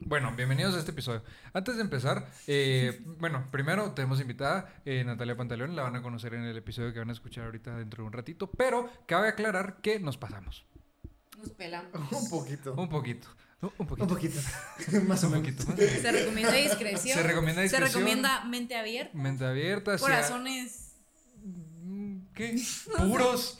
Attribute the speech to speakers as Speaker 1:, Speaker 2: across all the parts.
Speaker 1: Bueno, bienvenidos a este episodio. Antes de empezar, eh, bueno, primero tenemos invitada eh, Natalia Pantaleón, la van a conocer en el episodio que van a escuchar ahorita dentro de un ratito, pero cabe aclarar que nos pasamos.
Speaker 2: Nos pelamos.
Speaker 3: Un poquito.
Speaker 1: Un poquito. Un un poquito.
Speaker 3: Un poquito. más o
Speaker 1: Un
Speaker 3: menos.
Speaker 1: poquito más.
Speaker 2: Se recomienda discreción.
Speaker 1: Se recomienda discreción.
Speaker 2: Se recomienda mente abierta.
Speaker 1: Mente abierta. hacia-
Speaker 2: Corazones.
Speaker 1: Mm, ¿Qué? Puros.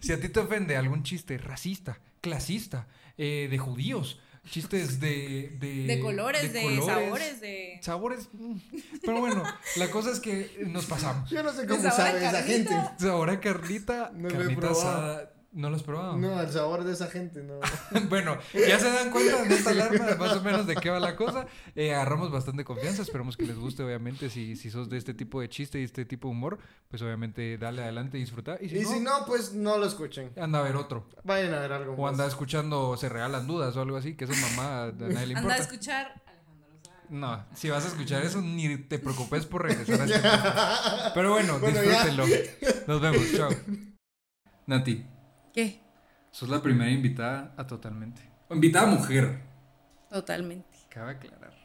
Speaker 1: si a ti te ofende algún chiste racista, clasista, eh, de judíos, chistes de... De,
Speaker 2: De colores, de,
Speaker 1: colores,
Speaker 2: sabores, de.
Speaker 1: Sabores. mm. Pero bueno, la cosa es que nos pasamos.
Speaker 3: Yo no sé
Speaker 2: ¿El
Speaker 3: cómo
Speaker 2: sabor
Speaker 3: sabe
Speaker 2: a
Speaker 3: esa
Speaker 2: carnita?
Speaker 3: gente.
Speaker 1: Ahora Carlita,
Speaker 3: No lo he
Speaker 1: Carlita
Speaker 3: probado.
Speaker 1: asada. ¿No lo has probado?
Speaker 3: No, el sabor de esa gente, no.
Speaker 1: Bueno, ya se dan cuenta en esta alarma más o menos de qué va la cosa. Eh, agarramos bastante confianza, esperamos que les guste, obviamente. Si, si sos de este tipo de chiste y este tipo de humor, pues obviamente dale adelante y disfruta. Y si,
Speaker 3: Y
Speaker 1: no,
Speaker 3: si no, pues no pues, lo escuchen.
Speaker 1: anda a ver otro.
Speaker 3: Vayan a ver algo
Speaker 1: O
Speaker 3: más.
Speaker 1: anda escuchando Se Regalan Dudas o algo así, que esa mamá a nadie le
Speaker 2: Anda a
Speaker 1: importa.
Speaker 2: escuchar. Alejandro Sanz.
Speaker 1: No, si vas a escuchar eso, ni te preocupes por regresar a este podcast. Pero bueno,
Speaker 3: Bueno, ya.
Speaker 1: disfrútenlo. Nos vemos, chao. Nati,
Speaker 2: ¿Qué?
Speaker 1: sos la primera invitada a Totalmente. Invitada mujer.
Speaker 2: Totalmente.
Speaker 1: Cabe aclarar.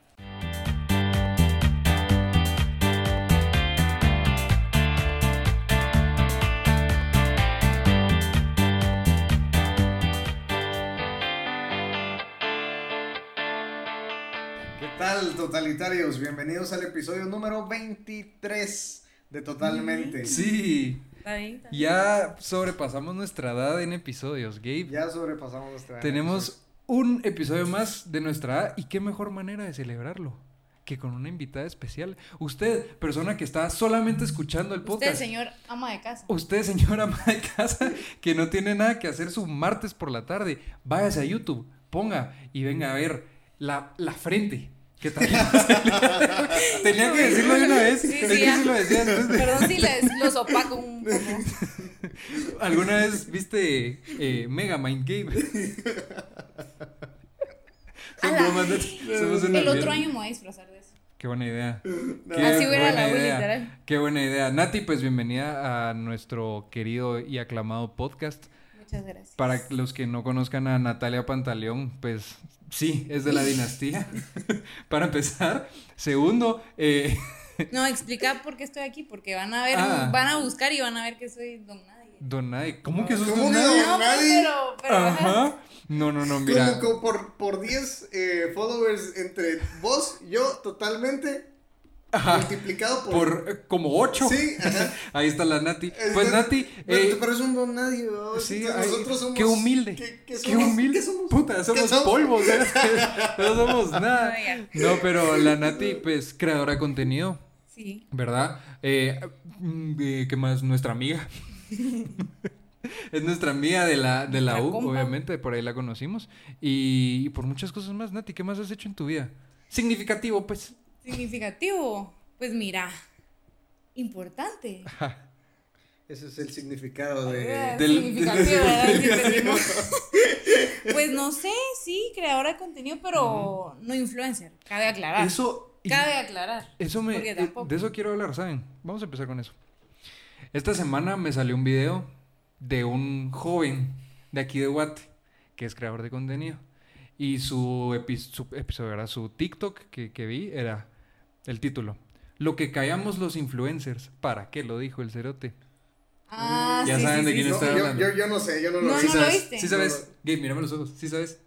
Speaker 3: ¿Qué tal, totalitarios? Bienvenidos al episodio número 23 de Totalmente.
Speaker 1: Sí,
Speaker 2: Está bien, está bien.
Speaker 1: ya sobrepasamos nuestra edad en episodios, Gabe.
Speaker 3: Ya sobrepasamos nuestra.
Speaker 1: Tenemos un episodio más de nuestra edad y qué mejor manera de celebrarlo que con una invitada especial. Usted, persona que está solamente escuchando el
Speaker 2: Usted,
Speaker 1: podcast.
Speaker 2: señor ama de casa.
Speaker 1: Usted, señora ama de casa, que no tiene nada que hacer su martes por la tarde, váyase a YouTube, ponga y venga a ver la, la frente. Que también tenía que decirlo de una vez.
Speaker 2: Sí,
Speaker 1: es
Speaker 2: sí,
Speaker 1: que
Speaker 2: ya.
Speaker 1: sí lo decía antes de-
Speaker 2: Perdón si les los opaco un poco.
Speaker 1: ¿Alguna vez viste eh, Mega Mind Game? Son
Speaker 2: Ala.
Speaker 1: bromas, de- somos una
Speaker 2: El otro
Speaker 1: mierda.
Speaker 2: año me voy a disfrazar de eso.
Speaker 1: Qué buena idea. Qué
Speaker 2: Así hubiera
Speaker 1: buena
Speaker 2: la Wii,
Speaker 1: idea.
Speaker 2: literal.
Speaker 1: Qué buena idea. Nati, pues bienvenida a nuestro querido y aclamado podcast.
Speaker 2: Muchas gracias.
Speaker 1: Para los que no conozcan a Natalia Pantaleón, pues sí, es de la dinastía. Para empezar. Segundo, eh,
Speaker 2: No, explica por qué estoy aquí, porque van a ver,
Speaker 1: Ah.
Speaker 2: van a buscar y van a ver que soy don nadie.
Speaker 1: Don Nadie. ¿Cómo que sos
Speaker 3: ¿Cómo
Speaker 1: Don
Speaker 3: que
Speaker 1: Nadie?
Speaker 2: No, pues,
Speaker 3: nadie.
Speaker 2: pero, pero ajá.
Speaker 1: Ajá. No, no, no, mira.
Speaker 3: Como, como por, por 10 eh, followers entre vos, yo, totalmente. Multiplicado por.
Speaker 1: Por eh, como ocho.
Speaker 3: Sí, ajá.
Speaker 1: Ahí está la Nati.
Speaker 3: Es-
Speaker 1: Pues Nati,
Speaker 3: Pero
Speaker 1: eh,
Speaker 3: te parece un don nadie, ¿no?
Speaker 1: sí,
Speaker 3: Entonces,
Speaker 1: ay,
Speaker 3: nosotros somos.
Speaker 1: qué humilde.
Speaker 3: ¿Qué,
Speaker 1: Qué
Speaker 3: qué somos?
Speaker 1: humilde.
Speaker 3: ¿Qué somos?
Speaker 1: Puta, somos
Speaker 3: somos?
Speaker 1: polvos. ¿eh? no somos nada.
Speaker 2: No, ya.
Speaker 1: No, pero la Nati, pues, creadora de contenido,
Speaker 2: Sí.
Speaker 1: ¿verdad? Eh, mm, eh, ¿Qué más? Nuestra amiga. Es nuestra amiga de la, de la
Speaker 2: Nuestra
Speaker 1: U,
Speaker 2: compa.
Speaker 1: obviamente, por ahí la conocimos. Y, y por muchas cosas más, Nati, ¿qué más has hecho en tu vida? Significativo, pues.
Speaker 2: Significativo. Pues mira, importante.
Speaker 3: Ese es el significado de.
Speaker 2: Ah,
Speaker 1: del-
Speaker 2: significativo,
Speaker 1: del-
Speaker 2: ¿verdad? Sí, entendimos. pues no sé, sí, creadora de contenido, pero no influencer. Cabe aclarar.
Speaker 1: Eso. y-
Speaker 2: Cabe aclarar.
Speaker 1: Eso me.
Speaker 2: Porque
Speaker 1: eh,
Speaker 2: tampoco.
Speaker 1: De eso quiero hablar, ¿saben? Vamos a empezar con eso. Esta semana me salió un video de un joven de aquí de Guate, que es creador de contenido. Y su, epi- su episodio era su TikTok que, que vi, era el título. Lo que callamos los influencers. ¿Para qué lo dijo el cerote?
Speaker 2: Ah,
Speaker 1: Ya
Speaker 2: sí,
Speaker 1: saben
Speaker 2: sí,
Speaker 1: de
Speaker 2: sí,
Speaker 1: quién
Speaker 2: sí.
Speaker 3: No,
Speaker 1: está
Speaker 3: yo,
Speaker 1: hablando.
Speaker 3: yo, yo no sé, yo no lo
Speaker 2: No,
Speaker 3: sé.
Speaker 2: no lo
Speaker 1: sabes?
Speaker 2: viste.
Speaker 1: ¿Sí sabes? Gabe, mírame los ojos. ¿Sí sabes?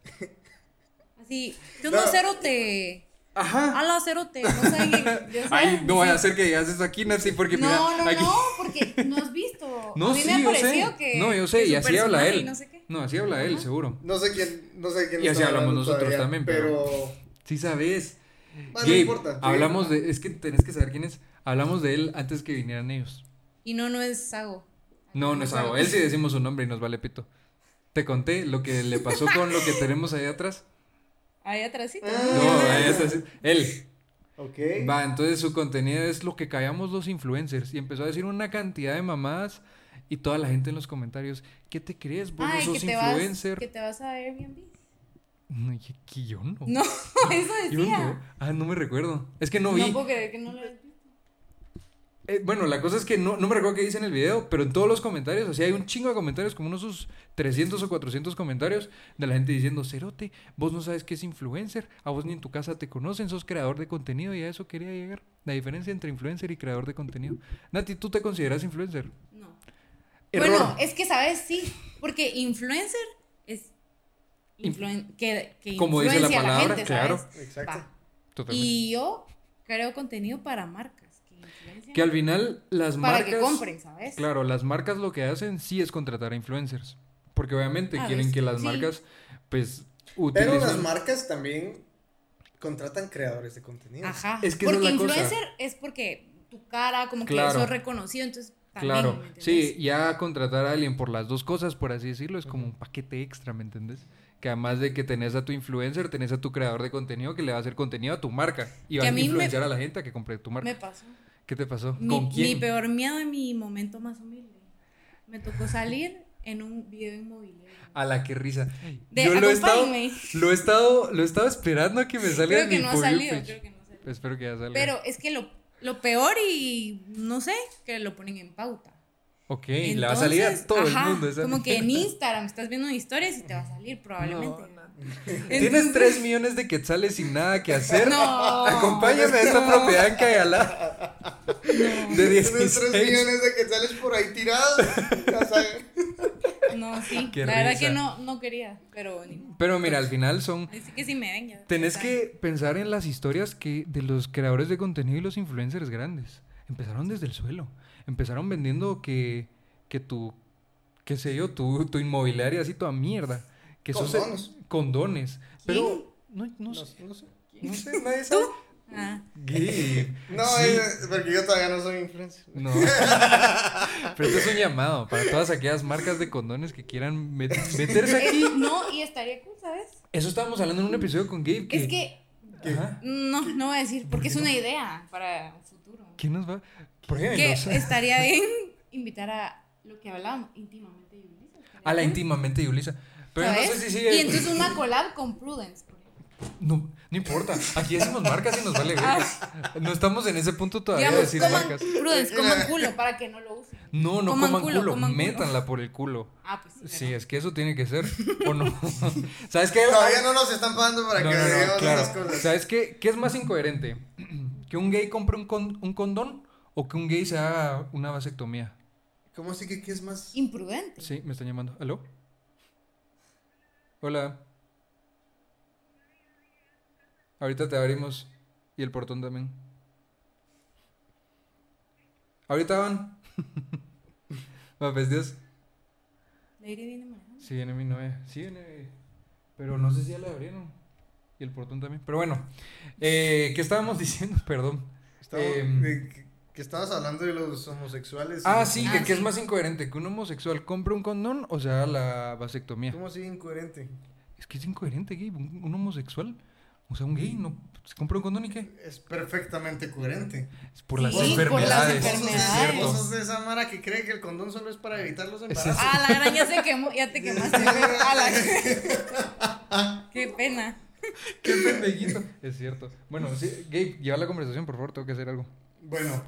Speaker 2: Así, tú no
Speaker 3: No.
Speaker 2: cerote.
Speaker 1: Ajá.
Speaker 2: Ala, cerote. No saben. que- ya
Speaker 1: Ay,
Speaker 2: saben,
Speaker 1: no voy a
Speaker 2: sí.
Speaker 1: hacer que digas eso aquí, Nancy, porque mira,
Speaker 2: No, no,
Speaker 1: aquí.
Speaker 2: no, porque no has visto.
Speaker 1: No,
Speaker 2: a mí
Speaker 1: sí,
Speaker 2: me ha
Speaker 1: yo sé.
Speaker 2: parecido que.
Speaker 1: No, yo sé,
Speaker 2: que
Speaker 1: y
Speaker 2: su
Speaker 1: así habla
Speaker 2: personaje y
Speaker 1: él.
Speaker 2: No sé qué.
Speaker 1: No, así habla él, seguro.
Speaker 3: No sé quién, no sé quién
Speaker 1: Y así
Speaker 3: está
Speaker 1: hablamos
Speaker 3: hablando
Speaker 1: nosotros
Speaker 3: todavía,
Speaker 1: también, pero-
Speaker 3: pero.
Speaker 1: Sí sabes.
Speaker 3: Ah, no
Speaker 1: Gabe,
Speaker 3: importa. sí.
Speaker 1: hablamos de... Es que tenés que saber quién es. Hablamos de él antes que vinieran ellos.
Speaker 2: Y no, no es Sago.
Speaker 1: No, no es algo. Él sí decimos su nombre y nos vale pito. Te conté lo que le pasó con lo que tenemos ahí atrás.
Speaker 2: Ahí atrásito.
Speaker 3: Ah.
Speaker 1: No, ahí está, sí. Él.
Speaker 3: Ok.
Speaker 1: Va, entonces su contenido es lo que callamos los influencers. Y empezó a decir una cantidad de mamadas y toda la gente en los comentarios. ¿Qué te crees? Vos pues
Speaker 2: Ay,
Speaker 1: no
Speaker 2: que
Speaker 1: sos
Speaker 2: te, vas,
Speaker 1: influencer.
Speaker 2: que te vas a Airbnb.
Speaker 1: No, y aquí yo no.
Speaker 2: No, eso
Speaker 1: Yo no.
Speaker 2: decía.
Speaker 1: Ah, no me recuerdo. Es que no
Speaker 2: No, pues.
Speaker 1: vi.
Speaker 2: puedo creer que no lo hayas visto.
Speaker 1: Eh, bueno, la cosa es que no, no me recuerdo qué dice en el video, pero en todos los comentarios, o sea, hay un chingo de comentarios, como unos sus 300 o 400 comentarios de la gente diciendo, Cerote, vos no sabes qué es influencer, a vos ni en tu casa te conocen, sos creador de contenido y a eso quería llegar. La diferencia entre influencer y creador de contenido. Nati, ¿tú te consideras influencer?
Speaker 2: No.
Speaker 1: Error.
Speaker 2: Bueno, es que sabes, sí, porque influencer es influen- que, que
Speaker 1: Como dice la
Speaker 2: influencia a
Speaker 1: palabra,
Speaker 2: gente,
Speaker 1: claro.
Speaker 2: ¿sabes?
Speaker 4: Exacto.
Speaker 2: Va.
Speaker 1: Totalmente.
Speaker 2: Y yo creo contenido para marcas que influencian
Speaker 1: Que al final las
Speaker 2: para
Speaker 1: marcas...
Speaker 2: que compren, ¿sabes?
Speaker 1: Claro, las marcas lo que hacen sí es contratar a influencers. Porque obviamente
Speaker 2: Ah,
Speaker 1: quieren
Speaker 2: ves,
Speaker 1: que las
Speaker 2: sí.
Speaker 1: marcas, pues,
Speaker 4: Pero
Speaker 1: utilicen...
Speaker 4: las marcas también contratan creadores de contenido.
Speaker 2: Ajá.
Speaker 1: Es que esa
Speaker 2: porque
Speaker 1: es la cosa.
Speaker 2: influencer es porque tu cara, como que
Speaker 1: Claro.
Speaker 2: sos reconocido, entonces también.
Speaker 1: Claro,
Speaker 2: ¿me entendés?
Speaker 1: sí, ya contratar a alguien por las dos cosas, por así decirlo, es como un paquete extra, ¿me entendés? Que además de que tenés a tu influencer, tenés a tu creador de contenido que le va a hacer contenido a tu marca y
Speaker 2: Que
Speaker 1: va
Speaker 2: a
Speaker 1: a
Speaker 2: mí me-
Speaker 1: influenciar a la gente a que compre tu marca.
Speaker 2: Me pasó.
Speaker 1: ¿Qué te pasó?
Speaker 2: Mi,
Speaker 1: ¿Con quién?
Speaker 2: mi peor miedo en mi momento más humilde. Me tocó salir en un video inmobiliario.
Speaker 1: A la que risa.
Speaker 2: De,
Speaker 1: Ah, Yo lo he estado,
Speaker 2: acompáñame.
Speaker 1: lo he estado, lo he estado esperando a que me salga
Speaker 2: Creo
Speaker 1: en
Speaker 2: que
Speaker 1: mi
Speaker 2: no ha
Speaker 1: For You
Speaker 2: salido,
Speaker 1: page.
Speaker 2: creo que no ha salido.
Speaker 1: Espero que ya salga.
Speaker 2: Pero es que lo, lo peor y no sé, que lo ponen en pauta.
Speaker 1: ok, le va a salir a
Speaker 2: Entonces,
Speaker 1: todo
Speaker 2: ajá,
Speaker 1: el mundo. esa
Speaker 2: como que en
Speaker 1: mierda.
Speaker 2: Instagram estás viendo historias y te va a salir probablemente.
Speaker 1: No, Tienes 3 millones de quetzales sin nada que hacer.
Speaker 2: No.
Speaker 1: Acompáñame a esta propiedad en Cayalá de
Speaker 4: Tienes 3
Speaker 1: 16.
Speaker 4: millones de que sales por ahí tirados. Ya saben.
Speaker 2: No, sí.
Speaker 1: Qué
Speaker 2: la verdad
Speaker 1: risa.
Speaker 2: que no, no quería, pero ni modo.
Speaker 1: Pero mira, al final son.
Speaker 2: Así que si me ven ya.
Speaker 1: Tenés
Speaker 2: ya
Speaker 1: que pensar en las historias que de los creadores de contenido y los influencers grandes. Empezaron desde el suelo. Empezaron vendiendo que, que tu, qué sé yo, tu, tu inmobiliaria así toda mierda. Que sos-
Speaker 4: Condones.
Speaker 1: condones. Pero no, no,
Speaker 4: No,
Speaker 1: sé,
Speaker 4: sé, no sé.
Speaker 1: no sé, nadie sabe. eh,
Speaker 2: saben. Ah,
Speaker 1: Gui,
Speaker 4: No,
Speaker 1: sí,
Speaker 3: eh,
Speaker 4: es porque yo todavía no soy influencer.
Speaker 1: no. Pero este es un llamado para todas aquellas marcas de condones que quieran met- meterse
Speaker 2: es-
Speaker 1: aquí.
Speaker 2: Eh, no, y estaría cool, ¿sabes?
Speaker 1: Eso estábamos hablando en un episodio con Gabe.
Speaker 2: Es que
Speaker 1: Ajá.
Speaker 2: no, no voy a decir, porque es una idea para un futuro.
Speaker 1: ¿Quién nos va? ¿Por qué?
Speaker 2: Que
Speaker 1: no sé.
Speaker 2: estaría bien invitar a lo que hablábamos íntimamente de Ulises.
Speaker 1: A la
Speaker 2: ¿sabes?
Speaker 1: íntimamente de Ulisa. Pero no sé
Speaker 2: ¿Sabes?
Speaker 1: si sigue.
Speaker 2: Y entonces una collab con Prudence. por ejemplo.
Speaker 1: No, no importa. Aquí decimos marcas y nos vale verga. No estamos en ese punto todavía de
Speaker 2: Ah. Digamos,
Speaker 1: decir
Speaker 2: coman
Speaker 1: marcas. Eh,
Speaker 2: Prudence, coman culo para que no lo usen.
Speaker 1: No, no coman,
Speaker 2: coman
Speaker 1: culo.
Speaker 2: culo, coman culo.
Speaker 1: Métanla por el culo.
Speaker 2: Ah, pues sí. ¿verdad?
Speaker 1: Sí, es que eso tiene que ser. ¿O no? ¿Sabes qué?
Speaker 4: Todavía no nos están pagando para
Speaker 1: No,
Speaker 4: que
Speaker 1: no, no,
Speaker 4: digamos
Speaker 1: claro.
Speaker 4: esas cosas.
Speaker 1: ¿Sabes qué? ¿Qué es más incoherente? ¿Que un gay compre un, con- un condón o que un gay se haga una vasectomía?
Speaker 4: ¿Cómo así que qué es más?
Speaker 2: Imprudente.
Speaker 1: Sí, me están llamando. ¿Aló? Hola. Ahorita te abrimos. Y el portón también. Ahorita van. Va, pues Dios.
Speaker 2: Lady viene manejando.
Speaker 1: Sí, viene mi novia. Sí, viene. Pero no sé si ya le abrieron. Y el portón también. Pero bueno. Eh, ¿Qué estábamos diciendo? Perdón.
Speaker 4: Estamos-
Speaker 1: Em.
Speaker 4: de- que- que estabas hablando de los homosexuales.
Speaker 1: Ah,
Speaker 4: Y-
Speaker 1: sí,
Speaker 2: Ah,
Speaker 1: que, que es
Speaker 2: sí.
Speaker 1: más incoherente. ¿Que un homosexual compre un condón o se haga la vasectomía?
Speaker 4: ¿Cómo así incoherente?
Speaker 1: Es que es incoherente, gay. Un, un homosexual. O sea, un gay no se compra un condón y qué.
Speaker 4: Es perfectamente coherente.
Speaker 1: Es por las
Speaker 2: Sí, por las
Speaker 1: enfermedades.
Speaker 4: Vos sos de-
Speaker 2: enfermedades.
Speaker 4: vos
Speaker 1: Es
Speaker 4: sos
Speaker 1: cierto.
Speaker 4: de esa Mara que cree que el condón solo es para evitar los embarazos.
Speaker 2: Ah, la gran ya se quemó, ya te ah, quemaste. A la- Qué pena.
Speaker 1: Qué pendejito. Es cierto. Bueno, sí, Gabe, lleva la conversación, por favor, tengo que hacer algo.
Speaker 4: Bueno,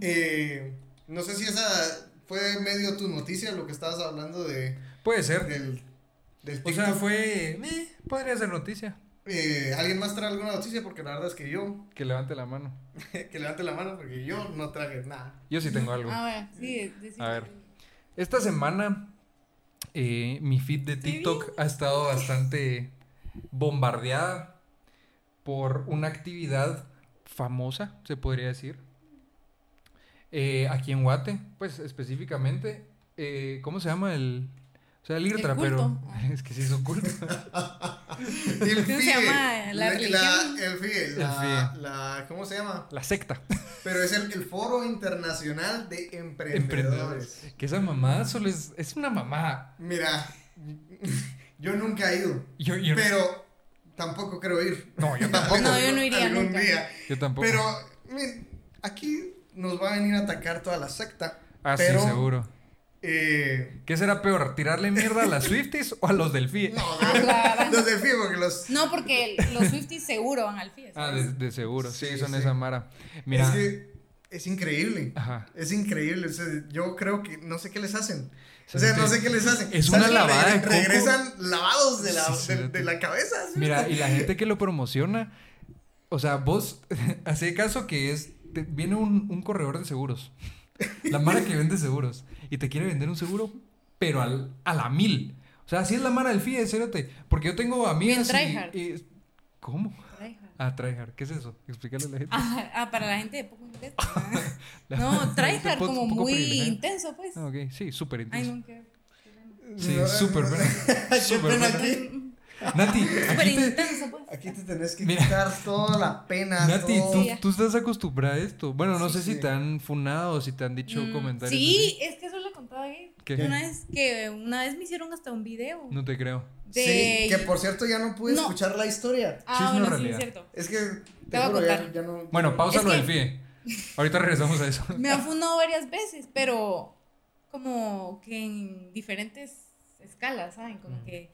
Speaker 4: eh, no sé si esa fue medio tu noticia, lo que estabas hablando de,
Speaker 1: Puede ser.
Speaker 4: del, del
Speaker 1: O sea,
Speaker 4: TikTok.
Speaker 1: fue. eh, podría ser noticia.
Speaker 4: Eh, ¿Alguien más trae alguna noticia? Porque la verdad es que yo,
Speaker 1: Que levante la mano.
Speaker 4: que levante la mano, porque yo no traje nada.
Speaker 1: Yo sí tengo algo.
Speaker 2: A ver, sí, decime.
Speaker 1: A ver. Esta semana eh, mi feed de TikTok ha estado bastante bombardeada por una actividad famosa, se podría decir. Eh, aquí en Guate, pues específicamente, eh, ¿cómo se llama el...? O sea, el IRTRA, pero...
Speaker 2: culto. Ah.
Speaker 1: Es que sí es un culto.
Speaker 4: El
Speaker 2: ¿Cómo se
Speaker 4: FIE,
Speaker 2: llama? ¿La religión?
Speaker 4: el FIE, la, la- ¿cómo se llama?
Speaker 1: La secta.
Speaker 4: Pero es el, el Foro Internacional de Emprendedores.
Speaker 1: Que esa mamá solo es... Es una mamá.
Speaker 4: Mira, yo nunca he ido,
Speaker 1: Yo, yo-
Speaker 4: pero tampoco quiero ir.
Speaker 1: No, yo tampoco.
Speaker 2: No, yo no iría
Speaker 4: Algún
Speaker 2: nunca.
Speaker 4: día.
Speaker 1: Yo tampoco.
Speaker 4: Pero miren, aquí nos va a venir a atacar toda la secta.
Speaker 1: ah,
Speaker 4: pero,
Speaker 1: sí, seguro.
Speaker 4: eh,
Speaker 1: ¿Qué será peor? ¿Tirarle mierda a las Swifties o a los del FIE?
Speaker 4: no,
Speaker 2: A la gran-
Speaker 4: los del FIE, porque los...
Speaker 2: No, porque el- los Swifties seguro van al fiesta.
Speaker 1: Ah, de, de seguro. Sí,
Speaker 4: Sí,
Speaker 1: son
Speaker 4: sí.
Speaker 1: esa Mara. Mira,
Speaker 4: Es que es increíble.
Speaker 1: Ajá.
Speaker 4: Es increíble. o sea, yo creo que no sé qué les hacen.
Speaker 1: Sí,
Speaker 4: O sea,
Speaker 1: sí.
Speaker 4: no sé qué les hacen.
Speaker 1: Es una
Speaker 4: Salen,
Speaker 1: lavada de
Speaker 4: reg-
Speaker 1: coco.
Speaker 4: Regresan lavados de la,
Speaker 1: Sí, sí,
Speaker 4: de,
Speaker 1: sí.
Speaker 4: de la cabeza. ¿sí?
Speaker 1: Mira, y la gente que lo promociona, o sea, vos, hace caso que es, te- viene un, un corredor de seguros, la mara que vende seguros, y te quiere vender un seguro, pero al, a la mil. O sea, así es la mara del FIE, cérate, porque yo tengo amigas
Speaker 2: Bien
Speaker 1: y-
Speaker 2: tryhard.
Speaker 1: y- ¿Cómo? Ah, tryhard, ¿qué es eso? Explícale a la gente.
Speaker 2: Ah, ah, para la gente de poco inglés. Ah.
Speaker 1: La-
Speaker 2: No,
Speaker 1: la gente
Speaker 2: tryhard
Speaker 1: po-
Speaker 2: como
Speaker 1: poco
Speaker 2: muy
Speaker 1: privilegiada.
Speaker 2: intenso, pues.
Speaker 1: Ah, ok, sí, súper
Speaker 2: Ay,
Speaker 1: intenso.
Speaker 2: no, qué-
Speaker 1: Sí,
Speaker 4: No,
Speaker 1: súper buena.
Speaker 4: Qué
Speaker 1: súper buena.
Speaker 4: pena aquí.
Speaker 1: Nati,
Speaker 2: Pues, mm, Súper
Speaker 1: aquí te,
Speaker 2: intenso, pues.
Speaker 4: Aquí te tenés que
Speaker 1: Mira.
Speaker 4: quitar toda la pena.
Speaker 1: Nati,
Speaker 4: todo.
Speaker 1: tú,
Speaker 2: Sí.
Speaker 1: tú estás acostumbrada a esto. Bueno, no
Speaker 4: Sí,
Speaker 1: sé si
Speaker 4: sí.
Speaker 1: te han funado, si te han dicho
Speaker 2: Mm,
Speaker 1: comentarios.
Speaker 2: Sí, es que eso le contaba ahí.
Speaker 1: ¿Qué?
Speaker 2: Una vez que una vez me hicieron hasta un video.
Speaker 1: así. No te creo.
Speaker 2: de...
Speaker 4: Sí, que por cierto ya no pude
Speaker 2: No.
Speaker 4: escuchar la historia.
Speaker 2: Ah,
Speaker 1: Sí, es una
Speaker 2: bueno, sí,
Speaker 1: realidad.
Speaker 2: es cierto.
Speaker 4: Es que
Speaker 2: Te voy a
Speaker 4: ya-
Speaker 2: contar.
Speaker 4: ya no-
Speaker 1: Bueno, pausa
Speaker 2: Es
Speaker 1: lo
Speaker 2: que-
Speaker 1: del FIE. Ahorita regresamos a eso.
Speaker 2: Me han fundado varias veces, pero como que en diferentes escalas, ¿saben? Como
Speaker 1: Ujú.
Speaker 2: que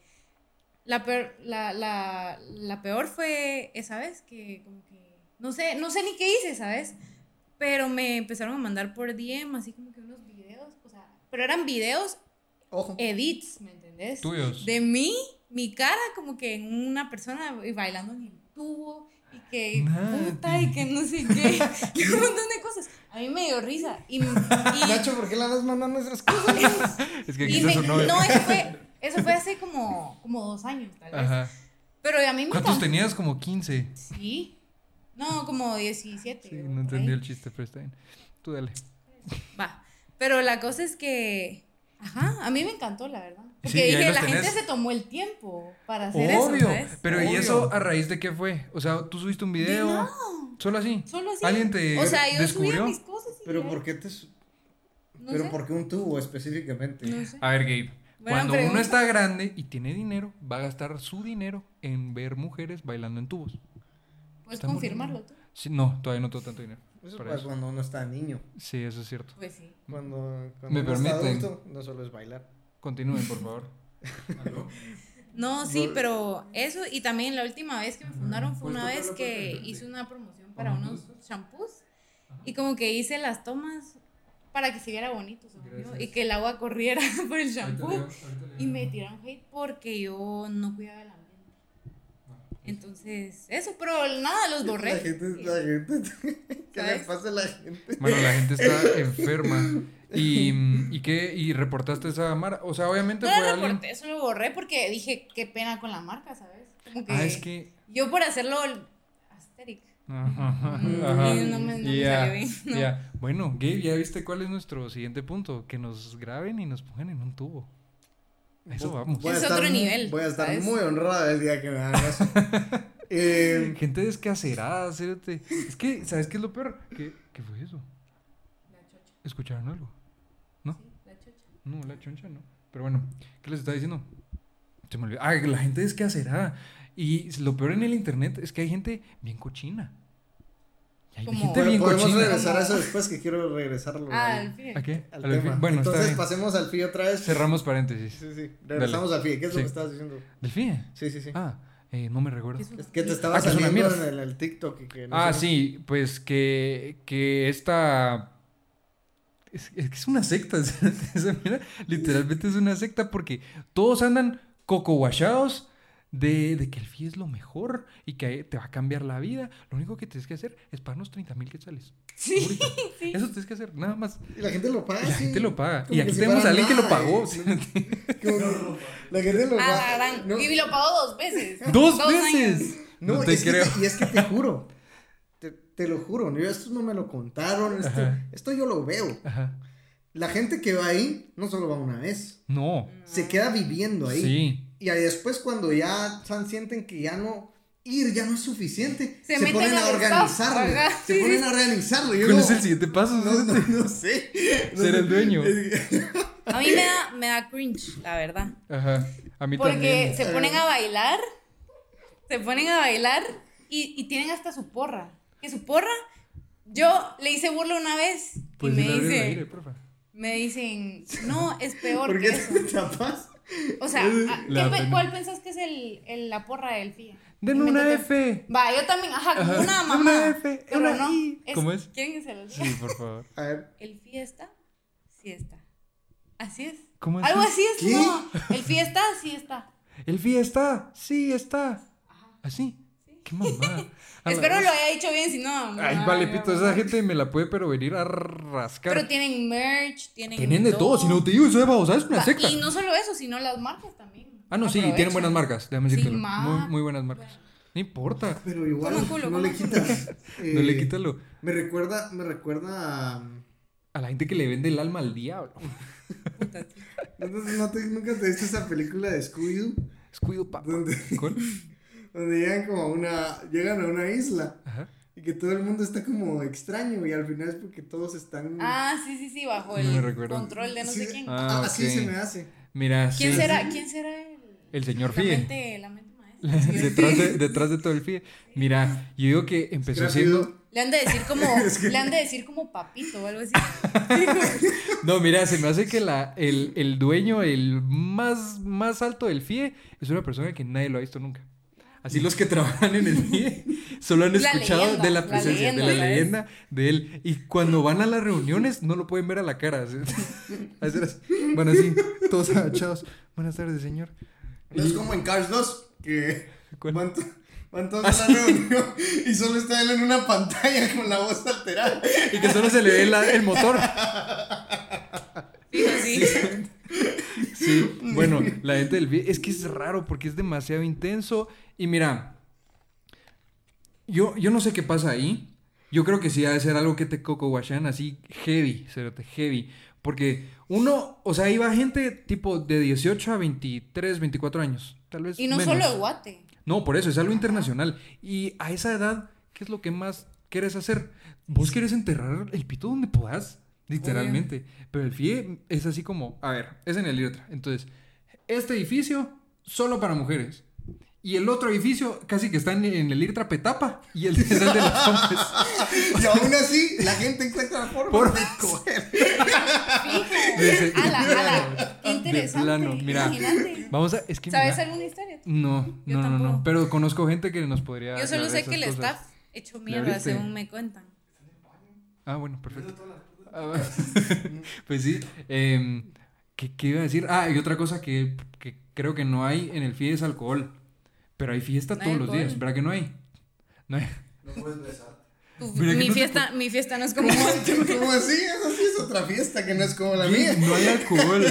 Speaker 2: la peor, la, la, la peor fue esa vez que como que no sé, no sé ni qué hice, ¿sabes? Pero me empezaron a mandar por DM así como que unos videos, o sea, pero eran videos
Speaker 4: Ojo.
Speaker 2: Eh, edits, ¿me entendés?
Speaker 1: Tuyos.
Speaker 2: De mí, mi cara como que en una persona y bailando en el tubo y que
Speaker 1: Nati.
Speaker 2: puta y que no sé qué, y un montón de cosas. A mí me dio risa y, y-
Speaker 4: Nacho, ¿por qué le andas mandando esas cosas?
Speaker 1: Es que
Speaker 2: y
Speaker 1: aquí
Speaker 2: me-
Speaker 1: está su novio.
Speaker 2: no, eso fue, eso fue hace como, como dos años tal vez.
Speaker 1: Ajá.
Speaker 2: Pero a mí me
Speaker 1: ¿Cuántos
Speaker 2: cam-
Speaker 1: tenías? Como 15.
Speaker 2: Sí. No, como 17.
Speaker 1: Sí, no
Speaker 2: o por ahí.
Speaker 1: entendí el chiste, pero está bien. Tú dale.
Speaker 2: Va. Pero la cosa es que. Ajá, a mí me encantó, la verdad. Porque
Speaker 1: Sí, y ahí
Speaker 2: dije,
Speaker 1: los
Speaker 2: la
Speaker 1: tenés.
Speaker 2: gente se tomó el tiempo para hacer eso.
Speaker 1: Obvio.
Speaker 2: ¿sabes?
Speaker 1: pero ¿y
Speaker 4: Obvio.
Speaker 1: eso a raíz de qué fue? O sea, tú subiste un video.
Speaker 2: De nada,
Speaker 1: Solo así.
Speaker 2: solo así.
Speaker 1: ¿Alguien te
Speaker 2: O sea, yo
Speaker 1: descubrió?
Speaker 2: subía mis cosas y
Speaker 4: Pero
Speaker 2: ya.
Speaker 4: ¿por qué te su-
Speaker 2: No
Speaker 4: pero
Speaker 2: sé,
Speaker 4: por qué un tubo específicamente?
Speaker 2: no sé.
Speaker 1: A ver, Gabe.
Speaker 2: Buena
Speaker 1: Ah, cuando uno
Speaker 2: pregunta.
Speaker 1: está grande y tiene dinero, va a gastar su dinero en ver mujeres bailando en tubos.
Speaker 2: Puedes
Speaker 1: está muy
Speaker 2: pues, confirmarlo tú.
Speaker 1: Sí, no, todavía no tengo tanto dinero.
Speaker 4: Eso
Speaker 1: para
Speaker 4: pasa
Speaker 1: eso.
Speaker 4: cuando uno está niño.
Speaker 1: Sí, eso es cierto.
Speaker 2: Pues sí.
Speaker 4: Cuando, cuando
Speaker 1: Me
Speaker 4: uno está
Speaker 1: permiten.
Speaker 4: adulto, no solo es bailar.
Speaker 1: Continúen, por favor. ¿Aló?
Speaker 2: No, sí,
Speaker 4: No.
Speaker 2: pero eso. Y también la última vez que me fundaron fue
Speaker 4: Pues
Speaker 1: Puedes tocar
Speaker 2: una vez
Speaker 1: la parte
Speaker 2: que
Speaker 1: de frente.
Speaker 2: hice una promoción para
Speaker 1: Ajá.
Speaker 2: unos shampoos. Y como que hice las tomas para que se viera bonito, según yo,
Speaker 1: Gracias.
Speaker 2: y que el agua corriera por el
Speaker 1: Ahorita
Speaker 2: shampoo.
Speaker 1: le- ahorita le-
Speaker 2: Y me tiraron hate porque yo no cuidaba el ambiente. Entonces, eso, pero nada, los borré.
Speaker 4: La gente, la gente. ¿Qué le
Speaker 2: ¿Sabes?
Speaker 4: pasa a la gente?
Speaker 1: Bueno, la gente está enferma. ¿Y, y qué? ¿Y reportaste esa mara? O sea, obviamente
Speaker 2: No
Speaker 1: fue
Speaker 2: lo
Speaker 1: alguien.
Speaker 2: reporté, eso lo borré porque dije, qué pena con la marca, ¿sabes? Como que,
Speaker 1: Ah, es que.
Speaker 2: yo por hacerlo el- asteric.
Speaker 1: Ajá, ajá,
Speaker 2: Mm,
Speaker 1: ajá.
Speaker 2: y no me- no me
Speaker 1: Ya,
Speaker 2: salió bien, no.
Speaker 1: ya. Bueno, Gabe, ya viste cuál es nuestro siguiente punto. Que nos graben y nos pongan en un tubo. A Eso vamos.
Speaker 2: Es
Speaker 4: estar
Speaker 2: otro
Speaker 4: mu-
Speaker 2: nivel,
Speaker 4: Voy a estar
Speaker 2: ¿sabes?
Speaker 4: muy honrada el día que me hagan eso. Eh,
Speaker 1: Gente descacerada, cérate. Es que, ¿sabes qué es lo peor? ¿Qué, qué fue eso?
Speaker 2: La chocha,
Speaker 1: ¿Escucharon algo?
Speaker 2: sí, la chocha.
Speaker 1: No, la choncha no. Pero bueno, ¿qué les estaba diciendo? Se me olvidó. Ah, la gente es que hacerá. Y lo peor en el internet es que hay gente bien cochina. Y hay
Speaker 2: Como-
Speaker 1: gente bien
Speaker 4: podemos
Speaker 1: cochina.
Speaker 4: regresar a eso después que quiero regresarlo
Speaker 2: Ah,
Speaker 4: al,
Speaker 2: al fin.
Speaker 1: ¿A qué?
Speaker 4: al
Speaker 1: A lo que-
Speaker 4: tema.
Speaker 1: Bueno,
Speaker 4: Entonces
Speaker 1: está bien.
Speaker 4: pasemos al FI otra vez.
Speaker 1: Cerramos paréntesis.
Speaker 4: Sí, sí. Regresamos al FI. ¿Qué es
Speaker 1: Sí.
Speaker 4: lo que estabas diciendo?
Speaker 1: ¿Del FIE?
Speaker 4: Sí, sí, sí.
Speaker 1: Ah, eh, no me recuerdo.
Speaker 2: Es una
Speaker 4: Es que te
Speaker 2: mierda.
Speaker 4: estaba
Speaker 1: Ah, que es una
Speaker 4: saliendo en
Speaker 1: mierda.
Speaker 4: el, el TikTok. y que no
Speaker 1: Ah,
Speaker 4: sé-
Speaker 1: sí, pues que, que esta... Es, es que es una secta, es- esa mierda literalmente es una secta porque todos andan cocoguachados de, de que el FI es lo mejor y que te va a cambiar la vida. Lo único que tienes que hacer es pagarnos 30 mil quetzales.
Speaker 2: Sí,
Speaker 1: Ahorita.
Speaker 2: sí.
Speaker 1: Eso tienes que hacer, nada más.
Speaker 4: Y la gente lo paga.
Speaker 1: Y la
Speaker 4: Ah, sí.
Speaker 1: gente lo paga.
Speaker 4: Como
Speaker 1: Y
Speaker 4: que
Speaker 1: aquí
Speaker 4: si
Speaker 1: tenemos a
Speaker 4: fuera
Speaker 1: alguien que lo
Speaker 4: nada,
Speaker 1: pagó.
Speaker 4: eh. Como que la gente lo
Speaker 2: Ah, la
Speaker 4: paga.
Speaker 2: gran-
Speaker 4: No,
Speaker 2: Y lo pagó dos veces.
Speaker 1: ¡Dos
Speaker 2: años.
Speaker 1: veces! No,
Speaker 4: no,
Speaker 1: te
Speaker 4: es que
Speaker 1: creo.
Speaker 4: y es que te juro. Te, te lo juro. Yo esto no me lo contaron. Esto,
Speaker 1: Ajá.
Speaker 4: esto yo lo veo.
Speaker 1: Ajá.
Speaker 4: La gente que va ahí no solo va una vez.
Speaker 1: No.
Speaker 4: Se queda viviendo ahí.
Speaker 1: Sí.
Speaker 4: Y ahí después cuando ya san- sienten que ya no ir, ya no es suficiente,
Speaker 2: Se
Speaker 4: se,
Speaker 2: meten
Speaker 4: ponen
Speaker 2: al
Speaker 4: a
Speaker 2: staff,
Speaker 4: organizarlo.
Speaker 2: ajá.
Speaker 4: Se
Speaker 2: Sí,
Speaker 4: ponen
Speaker 2: sí.
Speaker 4: a organizarlo. y yo
Speaker 1: ¿Cuál es
Speaker 4: como,
Speaker 1: el siguiente paso?
Speaker 4: no, no, no sé. No
Speaker 1: Ser
Speaker 4: sé.
Speaker 1: el dueño.
Speaker 2: A mí me da, me da cringe, la verdad.
Speaker 1: Ajá. A mí
Speaker 2: Porque
Speaker 1: también.
Speaker 2: se ponen a bailar, se ponen a bailar y, y tienen hasta su porra. Que su porra, yo le hice burla una vez
Speaker 1: Pues
Speaker 2: y
Speaker 1: sí,
Speaker 2: me
Speaker 1: la abre el aire,
Speaker 2: dicen,
Speaker 1: porfa.
Speaker 2: me dicen, no, es peor
Speaker 4: ¿Por
Speaker 2: que
Speaker 4: qué
Speaker 2: eso.
Speaker 4: te tapas?
Speaker 2: O sea, ¿a-
Speaker 1: La
Speaker 2: ¿qué pe-
Speaker 1: pena.
Speaker 2: ¿cuál pensás que es el, el- la porra del FIA?
Speaker 1: Denme una
Speaker 2: Invéntate.
Speaker 1: F.
Speaker 2: Va, yo también, ajá, como
Speaker 1: Ajá,
Speaker 2: una
Speaker 1: una
Speaker 2: mamá.
Speaker 1: F,
Speaker 2: pero
Speaker 1: una
Speaker 2: no,
Speaker 1: I. ¿Cómo es?
Speaker 2: ¿Quieren que se los diga?
Speaker 1: Sí, por favor.
Speaker 4: A ver.
Speaker 2: El fiesta, siesta. Así es.
Speaker 1: ¿Cómo es?
Speaker 2: Algo así es
Speaker 4: ¿Qué?
Speaker 2: como el fiesta, siesta.
Speaker 1: El FI está. Sí, está.
Speaker 2: Ajá.
Speaker 1: Así. Qué mamá.
Speaker 2: Espero lo haya dicho bien, si no.
Speaker 1: Ay,
Speaker 2: no,
Speaker 1: vale,
Speaker 2: no,
Speaker 1: pito.
Speaker 2: no.
Speaker 1: Esa gente me la puede, pero venir a rascar.
Speaker 2: Pero tienen merch, tienen.
Speaker 1: Tienen de todo. Si no te digo, eso de babosa es una
Speaker 2: Va,
Speaker 1: secta.
Speaker 2: Y no solo eso, sino las marcas también.
Speaker 1: Ah, no, sí, tienen
Speaker 2: Aprovechan.
Speaker 1: buenas marcas. Déjame
Speaker 2: Sí,
Speaker 1: decírtelo.
Speaker 2: ma-
Speaker 1: muy, muy buenas marcas. No importa.
Speaker 4: Pero igual,
Speaker 2: Come culo,
Speaker 4: no
Speaker 2: come
Speaker 4: le
Speaker 2: culo.
Speaker 4: quitas. eh,
Speaker 1: No le quítalo.
Speaker 4: Me recuerda, me recuerda a...
Speaker 1: A la gente que le vende el alma al diablo.
Speaker 2: Puta, sí.
Speaker 4: ¿No, te- no te- nunca te viste esa película de Scooby-Doo?
Speaker 1: Escuido papá.
Speaker 4: ¿Dónde?
Speaker 1: ¿Cuál?
Speaker 4: Donde llegan como a una, llegan a una isla
Speaker 1: Ajá.
Speaker 4: y que todo el mundo está como extraño y al final es porque todos están...
Speaker 2: Ah, sí, sí, sí, bajo
Speaker 1: No me
Speaker 2: el
Speaker 1: recuerdo.
Speaker 2: control de no
Speaker 4: Sí,
Speaker 2: sé quién.
Speaker 1: Ah,
Speaker 4: así
Speaker 1: ok.
Speaker 4: se me hace.
Speaker 1: Mira,
Speaker 2: ¿Quién
Speaker 1: sí.
Speaker 2: será, ¿quién será el,
Speaker 1: El señor
Speaker 2: la,
Speaker 1: Fie.
Speaker 2: mente, la mente maestra?
Speaker 1: detrás, de, detrás de todo el FIE. Mira, yo digo que empezó siendo.
Speaker 4: Scooby-Doo.
Speaker 2: Le han de decir como,
Speaker 4: Es que-
Speaker 2: le han de decir como papito o algo así.
Speaker 1: No, mira, se me hace que la, el, el dueño, el más, más alto del FIE, es una persona que nadie lo ha visto nunca. Así los que trabajan en el FIE solo han
Speaker 2: La
Speaker 1: escuchado
Speaker 2: leyenda,
Speaker 1: de la
Speaker 2: la
Speaker 1: presencia,
Speaker 2: leyenda,
Speaker 1: de la
Speaker 2: ¿sabes?
Speaker 1: leyenda de él. Y cuando van a las reuniones no lo pueden ver a la cara. así- hacer así. Van así, todos agachados. Buenas tardes, señor.
Speaker 4: No es
Speaker 1: Y-
Speaker 4: como en Cars 2, que
Speaker 1: ¿Cuál?
Speaker 4: van, to- van
Speaker 1: Ah,
Speaker 4: todos a la reunión y solo está él en una pantalla con la voz alterada.
Speaker 1: Y que solo se le ve la- el motor.
Speaker 2: Fijo, sí.
Speaker 1: Sí, bueno, la gente del vi- es que es raro porque es demasiado intenso. Y mira, yo, yo no sé qué pasa ahí. Yo creo que sí ha de ser algo que te coco así heavy, cerote, heavy. Porque uno, o sea, ahí va gente tipo de 18 a 23, 24 años. Tal vez.
Speaker 2: Y no
Speaker 1: menos.
Speaker 2: solo de guate.
Speaker 1: No, por eso, es algo internacional. Y a esa edad, ¿qué es lo que más quieres hacer? Vos quieres enterrar el pito donde puedas, literalmente. Pero el FIE es así como, a ver, es en el IRTRA. Entonces, este edificio solo para mujeres. Y el otro edificio casi que está en, en el IRTRA Petapa y el es el de los hombres.
Speaker 4: Y aún así, la gente encuentra la forma
Speaker 1: Por-
Speaker 4: de coger.
Speaker 1: Desde-
Speaker 2: Fijo. Ala, ala. Qué
Speaker 1: De
Speaker 2: interesante.
Speaker 1: plano, mira.
Speaker 2: Imagínate.
Speaker 1: Vamos a, es que
Speaker 2: ¿Sabes
Speaker 1: mira,
Speaker 2: alguna historia? tú?
Speaker 1: no,
Speaker 2: Yo
Speaker 1: no, no, no,
Speaker 2: tampoco.
Speaker 1: pero conozco gente que nos podría
Speaker 2: Yo solo
Speaker 1: aclarar
Speaker 2: sé que el
Speaker 1: esas cosas.
Speaker 2: staff hecho mierda,
Speaker 1: abriste?
Speaker 2: según me cuentan.
Speaker 1: Ah, bueno, perfecto. Ah, pues sí. em, ¿qué, qué iba a decir? Ah, y otra cosa que, que creo que no hay en el FIE es alcohol. Pero hay fiesta
Speaker 2: No hay
Speaker 1: todos los
Speaker 2: alcohol.
Speaker 1: días, ¿verdad que no hay? No hay.
Speaker 4: No puedes besar.
Speaker 2: Tu-
Speaker 1: Mira que
Speaker 2: mi,
Speaker 1: no te-
Speaker 2: fiesta, mi fiesta no es como.
Speaker 4: ¿Cómo así? Esa sí es otra fiesta que no es como la
Speaker 1: Oye,
Speaker 4: mía.
Speaker 1: No hay alcohol.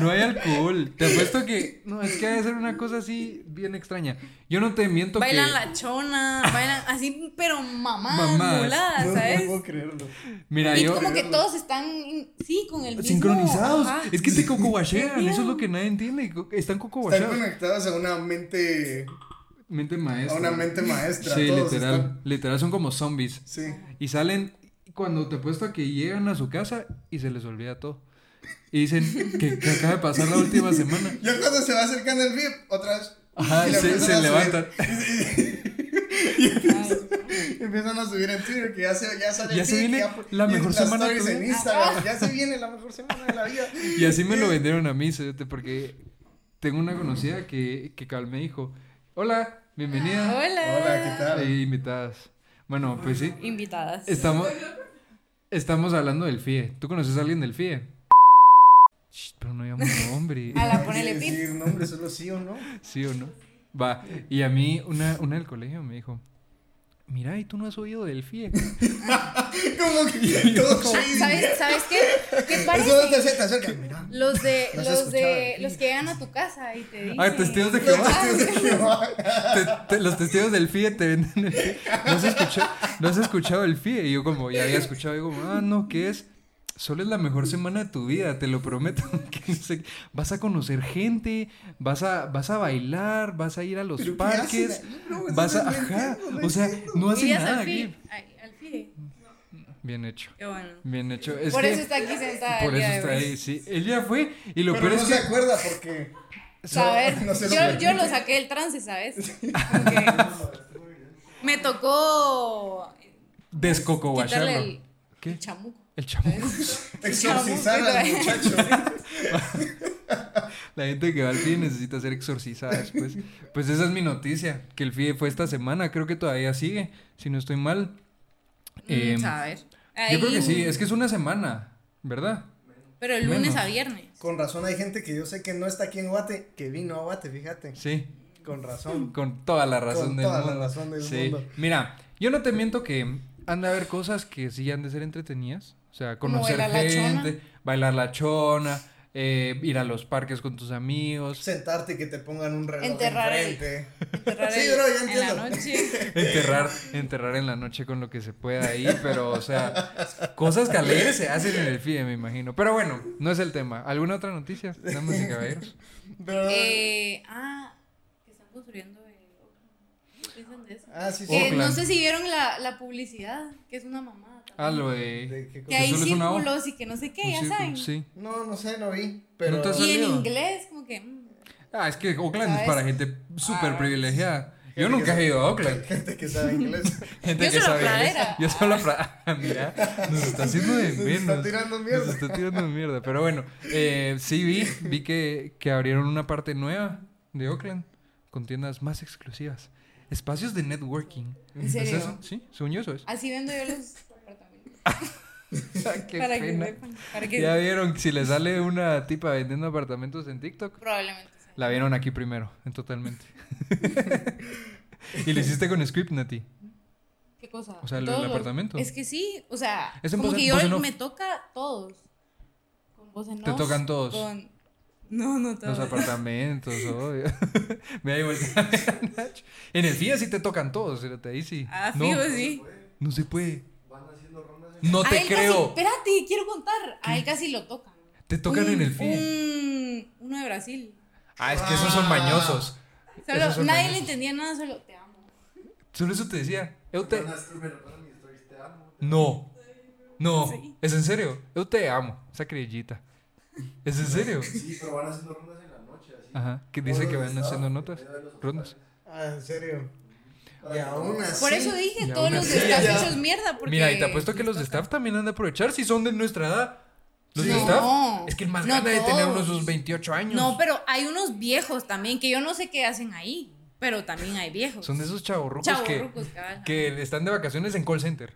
Speaker 1: No hay alcohol. Te apuesto que. No, es que ha de ser una cosa así bien extraña. Yo no te miento
Speaker 2: Bailan
Speaker 1: que.
Speaker 2: la chona, bailan así, pero mamás,
Speaker 1: Mamás.
Speaker 2: muladas,
Speaker 4: No, no
Speaker 2: ¿sabes?
Speaker 4: puedo creerlo.
Speaker 1: Mira,
Speaker 2: y
Speaker 1: yo.
Speaker 2: como que todos están, in- sí, con el mismo.
Speaker 1: Sincronizados.
Speaker 2: ajá.
Speaker 1: Es que te cocobachean.
Speaker 2: Qué
Speaker 1: Eso es
Speaker 2: miedo.
Speaker 1: lo que nadie entiende. co- Están
Speaker 4: Están
Speaker 1: cocobacheados.
Speaker 4: conectadas a una mente,
Speaker 1: Mente
Speaker 4: a
Speaker 1: maestra.
Speaker 4: una mente maestra.
Speaker 1: Sí,
Speaker 4: todos
Speaker 1: literal.
Speaker 4: están-
Speaker 1: Literal, son como zombies.
Speaker 4: Sí.
Speaker 1: Y salen cuando te apuesto a que llegan a su casa y se les olvida todo. Y dicen que, que acaba de pasar la última semana.
Speaker 4: Ya cuando se va acercando el VIP, otra vez.
Speaker 1: Ajá,
Speaker 4: y la
Speaker 1: se,
Speaker 4: empiezan
Speaker 1: se
Speaker 4: a subir.
Speaker 1: levantan.
Speaker 4: Empiezan a subir en Twitter que ya, se, ya sale
Speaker 1: Ya
Speaker 4: el
Speaker 1: se
Speaker 4: pic,
Speaker 1: viene la
Speaker 4: y
Speaker 1: mejor
Speaker 4: las
Speaker 1: semana
Speaker 4: stories
Speaker 1: tuya.
Speaker 4: en Instagram. Ya se viene la mejor semana de la vida.
Speaker 1: Y así me lo vendieron a mí, cerote, porque tengo una conocida que, que cabal me dijo, hola,
Speaker 2: Hola.
Speaker 1: bienvenida.
Speaker 4: Hola, ¿qué tal?
Speaker 1: Eh, invitadas. Bueno, pues sí.
Speaker 2: Invitadas.
Speaker 1: Estamos, estamos hablando del FIE. ¿Tú conoces a alguien del FIE? Shh, pero no digamos nombre.
Speaker 2: A la
Speaker 4: No
Speaker 2: ponele
Speaker 4: quiere
Speaker 2: pip.
Speaker 4: decir nombre, solo sí o no.
Speaker 1: ¿Sí o no? Va. Y a mí, una, una del colegio me dijo: Mira, y tú no has oído del E?" FIE.
Speaker 4: Como que todo
Speaker 2: Ah, ¿Sabes, ¿Sabes qué? ¿Qué
Speaker 4: Eso te
Speaker 2: parece?
Speaker 4: acerca, te acerca. Mira.
Speaker 2: Los de,
Speaker 4: ¿No has
Speaker 2: los de,
Speaker 4: escuchado?
Speaker 2: los que llegan a tu casa y te dicen.
Speaker 1: Ah, testigos de Jehová. Te- te- los testigos del FIE te venden el FIE. ¿No has, escuchado, no has escuchado el FIE. Y yo, como ya había escuchado, digo: Ah, no, ¿qué es? Solo es la mejor semana de tu vida, te lo prometo. que no sé qué. vas a conocer gente, vas a, vas a bailar, vas a ir a los
Speaker 4: ¿Pero qué
Speaker 1: parques,
Speaker 4: hacen ahí, bro? Eso
Speaker 1: vas a.
Speaker 4: no lo
Speaker 1: Ajá.
Speaker 4: entiendo, no
Speaker 1: o sea,
Speaker 4: entiendo.
Speaker 1: no hace
Speaker 2: Irías al
Speaker 1: nada
Speaker 2: fi-
Speaker 4: E.
Speaker 1: aquí.
Speaker 2: ay, al fi.
Speaker 1: Bien hecho.
Speaker 2: Qué bueno.
Speaker 1: Bien hecho. Es
Speaker 2: Por
Speaker 1: que-
Speaker 2: eso está aquí sentada.
Speaker 1: Por
Speaker 2: el
Speaker 1: eso
Speaker 2: día de
Speaker 1: está
Speaker 2: hoy.
Speaker 1: ahí, sí. Él ya fue y lo
Speaker 4: Pero
Speaker 1: peor
Speaker 4: no
Speaker 1: es
Speaker 4: se
Speaker 1: que.
Speaker 4: acuerda porque.
Speaker 2: Saber,
Speaker 4: No se lo
Speaker 2: yo,
Speaker 4: permite.
Speaker 2: yo lo saqué del trance, ¿sabes? Como que me tocó quitarle
Speaker 1: Descocoguacharlo.
Speaker 2: el,
Speaker 1: ¿Qué?
Speaker 2: el chamuco.
Speaker 1: El chamuco.
Speaker 4: Exorcizar al muchacho.
Speaker 1: La gente que va al FIDE necesita ser exorcizada después. Pues esa es mi noticia, que el FIDE fue esta semana, creo que todavía sigue, si no estoy mal. Eh,
Speaker 2: Mm, a ver.
Speaker 1: yo creo que
Speaker 2: Ahí-
Speaker 1: sí, es que es una semana, ¿verdad?
Speaker 2: Pero el lunes
Speaker 1: menos.
Speaker 2: a viernes.
Speaker 4: Con razón hay gente que yo sé que no está aquí en Guate, que vino a Guate, fíjate.
Speaker 1: Sí,
Speaker 4: Con razón.
Speaker 1: con toda la razón
Speaker 4: Con
Speaker 1: del
Speaker 4: toda la
Speaker 1: mundo.
Speaker 4: razón del
Speaker 1: Sí.
Speaker 4: mundo.
Speaker 1: Mira, yo no te miento que han de haber cosas que sí han de ser entretenidas. O sea,
Speaker 2: Como
Speaker 1: conocer
Speaker 2: bailar la chona.
Speaker 1: gente, bailar la chona, eh, ir a los parques con tus amigos.
Speaker 4: Sentarte y que te pongan un reloj
Speaker 2: Enterrar el-
Speaker 4: enfrente.
Speaker 2: Enterrar
Speaker 4: Sí,
Speaker 2: el-
Speaker 4: bro, ya
Speaker 2: en la
Speaker 4: entiendo.
Speaker 2: noche.
Speaker 1: enterrar, enterrar en la noche con lo que se pueda ahí, pero o sea, cosas que alegres se hacen en el FIDE, me imagino. Pero bueno, no es el tema. ¿Alguna otra noticia? Damas y caballeros.
Speaker 4: Pero-
Speaker 2: Eh, ah, que están construyendo el... ¿Qué piensan de eso?
Speaker 4: ah, sí, sí.
Speaker 2: Que no
Speaker 1: Oakland.
Speaker 2: sé si vieron la, la publicidad, que es una mamada. también.
Speaker 1: Ah, lo
Speaker 4: ¿De
Speaker 1: de
Speaker 4: qué
Speaker 2: Que
Speaker 4: cosa?
Speaker 1: ahí
Speaker 2: hay
Speaker 1: solo es una O.
Speaker 2: círculos y que no sé qué,
Speaker 1: un
Speaker 2: ya
Speaker 1: círculo,
Speaker 2: saben.
Speaker 1: Sí.
Speaker 4: No, no sé, no vi. Pero
Speaker 1: No te has-
Speaker 2: Y en
Speaker 1: salido.
Speaker 2: inglés, como que... mm,
Speaker 1: Ah, es que Oakland es
Speaker 2: ¿Sabes?
Speaker 1: para gente súper
Speaker 4: Ah,
Speaker 1: privilegiada. Yo
Speaker 4: gente que
Speaker 1: nunca he
Speaker 4: sabe-
Speaker 1: ido a Oakland.
Speaker 4: gente que sabe inglés.
Speaker 1: Gente
Speaker 2: Yo
Speaker 1: que
Speaker 2: solo
Speaker 1: sabe inglés.
Speaker 2: pradera.
Speaker 1: Yo solo pra- ah, Mira, nos está haciendo de
Speaker 4: Nos
Speaker 1: menos.
Speaker 4: está tirando
Speaker 1: Nos
Speaker 4: mierda.
Speaker 1: está tirando de mierda. Pero bueno, eh, sí vi, vi que, que abrieron una parte nueva de Oakland con tiendas más exclusivas. Espacios de networking.
Speaker 2: ¿En serio?
Speaker 1: ¿Es eso? Sí, según yo eso es.
Speaker 2: Así vendo yo los apartamentos.
Speaker 4: Ah,
Speaker 1: Qué
Speaker 2: para, que,
Speaker 1: pena.
Speaker 2: sepan, para que...
Speaker 1: Ya vieron, si le sale una tipa vendiendo apartamentos en TikTok,
Speaker 2: Probablemente. sí.
Speaker 1: la vieron aquí primero, en totalmente. y lo hiciste con script, Nati.
Speaker 2: ¿Qué cosa?
Speaker 1: O sea, lo
Speaker 2: Todos
Speaker 1: del
Speaker 2: los-
Speaker 1: apartamento.
Speaker 2: Es que sí, o sea,
Speaker 1: Es en
Speaker 2: como
Speaker 1: voz-
Speaker 2: que yo
Speaker 1: voz en off.
Speaker 2: me toca todos. Con voz en
Speaker 1: Te
Speaker 2: off,
Speaker 1: tocan todos.
Speaker 2: con- No, no todos.
Speaker 1: Los apartamentos, obvio. Me da igual. En el FIA sí te tocan todos, fíjate, ahí sí.
Speaker 2: Ah,
Speaker 1: no,
Speaker 2: fijo, sí.
Speaker 1: no se puede. No
Speaker 2: A
Speaker 1: te
Speaker 2: él
Speaker 1: creo.
Speaker 2: Casi, espérate, quiero contar. A él casi lo tocan.
Speaker 1: Te tocan
Speaker 2: Un-
Speaker 1: en el
Speaker 2: Mm.
Speaker 1: FIE.
Speaker 2: un- uno de Brasil.
Speaker 1: Ah, es que esos son mañosos.
Speaker 2: Solo-
Speaker 1: Esos son
Speaker 2: nadie le
Speaker 1: mañosos.
Speaker 2: entendía nada, solo te amo.
Speaker 1: Solo eso te decía. Eu te... No. No.
Speaker 2: Sí.
Speaker 1: ¿Es en serio? Yo te amo. Esa crillita. ¿Es en serio?
Speaker 5: Sí, pero van haciendo rondas en la noche, así.
Speaker 1: Ajá. Que dice que van
Speaker 5: Estados,
Speaker 1: haciendo
Speaker 5: en
Speaker 1: notas.
Speaker 5: medio de los
Speaker 1: Rondas.
Speaker 4: Ah, en serio. Y aún así.
Speaker 2: Por eso dije,
Speaker 1: Y
Speaker 2: todos
Speaker 1: aún
Speaker 2: los
Speaker 1: así,
Speaker 2: de staff
Speaker 4: ya.
Speaker 2: hechos mierda. Porque
Speaker 1: Mira, y te apuesto que
Speaker 2: les
Speaker 1: los de
Speaker 2: toca.
Speaker 1: staff también han de aprovechar si son de nuestra edad. Los de
Speaker 2: No.
Speaker 1: staff. Es que el más
Speaker 2: No
Speaker 1: grande de tener unos
Speaker 2: todos.
Speaker 1: sus 28 años.
Speaker 2: No, pero hay unos viejos también que yo no sé qué hacen ahí. Pero también hay viejos.
Speaker 1: Son de esos chavorrucos
Speaker 2: chavos
Speaker 1: que,
Speaker 2: rucos, cabal.
Speaker 1: que están de vacaciones en call center.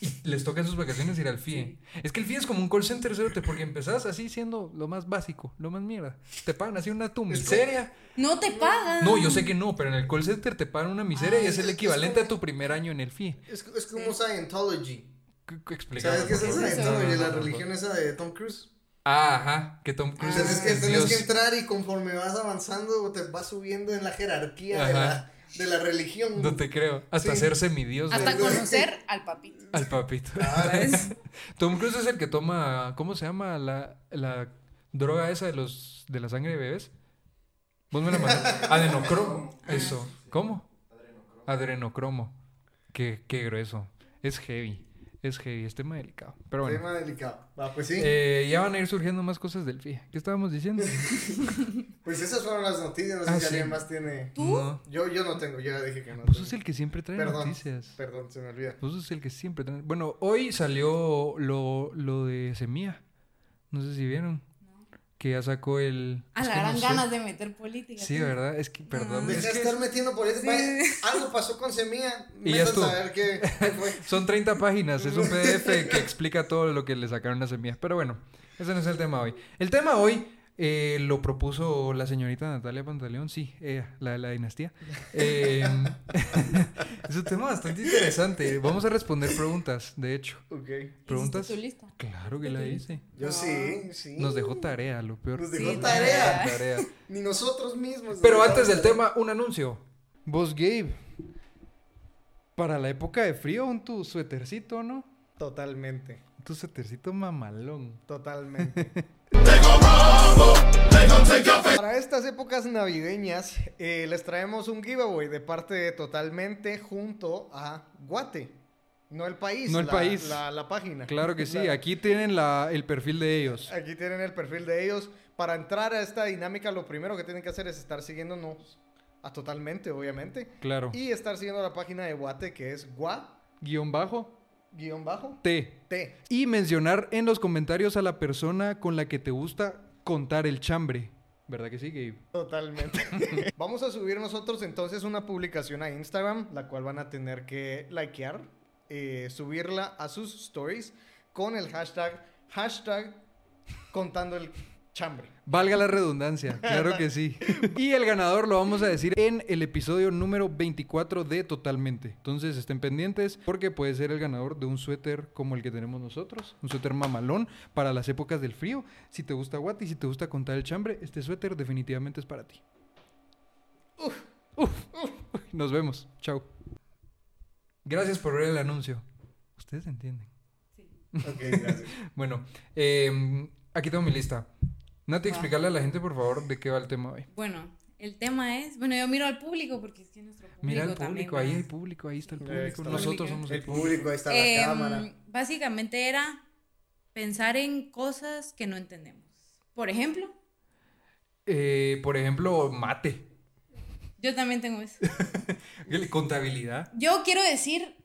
Speaker 1: Y les toca en sus vacaciones ir al FIE. Es que el FIE es como un call center, cerote, porque empezás así siendo lo más básico, lo más mierda. Te pagan así una tu miseria.
Speaker 2: No te pagan.
Speaker 1: No, yo sé que no, pero en el call center te pagan una miseria y es el
Speaker 4: es
Speaker 1: equivalente a tu primer año en el FIE.
Speaker 4: Es, es como Scientology.
Speaker 1: C- c- Explícame.
Speaker 4: ¿Sabes qué es
Speaker 2: Eso es
Speaker 4: Scientology? La
Speaker 1: Scientology.
Speaker 4: religión esa de Tom Cruise.
Speaker 1: Ah, ajá, que Tom Cruise
Speaker 4: Entonces es que
Speaker 1: es
Speaker 4: tenés que
Speaker 1: Dios.
Speaker 4: entrar y conforme vas avanzando te vas subiendo en la jerarquía de
Speaker 1: Ajá.
Speaker 4: la, de la religión.
Speaker 1: No te creo. Hasta
Speaker 4: Sí.
Speaker 1: ser semidios de-
Speaker 2: Hasta conocer al papito.
Speaker 1: al papito.
Speaker 4: Ah,
Speaker 2: ¿sabes?
Speaker 1: Tom Cruise es el que toma, ¿cómo se llama? La, la droga esa de los de la sangre de bebés. Vos me la mandaste. Adenocromo. Eso. ¿Cómo? Adrenocromo. Qué, qué grueso. Es heavy. Es heavy. Es tema delicado. Pero bueno.
Speaker 4: Tema delicado. Va, pues sí.
Speaker 1: Eh, ya van a ir surgiendo más cosas del FIA. ¿Qué estábamos diciendo?
Speaker 4: pues esas fueron las noticias. No sé
Speaker 1: ah,
Speaker 4: si alguien
Speaker 1: sí.
Speaker 4: más tiene.
Speaker 2: ¿Tú?
Speaker 1: No.
Speaker 4: Yo, yo no tengo, yo ya dije que no.
Speaker 1: Vos
Speaker 4: tengo.
Speaker 1: sos el que siempre trae
Speaker 4: Perdón.
Speaker 1: noticias.
Speaker 4: Perdón, se me olvida.
Speaker 1: Vos sos Pues el que siempre trae. Bueno, hoy salió lo, lo de Semilla. No sé si vieron. Que ya sacó el.
Speaker 2: A
Speaker 1: es
Speaker 2: Ah, la
Speaker 1: que no
Speaker 2: gran
Speaker 1: sé.
Speaker 2: ganas de meter política.
Speaker 1: Sí, ¿verdad? Es que, perdón.
Speaker 4: Deja
Speaker 1: es
Speaker 4: de
Speaker 1: que
Speaker 4: estar metiendo por Algo pasó con Semilla.
Speaker 1: Y ya
Speaker 4: Metan
Speaker 1: estuvo.
Speaker 4: saber qué, qué fue.
Speaker 1: son 30 páginas, es un PDF que explica todo lo que le sacaron las semillas. Pero bueno, ese no es el tema hoy. El tema hoy eh, lo propuso la señorita Natalia Pantaleón, sí, ella, la de la dinastía. Eh, es un tema bastante interesante. Vamos a responder preguntas, de hecho.
Speaker 4: Ok.
Speaker 1: ¿Preguntas?
Speaker 2: ¿Hiciste tu lista?
Speaker 1: Claro que la hice.
Speaker 4: Yo sí, sí.
Speaker 1: Nos dejó tarea, lo peor.
Speaker 4: Nos
Speaker 2: Sí,
Speaker 4: dejó
Speaker 2: tarea.
Speaker 4: tarea.
Speaker 1: Tarea.
Speaker 4: Ni nosotros mismos.
Speaker 1: Pero
Speaker 4: nos
Speaker 1: antes del
Speaker 4: dejamos
Speaker 1: tema, un anuncio. Vos, Gabe, para la época de frío, un tu suétercito, ¿no?
Speaker 4: tarea. Totalmente.
Speaker 1: Tu suétercito mamalón.
Speaker 4: Totalmente. Para estas épocas navideñas eh, les traemos un giveaway de parte de Totalmente junto a Guate. No el país.
Speaker 1: No el
Speaker 4: la-
Speaker 1: país.
Speaker 4: La, la página.
Speaker 1: Claro que sí,
Speaker 4: La-
Speaker 1: aquí tienen la, el perfil de ellos.
Speaker 4: Aquí tienen el perfil de ellos. Para entrar a esta dinámica lo primero que tienen que hacer es estar siguiéndonos a Totalmente, obviamente.
Speaker 1: Claro.
Speaker 4: Y estar siguiendo la página de Guate que es gua-t.
Speaker 1: Guión bajo,
Speaker 4: bajo
Speaker 1: T.
Speaker 4: T.
Speaker 1: Y mencionar en los comentarios a la persona con la que te gusta contar el chambre. ¿Verdad que sí, Gabe?
Speaker 4: Totalmente. Vamos a subir nosotros entonces una publicación a Instagram, la cual van a tener que likear, eh, subirla a sus stories con el hashtag, hashtag contando el chambre.
Speaker 1: Valga la redundancia, claro que sí. Y el ganador lo vamos a decir en el episodio número 24 de Totalmente. Entonces estén pendientes porque puede ser el ganador de un suéter como el que tenemos nosotros, un suéter mamalón para las épocas del frío. Si te gusta Guati, si te gusta contar el chambre, este suéter definitivamente es para ti. Uf, uf, uf. Nos vemos, chao. Gracias por ver el anuncio. Ustedes entienden.
Speaker 3: Ok, gracias.
Speaker 1: Bueno, eh, aquí tengo mi lista. Nati, explicarle a la gente, por favor, de qué va el tema hoy.
Speaker 2: Bueno, el tema es. Bueno, yo miro al público porque es que nuestro público.
Speaker 1: Mira el
Speaker 2: también
Speaker 1: público, ahí
Speaker 2: es-
Speaker 1: hay público, ahí está el
Speaker 4: Ahí
Speaker 1: público.
Speaker 4: está.
Speaker 1: Nosotros somos
Speaker 3: El público, ahí está la
Speaker 2: Em,
Speaker 3: cámara.
Speaker 2: Básicamente era pensar en cosas que no entendemos. Por ejemplo,
Speaker 1: Eh, por ejemplo, mate.
Speaker 2: yo también tengo eso.
Speaker 1: Contabilidad. Ah,
Speaker 2: Yo quiero decir,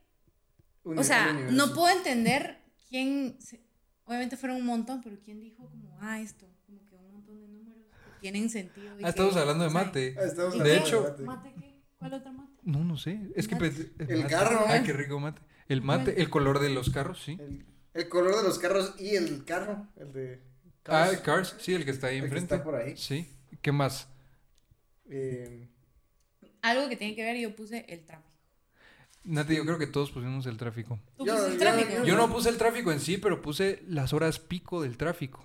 Speaker 2: o sea, no puedo entender quién. se- obviamente fueron un montón, pero quién dijo como, ah, esto, como que un montón de números que tienen sentido. y
Speaker 1: Ah, estamos
Speaker 2: que-
Speaker 1: hablando de
Speaker 2: o sea,
Speaker 1: mate.
Speaker 3: Ah, estamos
Speaker 2: ¿y
Speaker 1: De
Speaker 3: hablando
Speaker 2: qué?
Speaker 1: hecho-
Speaker 3: mate.
Speaker 2: ¿Mate qué? ¿Cuál otra mate?
Speaker 1: No, no sé. Es que.
Speaker 2: Mate.
Speaker 1: pe-
Speaker 3: El
Speaker 1: mate.
Speaker 3: carro,
Speaker 1: Ah,
Speaker 3: ¿eh?
Speaker 1: qué rico mate. El mate,
Speaker 2: Bueno.
Speaker 1: el color de los carros, sí.
Speaker 3: El, el color de los carros y el carro, el de
Speaker 1: Ah,
Speaker 3: Cars.
Speaker 1: el Cars, sí, el que está ahí
Speaker 3: El que
Speaker 1: enfrente.
Speaker 3: está por ahí.
Speaker 1: Sí. ¿Qué más?
Speaker 3: Eh,
Speaker 2: Algo que tiene que ver, yo puse el tráfico.
Speaker 1: Nati, yo creo que todos pusimos el tráfico.
Speaker 2: Tú
Speaker 3: Yo-
Speaker 2: pusiste el
Speaker 3: yo-
Speaker 2: tráfico.
Speaker 1: Yo no puse el tráfico en sí, pero puse las horas pico del tráfico.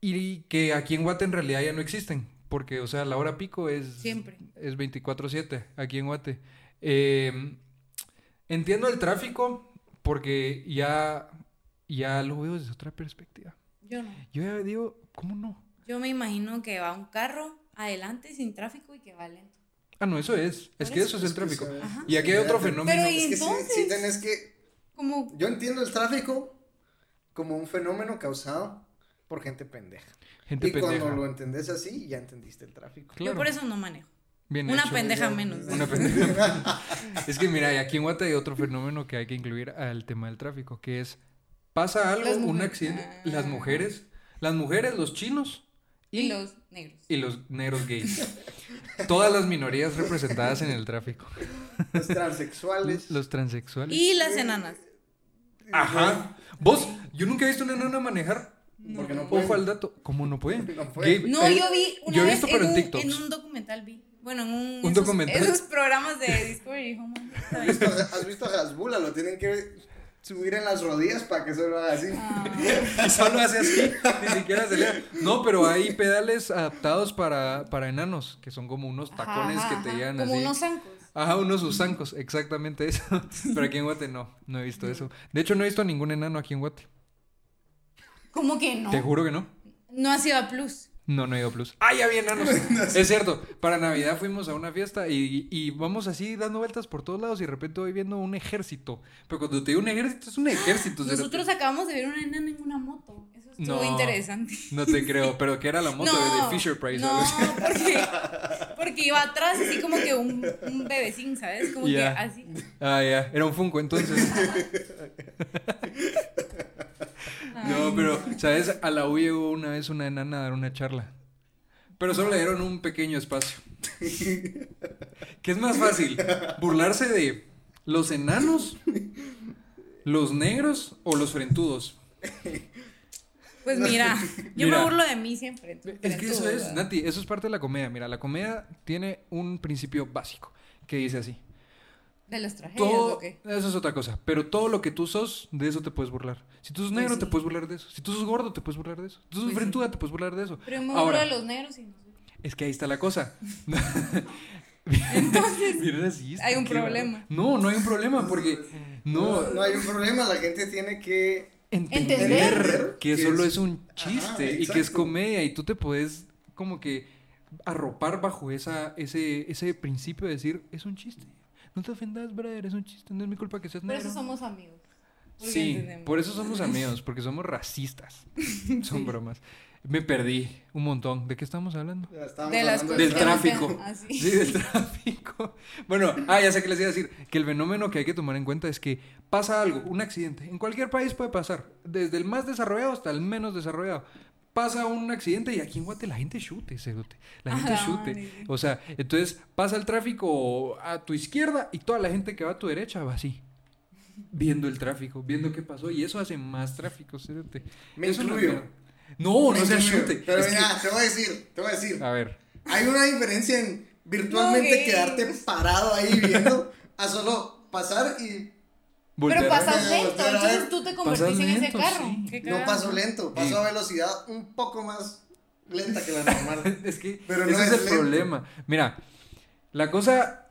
Speaker 1: Y que aquí en Guate en realidad ya no existen. Porque, o sea, la hora pico es.
Speaker 2: Siempre.
Speaker 1: Es 24-7 aquí en Guate. Eh, entiendo el tráfico porque ya, ya lo veo desde otra perspectiva.
Speaker 2: Yo no.
Speaker 1: Yo ya digo, ¿cómo no?
Speaker 2: Yo me imagino que va un carro adelante sin tráfico y que va lento.
Speaker 1: Ah, no, eso es. Es
Speaker 2: Por
Speaker 1: que eso
Speaker 2: eso
Speaker 1: es el
Speaker 3: es que
Speaker 1: tráfico.
Speaker 3: se-
Speaker 2: Ajá.
Speaker 1: Y aquí hay otro
Speaker 3: Pero-
Speaker 1: fenómeno.
Speaker 2: ¿y
Speaker 3: es que sí-
Speaker 2: entonces?
Speaker 3: sí tenés que
Speaker 2: Como
Speaker 3: Yo entiendo el tráfico como un fenómeno causado por gente pendeja.
Speaker 1: Gente
Speaker 3: y
Speaker 1: pendeja.
Speaker 3: cuando lo entendés así, ya entendiste el tráfico.
Speaker 1: Claro.
Speaker 2: yo por eso no manejo.
Speaker 1: Bien
Speaker 2: Una
Speaker 1: hecho.
Speaker 2: pendeja
Speaker 3: ya.
Speaker 2: menos.
Speaker 1: Una pendeja. es que mira, y aquí en Guate hay otro fenómeno que hay que incluir al tema del tráfico, que es pasa algo,
Speaker 2: Las
Speaker 1: un
Speaker 2: mujeres.
Speaker 1: accidente,
Speaker 2: Ah.
Speaker 1: las mujeres, las mujeres, los chinos
Speaker 2: Y los negros.
Speaker 1: y los negros gays. Todas las minorías representadas en el tráfico.
Speaker 3: Los transexuales.
Speaker 1: Los transexuales.
Speaker 2: Y las enanas.
Speaker 1: Ajá. Vos, yo nunca he visto una nana manejar.
Speaker 3: Porque no pueden.
Speaker 1: Ojo al dato, ¿cómo no pueden?
Speaker 3: No pueden.
Speaker 1: Gabe,
Speaker 2: No,
Speaker 1: eh,
Speaker 2: yo vi una
Speaker 1: yo he
Speaker 2: vez
Speaker 1: visto,
Speaker 2: en,
Speaker 1: pero en
Speaker 2: un,
Speaker 1: TikToks.
Speaker 2: en un documental vi. Bueno, en un,
Speaker 1: ¿Un
Speaker 2: esos,
Speaker 1: documental?
Speaker 2: esos programas de Discovery Home. ¿sabes?
Speaker 3: ¿Has visto a Hasbula? Lo tienen que subir en las rodillas para que solo haga así.
Speaker 2: Ah,
Speaker 1: Y solo hace así, ni siquiera acelera. No, pero hay pedales adaptados para, para enanos, que son como unos tacones
Speaker 2: ajá,
Speaker 1: que te
Speaker 2: ajá,
Speaker 1: llegan
Speaker 2: Como
Speaker 1: así.
Speaker 2: unos zancos.
Speaker 1: Ajá, unos usancos, exactamente eso. Pero aquí en Guate no, no he visto eso. De hecho, no he visto a ningún enano aquí en Guate.
Speaker 2: Como que no.
Speaker 1: Te juro que no.
Speaker 2: No ha sido a plus.
Speaker 1: No, no he ido a plus. ¡Ah, ya vi enanos! es cierto, para Navidad fuimos a una fiesta y, y vamos así dando vueltas por todos lados y de repente voy viendo un ejército. Pero cuando te digo un ejército, es un ejército. cerote.
Speaker 2: Nosotros acabamos de ver una enana en una moto. Eso
Speaker 1: No.
Speaker 2: estuvo interesante.
Speaker 1: No te creo, pero que era la moto de- de Fisher Price. o
Speaker 2: No,
Speaker 1: algo así.
Speaker 2: porque, porque iba atrás así como que un, un bebecín, ¿sabes? Como
Speaker 1: Ya.
Speaker 2: que así.
Speaker 1: Ah, ya, era un Funko entonces. No, pero, ¿sabes? A la U llegó una vez una enana a dar una charla. Pero solo le dieron un pequeño espacio. ¿Qué es más fácil? ¿Burlarse de los enanos, los negros o los frentudos?
Speaker 2: Pues mira, yo
Speaker 1: Mira.
Speaker 2: me burlo de mí siempre. entonces,
Speaker 1: Es que
Speaker 2: tú,
Speaker 1: eso es,
Speaker 2: ¿verdad?
Speaker 1: Nati, eso es parte de la comedia. Mira, la comedia tiene un principio básico que dice así.
Speaker 2: De las tragedias,
Speaker 1: Todo,
Speaker 2: ¿o qué?
Speaker 1: eso es otra cosa. Pero todo lo que tú sos, de eso te puedes burlar. Si tú sos negro,
Speaker 2: Pues sí.
Speaker 1: te puedes burlar de eso. Si tú sos gordo, te puedes burlar de eso. Si tú sos
Speaker 2: Pues sí.
Speaker 1: frentuda, te puedes burlar de eso.
Speaker 2: Pero yo me burlo
Speaker 1: Ahora,
Speaker 2: de los negros y no sé.
Speaker 1: es que ahí está la cosa. Bien racista,
Speaker 2: hay un
Speaker 1: qué bárbaro.
Speaker 2: problema.
Speaker 1: No, no hay un problema porque no
Speaker 3: No hay un problema, la gente tiene que.
Speaker 1: entender,
Speaker 2: Entender
Speaker 1: que
Speaker 3: que
Speaker 1: solo
Speaker 3: es-
Speaker 1: es un chiste y que es
Speaker 3: exacto.
Speaker 1: comedia y tú te puedes como que arropar bajo esa ese ese principio de decir es un chiste. No te ofendas, brother, es un chiste, no es mi culpa que seas
Speaker 2: Por
Speaker 1: negro.
Speaker 2: eso somos amigos. porque
Speaker 1: Sí,
Speaker 2: entendemos.
Speaker 1: por eso somos amigos, porque somos racistas. Son bromas. Me perdí un montón. ¿De qué estamos hablando?
Speaker 3: Estábamos
Speaker 2: De las
Speaker 3: hablando
Speaker 4: Pues
Speaker 1: Del
Speaker 2: cosas que no
Speaker 1: tráfico.
Speaker 2: sean así.
Speaker 1: Sí, del tráfico. Bueno, ah, ya sé que les iba a decir. Que el fenómeno que hay que tomar en cuenta es que pasa algo, un accidente. En cualquier país puede pasar. Desde el más desarrollado hasta el menos desarrollado. pasa un accidente y aquí en Guate la gente chute, cerote. La
Speaker 2: A
Speaker 1: gente
Speaker 2: la
Speaker 1: chute.
Speaker 2: madre.
Speaker 1: O sea, entonces pasa el tráfico a tu izquierda y toda la gente que va a tu derecha va así. Viendo el tráfico, viendo qué pasó. Y eso hace más tráfico, cerote.
Speaker 3: Me
Speaker 1: Eso no es
Speaker 3: incluyo.
Speaker 1: verdad. No,
Speaker 3: Me
Speaker 1: no seas
Speaker 3: incluyo,
Speaker 1: chute.
Speaker 3: Pero
Speaker 1: Es que-
Speaker 3: mira, te voy a decir, te voy a decir.
Speaker 1: A ver.
Speaker 3: Hay una diferencia en virtualmente
Speaker 2: No,
Speaker 3: quedarte
Speaker 2: gays.
Speaker 3: parado ahí viendo a solo pasar y
Speaker 2: Pero
Speaker 1: voltear a ver.
Speaker 2: pasas
Speaker 3: a ver,
Speaker 2: lento,
Speaker 3: voltear a ver.
Speaker 2: entonces tú te convertís en ese
Speaker 1: lento,
Speaker 2: carro.
Speaker 1: sí.
Speaker 2: Qué
Speaker 3: no
Speaker 2: cagado.
Speaker 3: paso lento, paso
Speaker 1: Sí.
Speaker 3: a velocidad un poco más lenta que la normal.
Speaker 1: Es que
Speaker 3: Pero no
Speaker 1: ese es,
Speaker 3: es
Speaker 1: el
Speaker 3: lento.
Speaker 1: problema. Mira, la cosa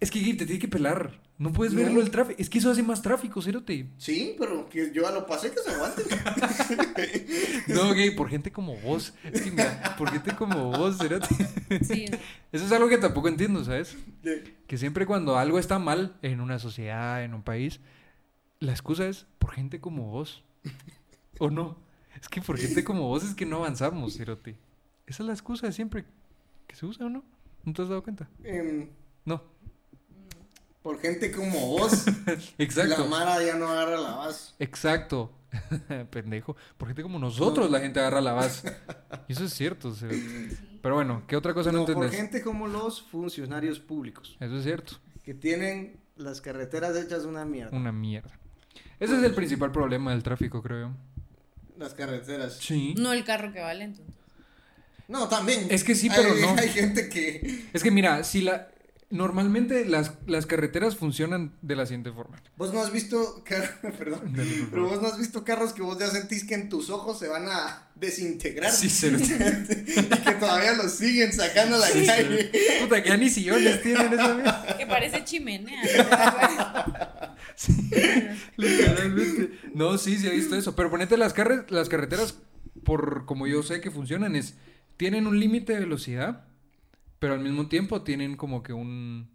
Speaker 1: es que Gil, te tiene que pelar. No puedes
Speaker 3: No.
Speaker 1: verlo el tráfico. Es que eso hace más tráfico, cerote.
Speaker 3: Sí, pero que yo ya lo pasé que se aguante.
Speaker 1: No, gay, por gente como vos. Es que mira, por gente como vos, cerote.
Speaker 2: Sí,
Speaker 1: Eso es algo que tampoco entiendo, ¿sabes? Que siempre cuando algo está mal en una sociedad, en un país, la excusa es por gente como vos. ¿O no? Es que por gente como vos es que no avanzamos, cerote. Esa es la excusa siempre que se usa, ¿o no? ¿No te has dado cuenta?
Speaker 3: Em,
Speaker 1: No.
Speaker 3: por gente como vos,
Speaker 1: Exacto.
Speaker 3: la Mara ya no agarra la base.
Speaker 1: Exacto. Pendejo. Por gente como nosotros la gente agarra la base. Y eso es cierto. o sea. Pero bueno, ¿qué otra cosa no,
Speaker 4: No, por
Speaker 1: entendés?
Speaker 4: gente como los funcionarios públicos,
Speaker 1: Eso es cierto.
Speaker 4: que tienen las carreteras hechas una mierda.
Speaker 1: Una mierda. Ese es el principal problema del tráfico, creo yo.
Speaker 3: Las carreteras.
Speaker 1: Sí.
Speaker 2: no el carro que va lento.
Speaker 3: No, también.
Speaker 1: Es que sí, pero
Speaker 3: hay,
Speaker 1: no.
Speaker 3: Hay gente que.
Speaker 1: Es que mira, si la... Normalmente las, las carreteras funcionan de la siguiente forma.
Speaker 3: Vos no has visto. car- Perdón.
Speaker 1: Dale, por favor.
Speaker 3: Pero vos no has visto carros que vos ya sentís que en tus ojos se van a desintegrar.
Speaker 1: Sí, se lo
Speaker 3: y que todavía los siguen sacando a la
Speaker 1: Sí, se
Speaker 3: calle.
Speaker 1: lo- Puta, que ya ni sillones tienen esa mierda.
Speaker 2: Que parece chimenea. ¿no?
Speaker 1: Sí, literalmente. No, sí, sí he visto eso. Pero ponete las, carre- las carreteras, por como yo sé que funcionan, es. Tienen un límite de velocidad, pero al mismo tiempo tienen como que un.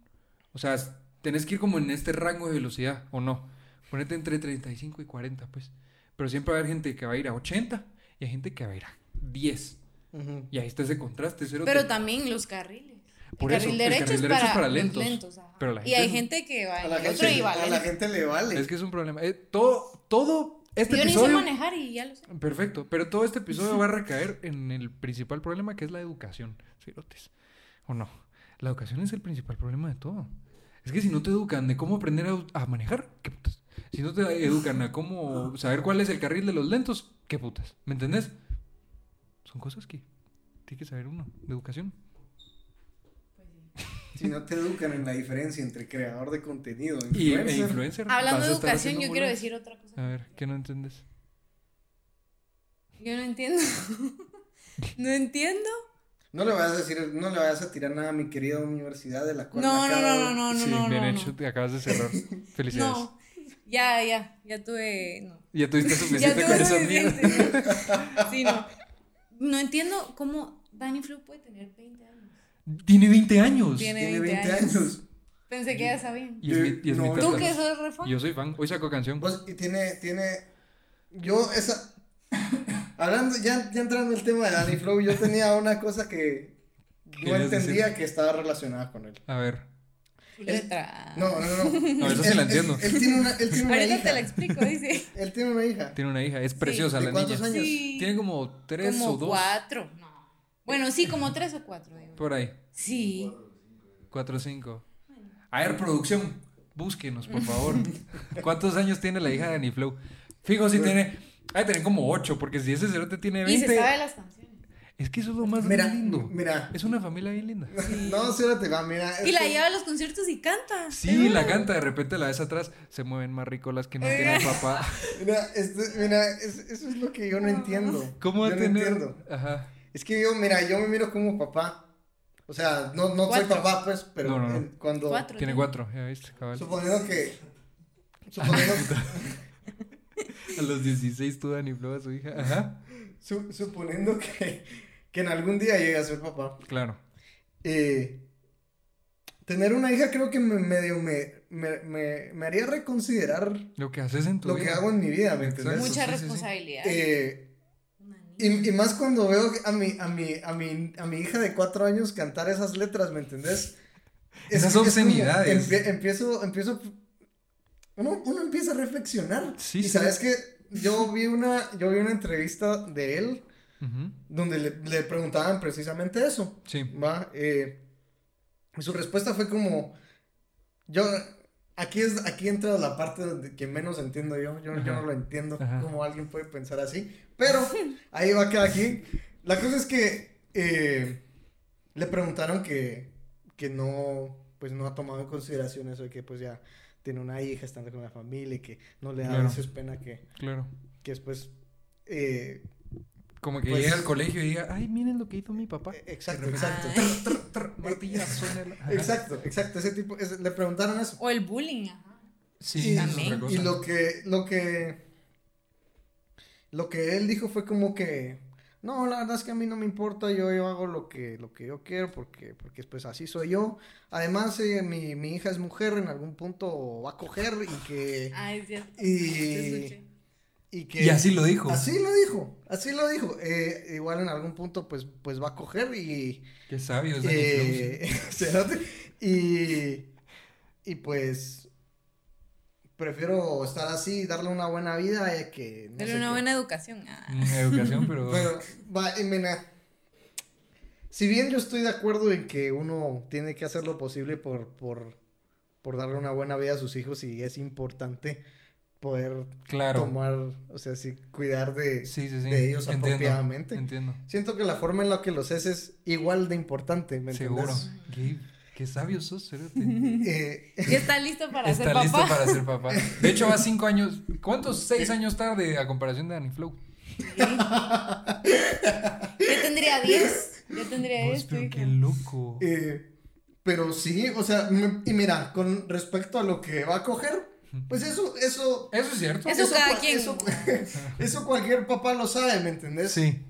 Speaker 1: O sea, s- tenés que ir como en este rango de velocidad, ¿o no? Ponete entre 35 y 40, pues. Pero siempre va a haber gente que va a ir a 80 y hay gente que va a ir a 10.
Speaker 4: Ujú.
Speaker 1: Y ahí está ese contraste. Cero
Speaker 2: Pero también los carriles.
Speaker 1: Por
Speaker 2: el
Speaker 1: eso,
Speaker 2: carril
Speaker 1: el
Speaker 2: derecho
Speaker 1: carril
Speaker 2: es
Speaker 1: derecho
Speaker 2: para,
Speaker 1: es para
Speaker 2: los
Speaker 1: lentos.
Speaker 2: ajá.
Speaker 1: Pero la
Speaker 2: y hay
Speaker 1: gente-
Speaker 2: gente que va
Speaker 3: A
Speaker 2: en
Speaker 3: la,
Speaker 2: el otro
Speaker 3: gente,
Speaker 2: y va
Speaker 3: a la
Speaker 2: lento.
Speaker 3: gente le vale.
Speaker 1: Es que es un problema. Eh, todo, todo este
Speaker 2: Yo ni sé
Speaker 1: episodio.
Speaker 2: manejar y ya lo sé.
Speaker 1: Perfecto, pero todo este episodio va a recaer en el principal problema que es la educación, cerotes. ¿O no? La educación es el principal problema de todo. Es que si no te educan de cómo aprender a, a manejar, qué putas. Si no te educan a cómo saber cuál es el carril de los lentos, qué putas. ¿Me entendés? Son cosas que tiene que saber uno de educación.
Speaker 3: Si no te educan en la diferencia entre creador de contenido e
Speaker 1: Y e
Speaker 3: influencer.
Speaker 1: influencer.
Speaker 2: Hablando
Speaker 1: vas a
Speaker 2: de
Speaker 1: estar
Speaker 2: educación,
Speaker 1: haciendo
Speaker 2: yo quiero
Speaker 1: bolas.
Speaker 2: decir otra cosa.
Speaker 1: A ver, ¿qué no entendés?
Speaker 2: Yo no entiendo. no entiendo.
Speaker 3: No le vayas a decir, no le vayas a tirar nada a mi querida universidad de la cual
Speaker 2: No, no,
Speaker 3: acabo
Speaker 2: no, no,
Speaker 3: de-
Speaker 2: no, no,
Speaker 1: sí,
Speaker 2: no,
Speaker 1: bien
Speaker 2: no,
Speaker 1: hecho,
Speaker 2: no.
Speaker 1: te acabas de cerrar. Felicidades.
Speaker 2: No. Ya, ya, ya tuve. No.
Speaker 1: Ya tuviste
Speaker 2: Ya
Speaker 1: suficiente
Speaker 2: tuve
Speaker 1: con esa mierda.
Speaker 2: suficiente. ¿no? Sí, no. No entiendo cómo Danny Flow puede tener 20 años.
Speaker 1: Tiene 20 años.
Speaker 2: Tiene
Speaker 3: Tiene
Speaker 2: 20
Speaker 3: 20
Speaker 2: años.
Speaker 3: años.
Speaker 2: Pensé que ya sabían.
Speaker 1: Y es mi, y es mi
Speaker 3: No,
Speaker 2: ¿Tú
Speaker 1: tata.
Speaker 2: que sos refón?
Speaker 1: Yo soy fan. Hoy saco canción.
Speaker 3: Vos- y tiene, tiene. Yo, esa. Hablando, ya, ya entrando en el tema de Danny Flow, yo tenía una cosa que no
Speaker 1: ¿Querías
Speaker 3: entendía que estaba relacionada con él.
Speaker 1: A ver.
Speaker 2: Letra.
Speaker 3: No, no, no.
Speaker 1: No, eso sí
Speaker 3: Él-
Speaker 1: la
Speaker 3: él-
Speaker 1: entiendo.
Speaker 3: Él, tiene una, él tiene una
Speaker 2: Ah. Ahorita
Speaker 3: hija.
Speaker 2: te la explico, dice.
Speaker 3: Él tiene una hija.
Speaker 1: Tiene una hija. Es preciosa
Speaker 3: ¿De
Speaker 1: la
Speaker 3: cuántos
Speaker 1: niña.
Speaker 3: años?
Speaker 2: Sí.
Speaker 1: Tiene como tres
Speaker 2: como
Speaker 1: o dos.
Speaker 2: cuatro, no. Bueno, sí, como tres o cuatro, digo.
Speaker 1: Por ahí.
Speaker 2: Sí.
Speaker 1: Cuatro o cinco. A ver, producción. Búsquenos, por favor. ¿Cuántos años tiene la hija de Danny Flow? Fijo si tiene. Hay tener como ocho, porque si ese cerote tiene
Speaker 2: Y se sabe
Speaker 1: 20.
Speaker 2: las canciones.
Speaker 1: Es que eso es lo más
Speaker 3: Mira,
Speaker 1: lindo.
Speaker 3: mira.
Speaker 1: Es una familia bien linda.
Speaker 3: No, sí, ahora te va, mira. este,
Speaker 2: Y
Speaker 3: es
Speaker 2: la
Speaker 3: que-
Speaker 2: lleva a los conciertos y canta.
Speaker 1: Sí, la canta, de repente la ves atrás, se mueven más rico las que no tiene papá.
Speaker 3: Mira, este- mira, es- eso es lo que yo no entiendo.
Speaker 1: ¿Cómo va
Speaker 3: yo
Speaker 1: a tener?
Speaker 3: No entiendo.
Speaker 1: Ajá.
Speaker 3: Es que yo, mira, yo me miro como papá. O sea, no, no soy
Speaker 2: Cuatro.
Speaker 3: papá, pues, pero
Speaker 1: No, no, no.
Speaker 3: eh, cuando.
Speaker 2: Cuatro.
Speaker 1: Tiene cuatro, ya viste, cabal.
Speaker 3: Suponiendo que. Suponiendo,
Speaker 1: Ah, A los 16 tú Dani Flow a su hija. Ajá.
Speaker 3: su- suponiendo que, que en algún día llegue a ser papá.
Speaker 1: Claro.
Speaker 3: eh, tener una hija creo que me, medio me, me, me, me haría reconsiderar
Speaker 1: Lo que haces en tu
Speaker 3: lo
Speaker 1: vida.
Speaker 3: que hago en mi vida, ¿me
Speaker 1: Exacto.
Speaker 3: entiendes?
Speaker 1: Mucho.
Speaker 2: Mucha
Speaker 1: sí, sí, sí.
Speaker 2: responsabilidad.
Speaker 3: Eh,
Speaker 2: Una niña.
Speaker 3: Y, y más cuando veo a mi, a, mi, a, mi, a mi hija de cuatro años cantar esas letras, ¿me entendés?
Speaker 1: Esas
Speaker 3: como-
Speaker 1: obscenidades.
Speaker 3: empie- empiezo, empiezo, uno, uno empieza a reflexionar.
Speaker 1: Sí,
Speaker 3: y
Speaker 1: sí.
Speaker 3: sabes que yo vi una, yo vi una entrevista de él
Speaker 1: Ujú.
Speaker 3: donde le, le preguntaban precisamente eso.
Speaker 1: Sí.
Speaker 3: ¿va? Eh, y su respuesta fue como, yo, aquí, es, aquí entra la parte donde- que menos entiendo yo, yo, yo
Speaker 1: Ajá.
Speaker 3: no lo entiendo,
Speaker 1: Ajá.
Speaker 3: cómo alguien puede pensar así, pero ahí va cada quien. La cosa es que eh, le preguntaron que, que no, pues no ha tomado en consideración eso de que pues ya tiene una hija, está con la familia y que no le da
Speaker 1: Claro.
Speaker 3: a veces pena que,
Speaker 1: Claro.
Speaker 3: que después... eh,
Speaker 1: Como que
Speaker 3: Pues-
Speaker 1: llega al colegio y diga, ay, miren lo que hizo mi papá.
Speaker 3: eh, exacto,
Speaker 1: repente-
Speaker 3: exacto.
Speaker 2: Ay.
Speaker 1: Martillazo en el- Ajá.
Speaker 3: Exacto, exacto, ese tipo, ese- le preguntaron eso.
Speaker 2: O el bullying, ajá.
Speaker 1: Sí, eso es
Speaker 2: También.
Speaker 1: otra cosa.
Speaker 3: Y lo que, lo que, lo que él dijo fue como que, no, la verdad es que a mí no me importa, yo, yo hago lo que, lo que yo quiero porque, porque pues así soy yo. Además, eh, mi, mi hija es mujer, en algún punto va a coger y que,
Speaker 2: Ah, es cierto. Te
Speaker 3: y,
Speaker 2: escuché.
Speaker 3: y que...
Speaker 1: Y así lo dijo.
Speaker 3: Así lo dijo, así lo dijo. Eh, igual en algún punto pues, pues va a coger y...
Speaker 1: Qué sabio es Danny Flow,
Speaker 3: Eh, cerote. y, y pues prefiero estar así, darle una buena vida a que... no
Speaker 2: Pero
Speaker 3: sé
Speaker 2: una
Speaker 3: qué.
Speaker 2: buena educación. ah.
Speaker 1: sí. Mm, Educación, pero...
Speaker 3: Pero, va, y mira, si bien yo estoy de acuerdo en que uno tiene que hacer lo posible por, por, por darle una buena vida a sus hijos y es importante poder
Speaker 1: claro.
Speaker 3: tomar, o sea, sí, cuidar de...
Speaker 1: Sí, sí, sí.
Speaker 3: de ellos apropiadamente.
Speaker 1: Entiendo.
Speaker 3: Siento que la forma en la que los es es igual de importante, ¿me
Speaker 1: Seguro.
Speaker 3: entendés?
Speaker 1: Qué, qué sabio sos, cerote.
Speaker 3: Eh,
Speaker 2: Ya está listo para
Speaker 1: Está
Speaker 2: ser
Speaker 1: listo
Speaker 2: papá.
Speaker 1: para ser papá. De hecho, va cinco años. ¿Cuántos? Seis años tarde a comparación de Danny Flow.
Speaker 2: Yo tendría 10. Yo tendría
Speaker 1: Vos, Pues,
Speaker 2: 10. tu
Speaker 1: pero
Speaker 2: hija.
Speaker 1: qué loco.
Speaker 3: Eh, pero sí, o sea, me- y mira, con respecto a lo que va a coger, pues eso, eso,
Speaker 1: Eso es cierto.
Speaker 2: Eso cada
Speaker 3: cual-
Speaker 2: quien.
Speaker 3: Eso, eso cualquier papá lo sabe, ¿me entendés?
Speaker 1: Sí.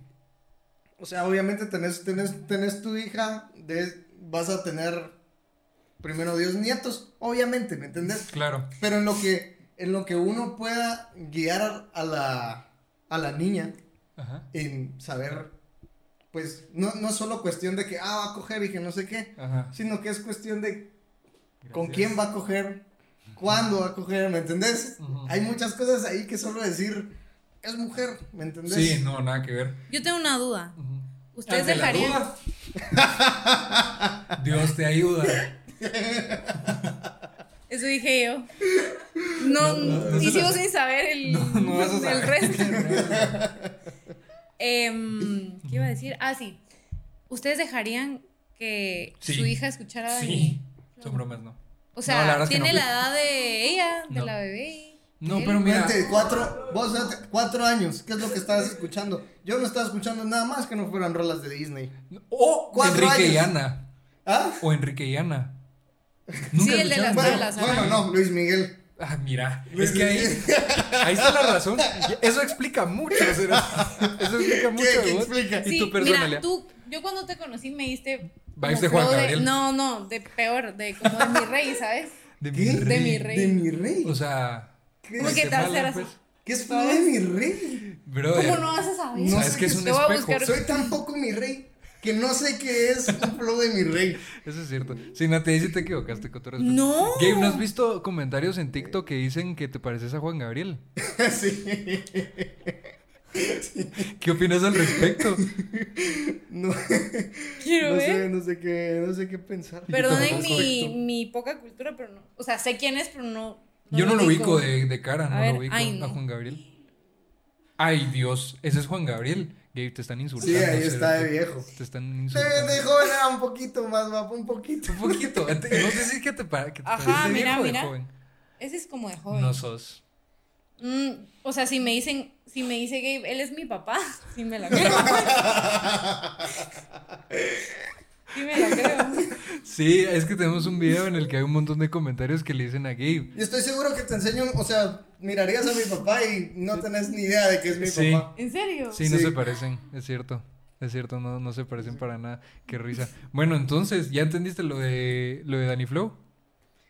Speaker 3: O sea, obviamente tenés, tenés, tenés tu hija, de, vas a tener primero Dios nietos, obviamente, ¿me entendés?
Speaker 1: Claro.
Speaker 3: Pero en lo que, en lo que uno pueda guiar a la, a la niña
Speaker 1: Ajá.
Speaker 3: en saber, pues, no, no es solo cuestión de que, ah, va a coger y que no sé qué,
Speaker 1: Ajá.
Speaker 3: sino que es cuestión de con
Speaker 1: Gracias.
Speaker 3: quién va a coger, cuándo va a coger, ¿me entendés?
Speaker 1: Ujú.
Speaker 3: Hay muchas cosas ahí que solo decir, es mujer, ¿me entendés?
Speaker 1: Sí, no, nada que ver.
Speaker 2: Yo tengo una duda.
Speaker 1: Ujú.
Speaker 2: ¿Ustedes
Speaker 1: Ante la
Speaker 2: dejarían?
Speaker 1: duda, Dios te ayuda.
Speaker 2: Eso dije yo. No,
Speaker 1: no, no
Speaker 2: y
Speaker 1: se
Speaker 2: sigo
Speaker 1: las-
Speaker 2: sin saber el,
Speaker 1: No, no vas a saber.
Speaker 2: el resto. Em, ¿Qué iba a decir? Ah, sí. ¿Ustedes dejarían que
Speaker 1: Sí.
Speaker 2: su hija escuchara a
Speaker 1: Sí.
Speaker 2: Dani?
Speaker 1: Son bromas, no.
Speaker 2: O
Speaker 1: No, la
Speaker 2: sea,
Speaker 1: verdad es que
Speaker 2: tiene
Speaker 1: no.
Speaker 2: la edad de ella, de
Speaker 1: No.
Speaker 2: la bebé. y
Speaker 1: No,
Speaker 2: él.
Speaker 1: pero mira.
Speaker 3: Vente, cuatro, vos date cuatro años, ¿qué es lo que estabas escuchando? Yo no estaba escuchando nada más que no fueran rolas de Disney.
Speaker 1: O
Speaker 3: Cuatro
Speaker 1: Enrique
Speaker 3: años.
Speaker 1: y Ana.
Speaker 3: ¿Ah?
Speaker 1: O Enrique y Ana.
Speaker 2: Sí, el de las
Speaker 1: escucharon?
Speaker 3: Bueno,
Speaker 2: novelas.
Speaker 3: bueno, no, Luis Miguel.
Speaker 1: Ah, mira,
Speaker 3: Pues
Speaker 1: es que ahí, ahí está la razón. Eso explica mucho. o sea, Eso explica mucho de
Speaker 3: qué
Speaker 1: vos
Speaker 3: explica?
Speaker 1: y
Speaker 2: Sí,
Speaker 1: tu
Speaker 2: mira,
Speaker 1: personalidad.
Speaker 2: tú, yo cuando te conocí me diste.
Speaker 1: Vibes
Speaker 2: como
Speaker 1: de Juan
Speaker 2: flow
Speaker 1: Gabriel.
Speaker 2: no, no, de peor, de como de mi rey, ¿sabes?
Speaker 1: de,
Speaker 3: ¿Qué?
Speaker 1: mi
Speaker 2: De
Speaker 1: rey.
Speaker 2: mi rey.
Speaker 3: De mi rey.
Speaker 1: O sea,
Speaker 3: ¿Qué
Speaker 2: ¿Cómo
Speaker 3: es,
Speaker 2: que te vas a hacer
Speaker 1: Guatemala,
Speaker 2: así?
Speaker 1: pues,
Speaker 3: ¿Qué es de mi rey?
Speaker 1: brother,
Speaker 2: ¿Cómo no vas a saber?
Speaker 3: No
Speaker 1: o sea, es
Speaker 3: sé
Speaker 1: que es
Speaker 3: qué-
Speaker 1: un
Speaker 2: te voy a
Speaker 1: espejo.
Speaker 2: buscar-
Speaker 3: Soy tan poco mi rey que no sé qué es un flow de mi rey.
Speaker 1: Eso es cierto. Sí, Nati, ahí sí te equivocaste con todo respeto.
Speaker 2: No.
Speaker 1: Gabe, ¿no has visto comentarios en TikTok que dicen que te pareces a Juan Gabriel?
Speaker 3: sí.
Speaker 1: ¿Qué opinas al respecto?
Speaker 3: No.
Speaker 2: Quiero
Speaker 3: no
Speaker 2: ver.
Speaker 3: sé, no sé qué, no sé qué pensar.
Speaker 1: Pero-
Speaker 2: Perdonen
Speaker 1: tampoco.
Speaker 2: mi, mi poca cultura, pero no. O sea, sé quién es, pero no.
Speaker 1: Yo no lo ubico de, de cara,
Speaker 2: A
Speaker 1: no
Speaker 2: ver,
Speaker 1: lo ubico
Speaker 2: ay, no.
Speaker 1: a Juan Gabriel. Ay, Dios, ese es Juan Gabriel. Gabe, te están insultando.
Speaker 3: Sí, ahí está
Speaker 1: cerote.
Speaker 3: de viejo.
Speaker 1: Te están
Speaker 3: De,
Speaker 1: insultando.
Speaker 3: de joven era un poquito más guapo, un poquito.
Speaker 1: Un poquito. Vos decís que te para. Que te
Speaker 2: Ajá,
Speaker 1: pareces de
Speaker 2: mira,
Speaker 1: viejo de
Speaker 2: mira.
Speaker 1: joven.
Speaker 2: Ese es como de joven.
Speaker 1: No sos.
Speaker 2: Mm, o sea, si me dicen, si me dice Gabe, él es mi papá, sí me la creo. sí me la creo.
Speaker 1: Sí, es que tenemos un video en el que hay un montón de comentarios que le dicen a Gabe.
Speaker 3: Y estoy seguro que te enseño, o sea, mirarías a mi papá y no tenés ni idea de que es mi
Speaker 1: Sí.
Speaker 3: papá.
Speaker 2: ¿En serio?
Speaker 1: Sí, no
Speaker 3: Sí.
Speaker 1: se parecen, es cierto. Es cierto, no, no se parecen para nada. Qué risa. Bueno, entonces, ¿ya entendiste lo de lo de Danny Flow?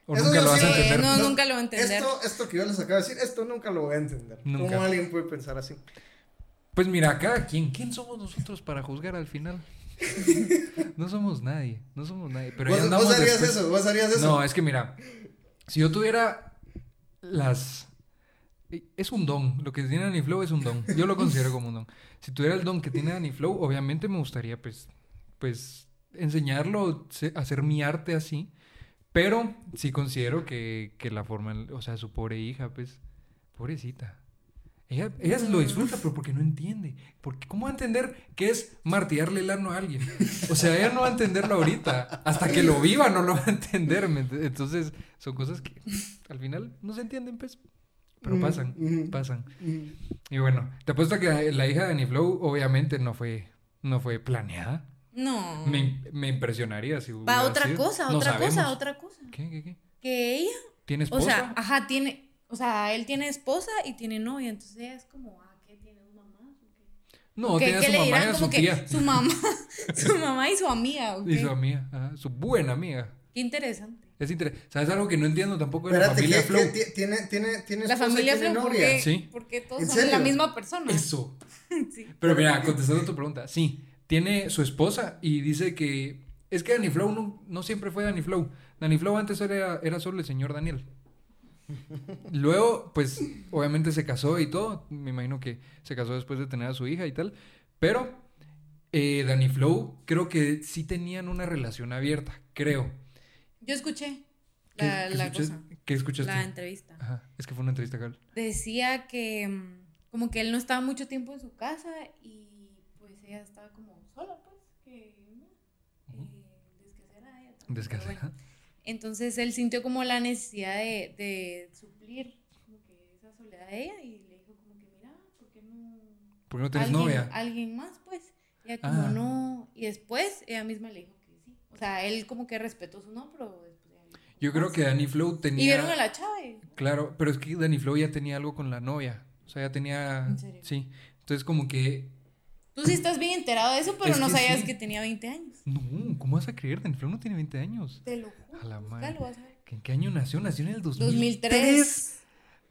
Speaker 1: ¿O
Speaker 3: Eso
Speaker 1: nunca
Speaker 3: yo
Speaker 1: lo vas a
Speaker 3: sí.
Speaker 1: entender?
Speaker 2: Eh, No, nunca lo voy a entender.
Speaker 3: Esto, esto que yo les acabo de decir, esto nunca lo voy a entender.
Speaker 1: Nunca.
Speaker 3: ¿Cómo alguien puede pensar así?
Speaker 1: Pues mira, cada quien, ¿quién somos nosotros para juzgar al final? No somos nadie, no somos nadie. Pero
Speaker 3: ¿Vos,
Speaker 1: ya
Speaker 3: vos
Speaker 1: andamos
Speaker 3: harías
Speaker 1: después-
Speaker 3: eso? ¿Vos harías eso?
Speaker 1: No, es que mira, si yo tuviera las eh, Es un don. Lo que tiene Danny Flow es un don. Yo lo considero como un don. Si tuviera el don que tiene Danny Flow, obviamente me gustaría, pues, pues, enseñarlo, se- hacer mi arte así. Pero sí considero que, que la forma, en- o sea, su pobre hija, pues, pobrecita. Ella, ella lo disfruta, pero porque no entiende. Porque, ¿Cómo va a entender qué es martillarle el ano a alguien? O sea, ella no va a entenderlo ahorita. Hasta que lo viva no lo va a entender. ¿me ent- Entonces, son cosas que al final no se entienden, pues. Pero pasan,
Speaker 3: Ujú.
Speaker 1: pasan.
Speaker 3: Mm.
Speaker 1: Y bueno, te apuesto que la hija de Danny Flow obviamente no fue, no fue planeada.
Speaker 2: No.
Speaker 1: Me, im- me impresionaría si hubiera
Speaker 2: Va Mm. otra
Speaker 1: sido.
Speaker 2: cosa,
Speaker 1: No
Speaker 2: otra cosa,
Speaker 1: sabemos.
Speaker 2: otra cosa.
Speaker 1: ¿Qué, qué, qué?
Speaker 2: Que ella,
Speaker 1: ¿Tiene
Speaker 2: o
Speaker 1: esposa?
Speaker 2: sea, ah, ajá, tiene, o sea, él tiene esposa y tiene novia, entonces ella es como, ah, ¿qué tiene dos mamás? o qué?
Speaker 1: no,
Speaker 2: ¿Qué-
Speaker 1: tiene a
Speaker 2: qué
Speaker 1: su
Speaker 2: le
Speaker 1: mamá y
Speaker 2: dirán?
Speaker 1: a su
Speaker 2: Como que
Speaker 1: tía.
Speaker 2: su mamá, su mamá y su amiga, ¿ok?
Speaker 1: Y su amiga, ajá, su buena amiga.
Speaker 2: Qué interesante.
Speaker 1: Es interesante. ¿Sabes algo que no entiendo tampoco de la
Speaker 3: Espérate,
Speaker 1: familia
Speaker 3: ¿qué-
Speaker 1: Flow?
Speaker 3: qué ti- tiene, tiene, tiene
Speaker 2: La
Speaker 3: esposa y
Speaker 2: familia
Speaker 3: tiene
Speaker 2: Flow, ¿por
Speaker 3: novia?
Speaker 2: qué?
Speaker 1: Sí.
Speaker 2: Porque todos
Speaker 3: ¿En
Speaker 2: son de la
Speaker 3: serio?
Speaker 2: misma persona.
Speaker 1: Eso.
Speaker 2: Sí.
Speaker 1: Pero mira, contestando tu pregunta, sí, tiene su esposa y dice que es que Danny Flow no, no siempre fue Danny Flow. Danny Flow antes era, era solo el señor Daniel. Luego, pues, obviamente se casó y todo. Me imagino que se casó después de tener a su hija y tal. Pero eh, Danny Flow creo que sí tenían una relación abierta, creo.
Speaker 2: Yo escuché
Speaker 1: ¿Qué-
Speaker 2: la,
Speaker 1: qué
Speaker 2: la
Speaker 1: escuchas-
Speaker 2: cosa,
Speaker 1: ¿Qué escuchaste?
Speaker 2: la entrevista.
Speaker 1: Ajá, es que fue una entrevista, Carl.
Speaker 2: Decía que mm, como que él no estaba mucho tiempo en su casa y pues ella estaba como sola, pues, que
Speaker 1: Ujú.
Speaker 2: eh, desquecera ella. también,
Speaker 1: Descansa.
Speaker 2: pero Ah, bueno. Entonces él sintió como la necesidad de, de suplir como que esa soledad de ella y le dijo como que mira, ¿por qué no
Speaker 1: ¿Por qué no tienes
Speaker 2: alguien,
Speaker 1: novia?
Speaker 2: alguien más, pues. Ella como
Speaker 1: Ah.
Speaker 2: no. Y después ella misma le dijo que sí. O sea, él como que respetó su no, pero después ella le dijo,
Speaker 1: Yo creo
Speaker 2: "Ah,
Speaker 1: que
Speaker 2: sí".
Speaker 1: Danny Flow tenía...
Speaker 2: Y vieron a la chava. y-
Speaker 1: Claro, pero es que Danny Flow ya tenía algo con la novia. O sea, ya tenía.
Speaker 2: ¿En serio?
Speaker 1: Sí. Entonces, como que.
Speaker 2: Tú sí estás bien enterado de eso, pero
Speaker 1: Es
Speaker 2: no
Speaker 1: que
Speaker 2: sabías
Speaker 1: sí.
Speaker 2: que tenía 20 años.
Speaker 1: No, ¿cómo vas a creer? Danny Flow no tiene 20 años.
Speaker 2: Te lo juro.
Speaker 1: A la
Speaker 2: búscalo,
Speaker 1: madre.
Speaker 2: vas a ver.
Speaker 1: ¿En qué año nació? Nació en el 2003.
Speaker 2: 2003.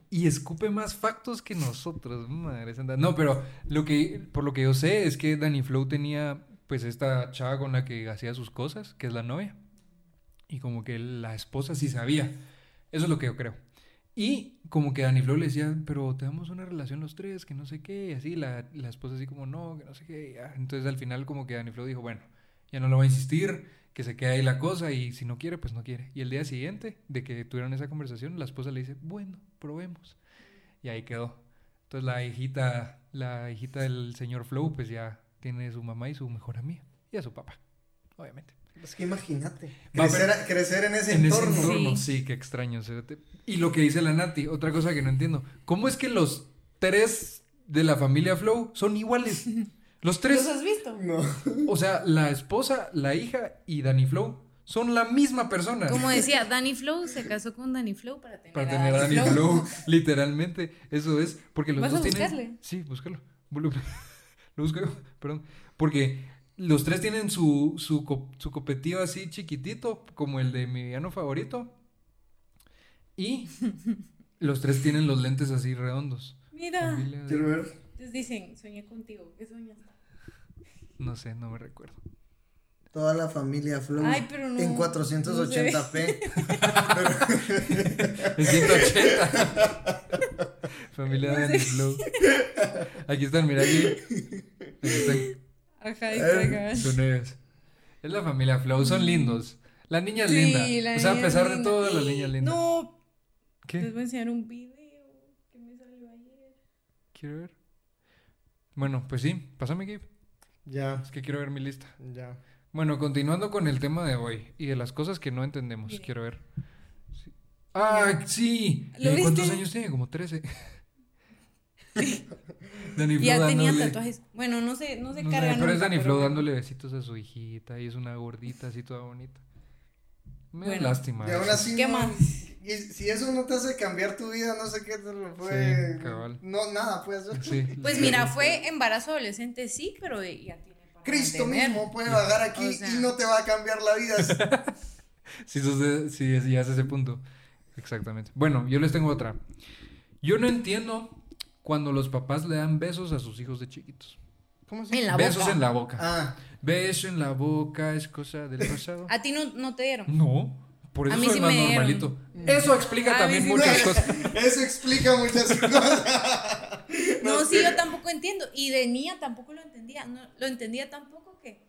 Speaker 1: Y escupe más factos que nosotros. Madre santa. No, pero lo que, por lo que yo sé es que Danny Flow tenía, pues, esta chava con la que hacía sus cosas, que es la novia. Y como que la esposa sí sabía. Eso es lo que yo creo. Y como que Danny Flow le decía, pero tenemos una relación los tres, que no sé qué, y así, la, la esposa así como, no, que no sé qué. y ya. Entonces al final como que Danny Flow dijo, bueno, ya no lo va a insistir, que se quede ahí la cosa, y si no quiere, pues no quiere. Y el día siguiente de que tuvieron esa conversación, la esposa le dice, bueno, probemos. Y ahí quedó. Entonces la hijita, la hijita del señor Flow, pues ya tiene su mamá y su mejor amiga, y a su papá, obviamente.
Speaker 3: Es que imagínate.
Speaker 1: Va,
Speaker 3: Crecer, crecer en ese
Speaker 1: En ese
Speaker 3: entorno.
Speaker 1: entorno,
Speaker 2: Sí.
Speaker 1: sí, qué extraño. cerote. Y lo que dice la Nati, otra cosa que no entiendo. ¿Cómo es que los tres de la familia Flow son iguales? Los
Speaker 2: ¿Los
Speaker 1: tres,
Speaker 2: has visto?
Speaker 3: No.
Speaker 1: o sea, la esposa, la hija y Danny Flow son la misma persona.
Speaker 2: Como decía, Danny Flow se casó con Danny Flow para tener,
Speaker 1: Para tener a Danny Flow, literalmente, eso es. Porque los
Speaker 2: ¿Vas a
Speaker 1: dos tienen.
Speaker 2: buscarle?
Speaker 1: Sí, búscalo. Lo lo busco yo, perdón. Porque los tres tienen su, su, co- su copetío así chiquitito, como el de mi villano favorito. Y los tres tienen los lentes así redondos.
Speaker 2: Mira.
Speaker 1: Familia de-
Speaker 3: Quiero ver.
Speaker 2: Entonces dicen, soñé contigo. ¿Qué soñaste?
Speaker 1: No sé, no me recuerdo.
Speaker 3: Toda la familia Flow.
Speaker 2: Ay, pero no,
Speaker 3: En
Speaker 2: no se
Speaker 3: 480p.
Speaker 1: En 180. Familia de Danny Flow. Aquí están, mira aquí. Aquí están.
Speaker 2: Ajá,
Speaker 1: Eh,
Speaker 2: distraigame.
Speaker 1: Son ellos. Es la familia Flow, son lindos. La niña es
Speaker 2: Mm. Sí,
Speaker 1: linda.
Speaker 2: la
Speaker 1: o sea, a
Speaker 2: niña
Speaker 1: pesar
Speaker 2: es
Speaker 1: de
Speaker 2: linda.
Speaker 1: todo, la niña es linda.
Speaker 2: No, pues les
Speaker 1: ¿Qué?
Speaker 2: voy a enseñar un video que me salió ayer.
Speaker 1: Quiero ver. Bueno, pues sí, pásame, Gabe.
Speaker 4: Ya,
Speaker 1: Es que quiero ver mi lista.
Speaker 4: ya.
Speaker 1: Bueno, continuando con el tema de hoy y de las cosas que no entendemos,
Speaker 2: Mire.
Speaker 1: quiero ver. Sí. ¡Ah, sí!
Speaker 2: ¿Lo
Speaker 1: ¿Y ¿Cuántos
Speaker 2: viste?
Speaker 1: años tiene? Como 13. Danny Flow
Speaker 2: Ya tenía
Speaker 1: dándole-
Speaker 2: tatuajes. Bueno, no se, no se
Speaker 1: no sé,
Speaker 2: cargan.
Speaker 1: pero es
Speaker 2: nunca,
Speaker 1: Danny
Speaker 2: pero
Speaker 1: Flow
Speaker 2: bueno.
Speaker 1: dándole besitos a su hijita y es una gordita así toda bonita. Me da
Speaker 2: Bueno.
Speaker 1: lástima.
Speaker 3: y aún
Speaker 1: eso.
Speaker 3: así.
Speaker 2: ¿Qué
Speaker 3: no-
Speaker 2: más?
Speaker 3: y si eso no te hace cambiar tu vida, no sé qué te lo puede.
Speaker 1: Sí, cabal.
Speaker 3: No, nada puede hacer.
Speaker 1: Sí.
Speaker 2: Pues mira, fue embarazo adolescente, sí, pero ya tiene para
Speaker 3: Cristo
Speaker 2: mantener.
Speaker 3: mismo puede bajar aquí
Speaker 2: O sea.
Speaker 3: y no te va a cambiar la vida.
Speaker 1: Si sos de- si es- ya es ese punto. Exactamente. Bueno, yo les tengo otra. Yo no entiendo cuando los papás le dan besos a sus hijos de chiquitos.
Speaker 4: ¿Cómo así?
Speaker 2: En la
Speaker 1: besos
Speaker 2: boca.
Speaker 1: en la boca.
Speaker 3: Ah,
Speaker 1: Beso en la boca es cosa del pasado.
Speaker 2: A ti no, no te dieron.
Speaker 1: no. Por eso
Speaker 2: A mí
Speaker 1: soy
Speaker 2: sí
Speaker 1: más
Speaker 2: me dieron.
Speaker 1: normalito. Eso explica
Speaker 2: A mí
Speaker 1: también
Speaker 2: sí me
Speaker 1: muchas
Speaker 2: dieron.
Speaker 1: cosas.
Speaker 3: Eso explica muchas cosas.
Speaker 2: No, sí, yo tampoco entiendo. Y de niña tampoco lo entendía. No, lo entendía tampoco que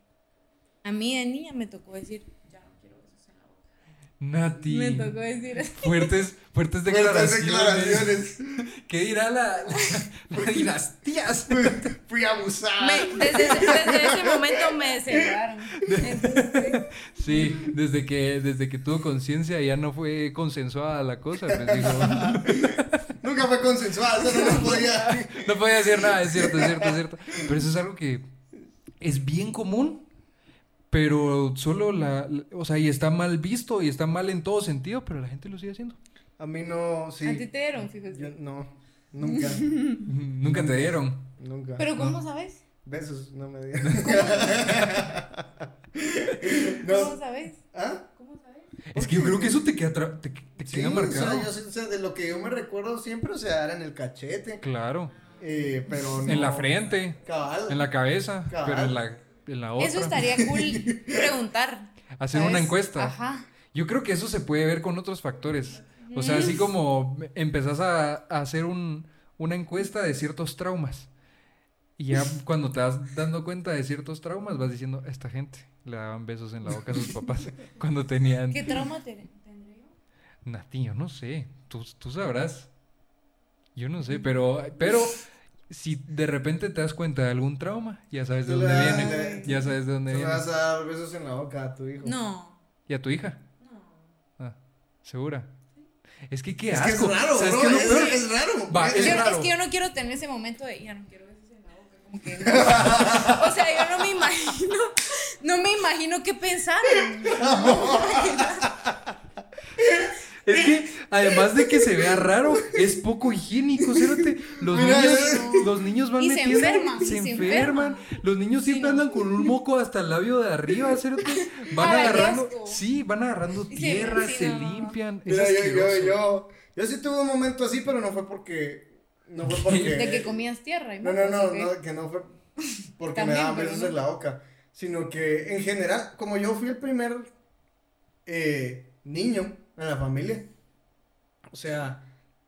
Speaker 2: a mí de niña me tocó decir, ya no quiero besos en la boca.
Speaker 1: Nati.
Speaker 2: Me tocó decir así.
Speaker 1: Fuertes, fuertes declaraciones.
Speaker 3: Fuertes declaraciones.
Speaker 1: ¿Qué dirá la, la, la dinastías?
Speaker 3: Fui abusada.
Speaker 2: Me- desde, ese- desde ese momento me cerraron. Entonces,
Speaker 1: Sí, desde que, desde que tuvo conciencia ya no fue consensuada la cosa. pues, dijo,
Speaker 3: Nunca fue consensuada, solo no podía.
Speaker 1: no podía decir nada, es cierto, es cierto, es cierto. Pero eso es algo que es bien común, pero solo la, la- o sea, y está mal visto y está mal en todo sentido, pero la gente lo sigue haciendo.
Speaker 3: A mí no, sí.
Speaker 2: A ti te dieron, fíjate.
Speaker 3: Yo- no, nunca,
Speaker 1: Nunca te dieron.
Speaker 3: nunca.
Speaker 2: Pero ¿cómo sabes?
Speaker 3: Besos, no me dieron.
Speaker 2: ¿Cómo
Speaker 3: no.
Speaker 2: sabes?
Speaker 3: ¿Ah?
Speaker 2: ¿Cómo sabes?
Speaker 1: Es que yo creo que eso te queda, tra- te, te
Speaker 3: Sí,
Speaker 1: queda
Speaker 3: o
Speaker 1: marcado.
Speaker 3: sea, yo sí, o sea, de lo que yo me recuerdo siempre, o sea, era en el cachete.
Speaker 1: Claro.
Speaker 3: eh, pero no.
Speaker 1: En la frente,
Speaker 3: Cabal.
Speaker 1: en la cabeza,
Speaker 3: Cabal.
Speaker 1: pero en la, en la otra.
Speaker 2: Eso estaría cool preguntar.
Speaker 1: Hacer
Speaker 2: ¿sabes?
Speaker 1: una encuesta.
Speaker 2: Ajá.
Speaker 1: Yo creo que eso se puede ver con otros factores. O sea, así como empezás a, a hacer un- una encuesta de ciertos traumas. Y ya cuando te vas dando cuenta de ciertos traumas, vas diciendo, "A esta gente le daban besos en la boca a sus papás cuando tenían...
Speaker 2: ¿Qué trauma te- tendré yo?
Speaker 1: Nati, yo no sé, tú, tú sabrás. Yo no
Speaker 3: Mm.
Speaker 1: sé, pero, pero si de repente te das cuenta de algún trauma, ya sabes de dónde
Speaker 3: Ay.
Speaker 1: viene. Ya sabes de dónde
Speaker 3: Te
Speaker 1: viene.
Speaker 3: vas a dar besos en la boca a tu hijo.
Speaker 2: No,
Speaker 1: ¿Y a tu hija?
Speaker 2: no.
Speaker 1: Ah, ¿Segura? Es que qué
Speaker 3: Es que es
Speaker 1: asco.
Speaker 3: raro,
Speaker 1: ¿Sabes
Speaker 3: bro.
Speaker 1: qué es lo
Speaker 3: es,
Speaker 1: peor?
Speaker 3: es raro.
Speaker 1: Va,
Speaker 3: Es-
Speaker 2: Yo-
Speaker 1: es
Speaker 2: Es,
Speaker 1: raro.
Speaker 2: que yo no quiero tener ese momento de, ya no quiero besos en la boca, como que no. O sea, yo no me imagino, no me imagino qué pensar.
Speaker 1: Es que además de que se vea raro, es poco higiénico, cérate. Los
Speaker 3: Mira,
Speaker 1: niños,
Speaker 2: no.
Speaker 1: los niños van
Speaker 2: Y se
Speaker 1: metiendo,
Speaker 2: enferman, y
Speaker 1: se
Speaker 2: se
Speaker 1: enferman. Los niños siempre
Speaker 2: Sí, no.
Speaker 1: andan con un moco hasta el labio de arriba, cérate. Van
Speaker 2: Ay, qué
Speaker 1: agarrando,
Speaker 2: asco.
Speaker 1: sí, van agarrando
Speaker 2: Y se-
Speaker 1: tierra,
Speaker 2: sí,
Speaker 1: se
Speaker 2: no, no, no.
Speaker 1: limpian. es
Speaker 3: Mira, yo, yo,
Speaker 1: asqueroso.
Speaker 3: yo, yo sí tuve un momento así, pero no fue porque. No fue porque.
Speaker 2: De que comías tierra. y
Speaker 3: No, no,
Speaker 2: mocos,
Speaker 3: no,
Speaker 2: ¿o qué?
Speaker 3: no, que no fue porque
Speaker 2: También,
Speaker 3: me daban
Speaker 2: pero
Speaker 3: besos
Speaker 2: no.
Speaker 3: en la boca, sino que en general, como yo fui el primer eh, niño en la familia, o sea,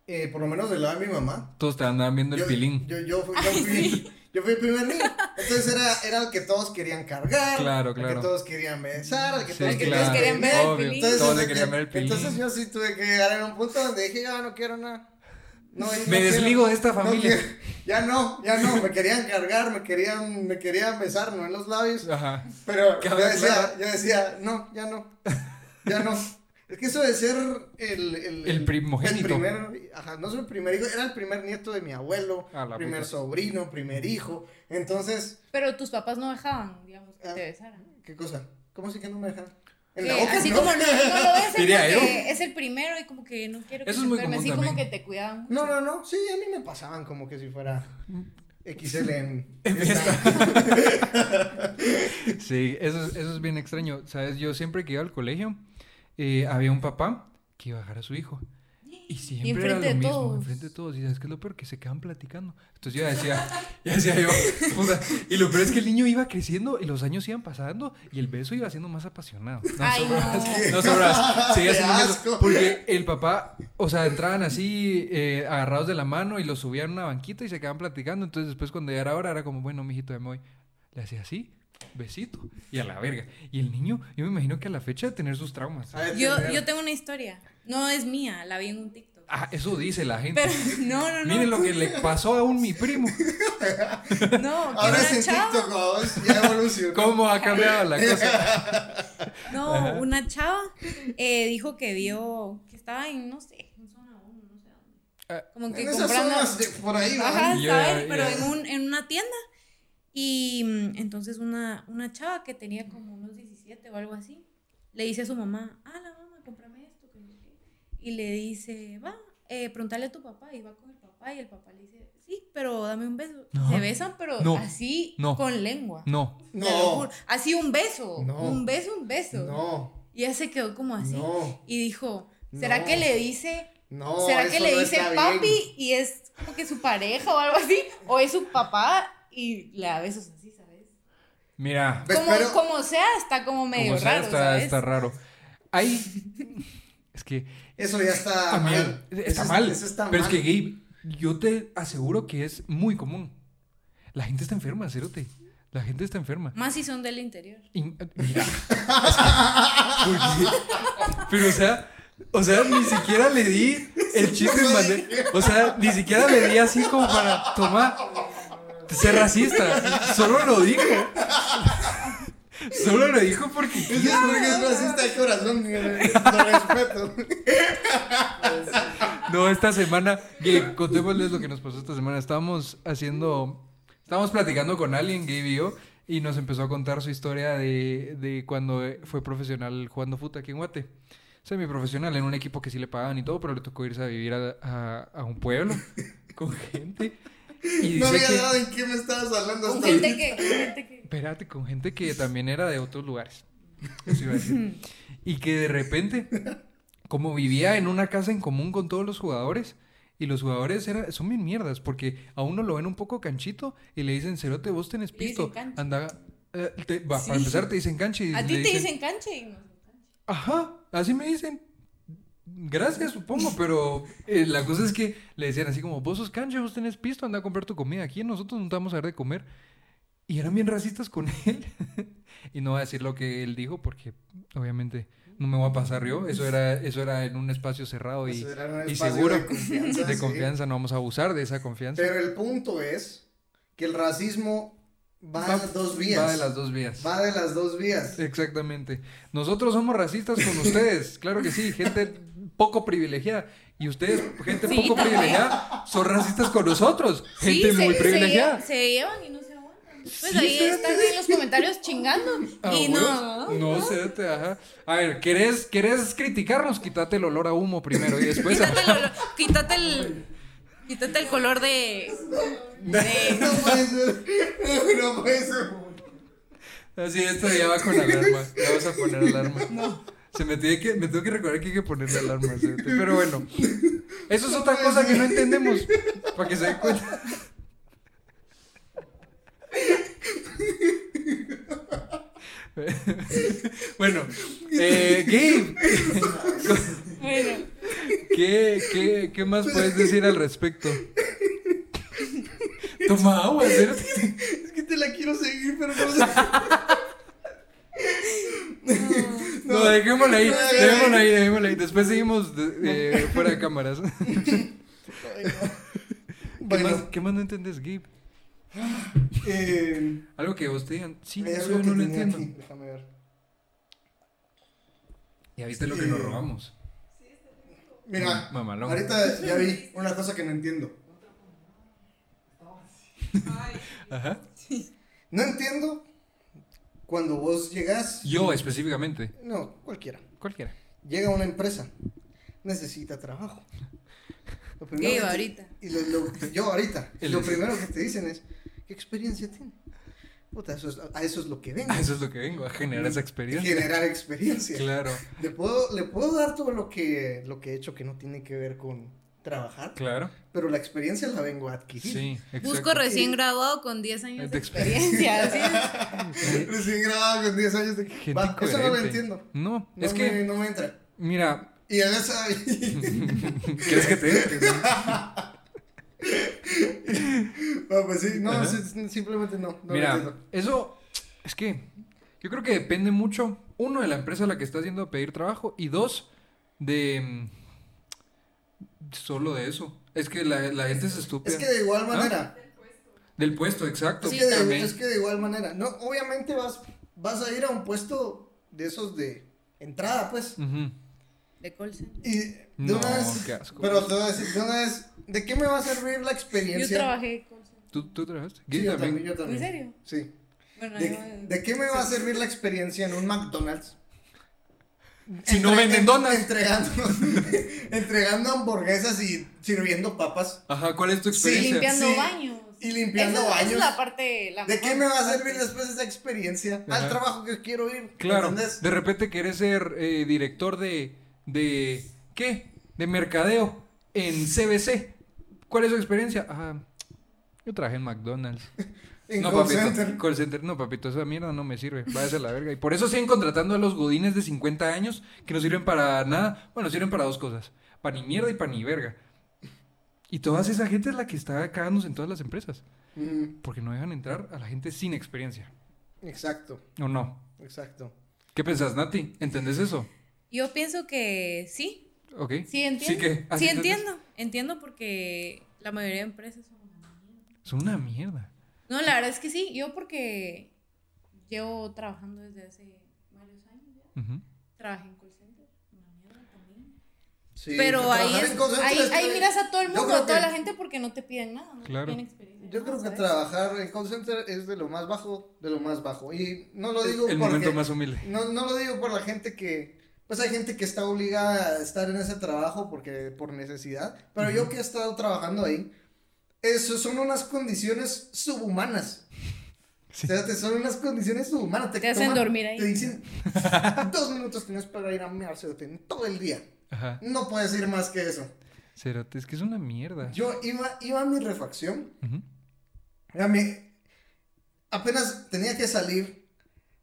Speaker 3: eh, por lo menos del lado de mi mamá,
Speaker 1: Todos te andaban viendo
Speaker 3: yo,
Speaker 1: el pilín.
Speaker 3: Yo, yo fui, yo fui- yo fui el primer niño. Entonces era, era el que todos querían cargar.
Speaker 1: Claro,
Speaker 3: El
Speaker 1: claro.
Speaker 3: que todos querían besar. El que
Speaker 1: Sí,
Speaker 3: todos
Speaker 2: Al que
Speaker 1: claro.
Speaker 2: todos querían ver el
Speaker 1: Obvio.
Speaker 2: pilín.
Speaker 1: Todos
Speaker 3: entonces,
Speaker 1: le querían ver el pilín.
Speaker 3: entonces yo sí tuve que llegar en un punto donde dije, ya no quiero nada. No, yo no
Speaker 1: Me
Speaker 3: quiero-
Speaker 1: desligo de esta
Speaker 3: no
Speaker 1: familia.
Speaker 3: quiero- ya no, ya no. Me querían cargar, me querían, me querían besar, no en los labios.
Speaker 1: Ajá.
Speaker 3: Pero
Speaker 1: Que
Speaker 3: yo
Speaker 1: hablas
Speaker 3: decía,
Speaker 1: claro.
Speaker 3: yo decía, no, ya no. Ya no. Es que eso de ser el, el,
Speaker 1: El primogénito.
Speaker 3: el primer, ajá, no soy el primer hijo, era el primer nieto de mi abuelo,
Speaker 1: A la
Speaker 3: primer
Speaker 1: puta.
Speaker 3: sobrino, primer hijo. Entonces,
Speaker 2: Pero tus papás no dejaban, digamos, que
Speaker 3: Ah.
Speaker 2: te besaran.
Speaker 3: ¿qué cosa? ¿Cómo así que no me dejan?
Speaker 2: Que Eh, así como no, no lo ves
Speaker 1: Diría
Speaker 2: porque es el primero y como que no quiero que
Speaker 1: Eso
Speaker 2: se
Speaker 1: es muy
Speaker 2: enferme.
Speaker 1: común
Speaker 2: Así como que
Speaker 1: también.
Speaker 2: te cuidaban mucho.
Speaker 3: No, no, no. Sí, a mí me pasaban como que si fuera XL en
Speaker 1: Sí, eso, es- eso es bien extraño. Sabes, yo siempre que iba al colegio, eh, había un papá que iba a dejar a su hijo. Y siempre era
Speaker 2: enfrente
Speaker 1: lo
Speaker 2: de
Speaker 1: mismo,
Speaker 2: todos.
Speaker 1: enfrente de todos. Y sabes que es lo peor que se quedan platicando. Entonces yo decía, ya decía yo, puta. Y lo peor es que el niño iba creciendo y los años iban pasando y el beso iba siendo más apasionado. No
Speaker 2: Ay,
Speaker 1: sobras,
Speaker 2: no.
Speaker 1: no, sobras. Seguía
Speaker 3: Qué
Speaker 1: siendo un beso.
Speaker 3: asco.
Speaker 1: Porque el papá, o sea, entraban así, eh, agarrados de la mano y los subían a una banquita y se quedaban platicando. Entonces después cuando ya era hora era como, bueno, mijito, ya me voy. Le hacía así, besito, y a la verga. Y el niño, yo me imagino que a la fecha de tener sus traumas.
Speaker 2: Yo, yo tengo una historia. No es mía, la vi en un TikTok.
Speaker 1: Ah, eso dice la gente.
Speaker 2: Pero no, no, no.
Speaker 1: Miren lo que le pasó a un mi primo.
Speaker 2: No, que
Speaker 3: Ahora
Speaker 2: una
Speaker 3: es en
Speaker 2: chava-
Speaker 3: TikTok, vamos, ya evolucionó.
Speaker 1: ¿Cómo ha cambiado la cosa?
Speaker 2: No, una chava eh, dijo que vio que estaba en, no sé, en zona 1, no sé dónde.
Speaker 1: Ah,
Speaker 2: Como que
Speaker 3: En esas
Speaker 2: comprando.
Speaker 3: zonas de- por ahí, ¿no?
Speaker 2: Ajá,
Speaker 1: Ya,
Speaker 2: estaba él,
Speaker 1: ya.
Speaker 2: pero en, un- en una tienda. Y mm, entonces una, una chava que tenía como unos 17 o algo así, le dice a su mamá, ah, la mamá, cómprame esto. que no sé qué". Y le dice, va, eh, preguntale a tu papá. Y va con el papá y el papá le dice, sí, pero dame un beso.
Speaker 1: No.
Speaker 2: Se besan, pero
Speaker 1: No.
Speaker 2: así,
Speaker 1: No.
Speaker 2: con lengua.
Speaker 1: No.
Speaker 2: Te lo
Speaker 3: No,
Speaker 2: juro. Así un beso.
Speaker 3: No.
Speaker 2: Un beso, un beso.
Speaker 3: no,
Speaker 2: Y ella se quedó como así.
Speaker 3: no,
Speaker 2: Y dijo, ¿será
Speaker 3: No.
Speaker 2: que le dice,
Speaker 3: no.
Speaker 2: será que
Speaker 3: eso
Speaker 2: le
Speaker 3: no
Speaker 2: dice
Speaker 3: está bien.
Speaker 2: papi y es como que su pareja o algo así? ¿O es su papá y le da besos así, ¿sabes?
Speaker 1: Mira,
Speaker 3: Pues,
Speaker 2: Como,
Speaker 3: pero-
Speaker 2: como sea, está como medio
Speaker 1: como sea,
Speaker 2: raro,
Speaker 1: está,
Speaker 2: ¿sabes?
Speaker 1: está raro. Hay. Es que.
Speaker 3: Eso ya está
Speaker 1: a mí-
Speaker 3: mal.
Speaker 1: Está
Speaker 3: Eso-
Speaker 1: mal.
Speaker 3: Eso está
Speaker 1: pero
Speaker 3: mal.
Speaker 1: es que, Gabe, yo te aseguro que es muy común. La gente está enferma, cerote. La gente está enferma.
Speaker 2: Más si son del interior.
Speaker 1: Y- mira, o sea, porque- pero o sea, o sea, ni siquiera le di el chiste en bandera. O sea, ni siquiera le di así como para tomar ser racista. Solo lo dijo. Solo lo dijo porque
Speaker 3: Eso es
Speaker 1: quiso.
Speaker 3: porque es racista de corazón. eh, Lo respeto.
Speaker 1: No, esta semana, Gabe, contémosles lo que nos pasó esta semana. Estábamos haciendo, estábamos platicando con alguien, Gabe y yo, y nos empezó a contar su historia de, de cuando fue profesional jugando fútbol aquí en Guate. Semiprofesional, en un equipo que sí le pagaban y todo, pero le tocó irse a vivir a, a- a un pueblo con gente. Y
Speaker 3: No
Speaker 1: dice
Speaker 3: había
Speaker 1: que-
Speaker 3: dado en qué me estabas hablando
Speaker 2: Con
Speaker 3: hasta
Speaker 2: gente
Speaker 3: ahorita.
Speaker 2: que, con gente que.
Speaker 1: Espérate, con gente que también era de otros lugares. Eso iba a decir. Y que de repente, como vivía en una casa en común con todos los jugadores, y los jugadores era, son bien mierdas, porque a uno lo ven un poco canchito y le dicen, Cerote, vos tenés
Speaker 2: Le dicen
Speaker 1: pisto.
Speaker 2: canche.
Speaker 1: Anda, eh, te- va,
Speaker 2: Sí.
Speaker 1: Para empezar, te dicen canche. Y
Speaker 2: A
Speaker 1: le
Speaker 2: ti te dicen canche y no son canche.
Speaker 1: Ajá, así me dicen. Gracias, supongo, pero eh, la cosa es que le decían así como, vos sos canche, vos tenés pisto, anda a comprar tu comida aquí, nosotros no te vamos a dar de comer. Y eran bien racistas con él. y no voy a decir lo que él dijo porque obviamente no me voy a pasar yo. Eso era, eso era en un espacio cerrado y
Speaker 3: Eso era un
Speaker 1: y
Speaker 3: espacio
Speaker 1: seguro.
Speaker 3: De confianza.
Speaker 1: de
Speaker 3: sí.
Speaker 1: confianza, no vamos a abusar de esa confianza.
Speaker 3: Pero el punto es que el racismo va, a las dos vías.
Speaker 1: Va de las dos vías.
Speaker 3: Va de las dos vías.
Speaker 1: Exactamente. Nosotros somos racistas con ustedes, claro que sí, gente poco privilegiada. Y ustedes, gente
Speaker 2: Sí,
Speaker 1: poco
Speaker 2: también.
Speaker 1: privilegiada, son racistas con nosotros, gente
Speaker 2: Sí,
Speaker 1: muy
Speaker 2: se,
Speaker 1: privilegiada.
Speaker 2: Se, se llevan y no se aguantan. Pues
Speaker 1: Sí,
Speaker 2: ahí
Speaker 1: espérate.
Speaker 2: están en los comentarios chingando.
Speaker 1: Ah,
Speaker 2: y
Speaker 1: huevos.
Speaker 2: no.
Speaker 1: No, espérate, ajá. A ver, ¿querés, ¿querés criticarnos? Quítate el olor a humo primero y después.
Speaker 2: Quítate el, olor- quítate el. Quítate el color de. de-
Speaker 3: No puede ser. No puede ser.
Speaker 1: Así, Ah, esto ya va con alarma. Ya vas a poner alarma. Se me tiene que, me tengo que recordar que hay que ponerle alarma. espérate. Pero bueno, eso es otra cosa que no entendemos. Para que se den cuenta. bueno, eh, Gabe,
Speaker 2: Bueno.
Speaker 1: ¿qué, qué, qué más puedes decir al respecto? Toma agua, ¿cierto?
Speaker 3: Es que te la quiero seguir, pero no sé.
Speaker 1: No, dejémosla ahí,
Speaker 3: No, ya, ya, ya.
Speaker 1: dejémosla ahí, dejémosla ahí. Después seguimos de- eh, fuera de cámaras. ¿Qué,
Speaker 3: Bueno,
Speaker 1: más, qué más no entendés, Gabe?
Speaker 3: eh,
Speaker 1: Algo que vos te digan, sí,
Speaker 3: hay
Speaker 1: eso
Speaker 3: algo
Speaker 1: yo
Speaker 3: que
Speaker 1: no lo
Speaker 3: tenía
Speaker 1: entiendo.
Speaker 3: aquí, Déjame ver.
Speaker 1: Ya viste lo que nos robamos.
Speaker 3: Mira,
Speaker 1: Mamalón.
Speaker 3: ahorita ya vi una cosa que no entiendo.
Speaker 1: Ajá.
Speaker 3: No entiendo cuando vos llegas.
Speaker 1: Yo específicamente,
Speaker 3: No, cualquiera.
Speaker 1: cualquiera.
Speaker 3: Llega a una empresa, necesita trabajo. Lo
Speaker 2: Gabe
Speaker 3: primero que te-
Speaker 2: ahorita.
Speaker 3: Y lo- lo- yo ahorita.
Speaker 1: Él
Speaker 3: lo
Speaker 1: es-
Speaker 3: primero que te dicen es, ¿qué experiencia tiene? Puta, eso es- a eso es lo que vengo.
Speaker 1: Ah, eso es lo que vengo, a generar esa experiencia.
Speaker 3: Generar experiencia.
Speaker 1: Claro,
Speaker 3: Le, puedo, le puedo dar todo lo que, lo que he hecho que no tiene que ver con trabajar,
Speaker 1: claro.
Speaker 3: pero la experiencia la vengo a adquirir.
Speaker 1: Sí, exacto.
Speaker 2: Busco recién graduado con 10 años
Speaker 1: De
Speaker 2: de
Speaker 1: experiencia.
Speaker 2: experiencia. así
Speaker 3: Recién grabado con 10 años de...
Speaker 1: Gente
Speaker 3: Va, eso no lo
Speaker 1: incoherente.
Speaker 3: entiendo.
Speaker 1: No,
Speaker 3: No
Speaker 1: es
Speaker 3: me-
Speaker 1: que,
Speaker 3: No me entra.
Speaker 1: mira,
Speaker 3: Y él sabe...
Speaker 1: ¿quieres que te diga?
Speaker 3: no, pues sí, no,
Speaker 1: Ajá.
Speaker 3: sí, simplemente no. no lo
Speaker 1: Mira,
Speaker 3: entiendo.
Speaker 1: eso es que yo creo que depende mucho, uno, de la empresa a la que estás yendo a pedir trabajo y dos, de... mm, Solo de eso. Es que la, la gente es estúpida.
Speaker 3: Es que de igual manera...
Speaker 1: Del puesto, exacto.
Speaker 3: Es,
Speaker 2: Sí,
Speaker 3: que de,
Speaker 1: también.
Speaker 3: es que de igual manera, no, obviamente vas, vas a ir a un puesto de esos de entrada, pues.
Speaker 1: Ujú.
Speaker 2: De call center.
Speaker 3: Y de
Speaker 1: No,
Speaker 3: una vez,
Speaker 1: qué asco.
Speaker 3: pero te voy a decir, de una vez, ¿de qué me va a servir
Speaker 2: Yo
Speaker 3: la experiencia?
Speaker 2: trabajé call center.
Speaker 1: ¿Tú, tú trabajaste?
Speaker 3: Sí,
Speaker 1: Gui
Speaker 3: yo
Speaker 1: también.
Speaker 3: también, yo también.
Speaker 2: ¿En serio?
Speaker 3: Sí.
Speaker 2: Bueno,
Speaker 3: ¿De,
Speaker 2: yo-
Speaker 3: de qué me va a servir la experiencia en un McDonald's?
Speaker 1: Si no venden
Speaker 3: en-
Speaker 1: donas.
Speaker 3: Entregando, entregando hamburguesas y sirviendo papas
Speaker 1: Ajá, ¿cuál es tu
Speaker 3: Sí,
Speaker 1: experiencia?
Speaker 3: limpia-
Speaker 2: limpiando
Speaker 3: Sí,
Speaker 2: baños.
Speaker 3: y limpiando
Speaker 2: Esa- esa
Speaker 3: baños.
Speaker 2: es la parte. la
Speaker 3: ¿De
Speaker 2: mejor
Speaker 3: qué me va a
Speaker 2: parte.
Speaker 3: servir después esa experiencia?
Speaker 1: Ajá.
Speaker 3: Al trabajo que quiero ir.
Speaker 1: Claro,
Speaker 3: ¿entendés?
Speaker 1: de repente querés ser eh, director de, de... ¿Qué? De mercadeo Ah, en CBC. ¿Cuál es tu experiencia? Ajá, yo trabajé en McDonald's.
Speaker 3: En
Speaker 1: no,
Speaker 3: call
Speaker 1: papito,
Speaker 3: center.
Speaker 1: call center. No, papito, esa mierda no me sirve. Váyase a la verga. Y por eso siguen contratando a los godines de 50 años que no sirven para nada. Bueno, sirven para dos cosas. Para ni mierda y para ni verga. Y toda esa gente es la que está cagándose en todas las empresas.
Speaker 3: Mm,
Speaker 1: Porque no dejan entrar a la gente sin experiencia.
Speaker 3: exacto,
Speaker 1: ¿O no?
Speaker 3: exacto.
Speaker 1: ¿Qué pensás, Nati? ¿Entendés eso?
Speaker 2: Yo pienso que sí.
Speaker 1: ¿Ok?
Speaker 2: Sí, entiendo.
Speaker 1: Sí, que- ah,
Speaker 2: Sí,
Speaker 1: sí, entendés.
Speaker 2: entiendo. Entiendo porque la mayoría de empresas son una mierda.
Speaker 1: Es una mierda.
Speaker 2: No, la verdad es que sí. Yo porque llevo trabajando desde hace varios años ya.
Speaker 1: Ujú.
Speaker 2: Trabajé en call center. Una mierda también.
Speaker 3: Sí,
Speaker 2: Pero ahí,
Speaker 3: trabajar
Speaker 2: es-
Speaker 3: en call center
Speaker 2: ahí,
Speaker 3: es-
Speaker 2: ahí miras a todo el
Speaker 3: yo
Speaker 2: mundo,
Speaker 3: creo
Speaker 2: a toda
Speaker 3: que-
Speaker 2: la gente porque no te piden nada. No
Speaker 1: Claro.
Speaker 2: tienen experiencia.
Speaker 3: Yo
Speaker 2: no,
Speaker 3: creo que
Speaker 2: ¿sabes?
Speaker 3: trabajar en call center es de lo más bajo, de lo más bajo. Y no lo digo
Speaker 1: El
Speaker 3: porque...
Speaker 1: momento más humilde.
Speaker 3: No, no lo digo por la gente que. Pues hay gente que está obligada a estar en ese trabajo porque por necesidad. Pero yo que he estado trabajando ahí, eso son unas condiciones subhumanas.
Speaker 1: Sí.
Speaker 3: O sea, te- son unas condiciones subhumanas.
Speaker 2: Te hacen dormir ahí.
Speaker 3: Te dicen, dos minutos tienes para ir a mearse en todo el día.
Speaker 1: Ajá.
Speaker 3: No puedes ir más que eso.
Speaker 1: Cerote, es que es una mierda.
Speaker 3: Yo iba, iba a mi refacción
Speaker 1: Ujú.
Speaker 3: Mira, mi- apenas tenía que salir,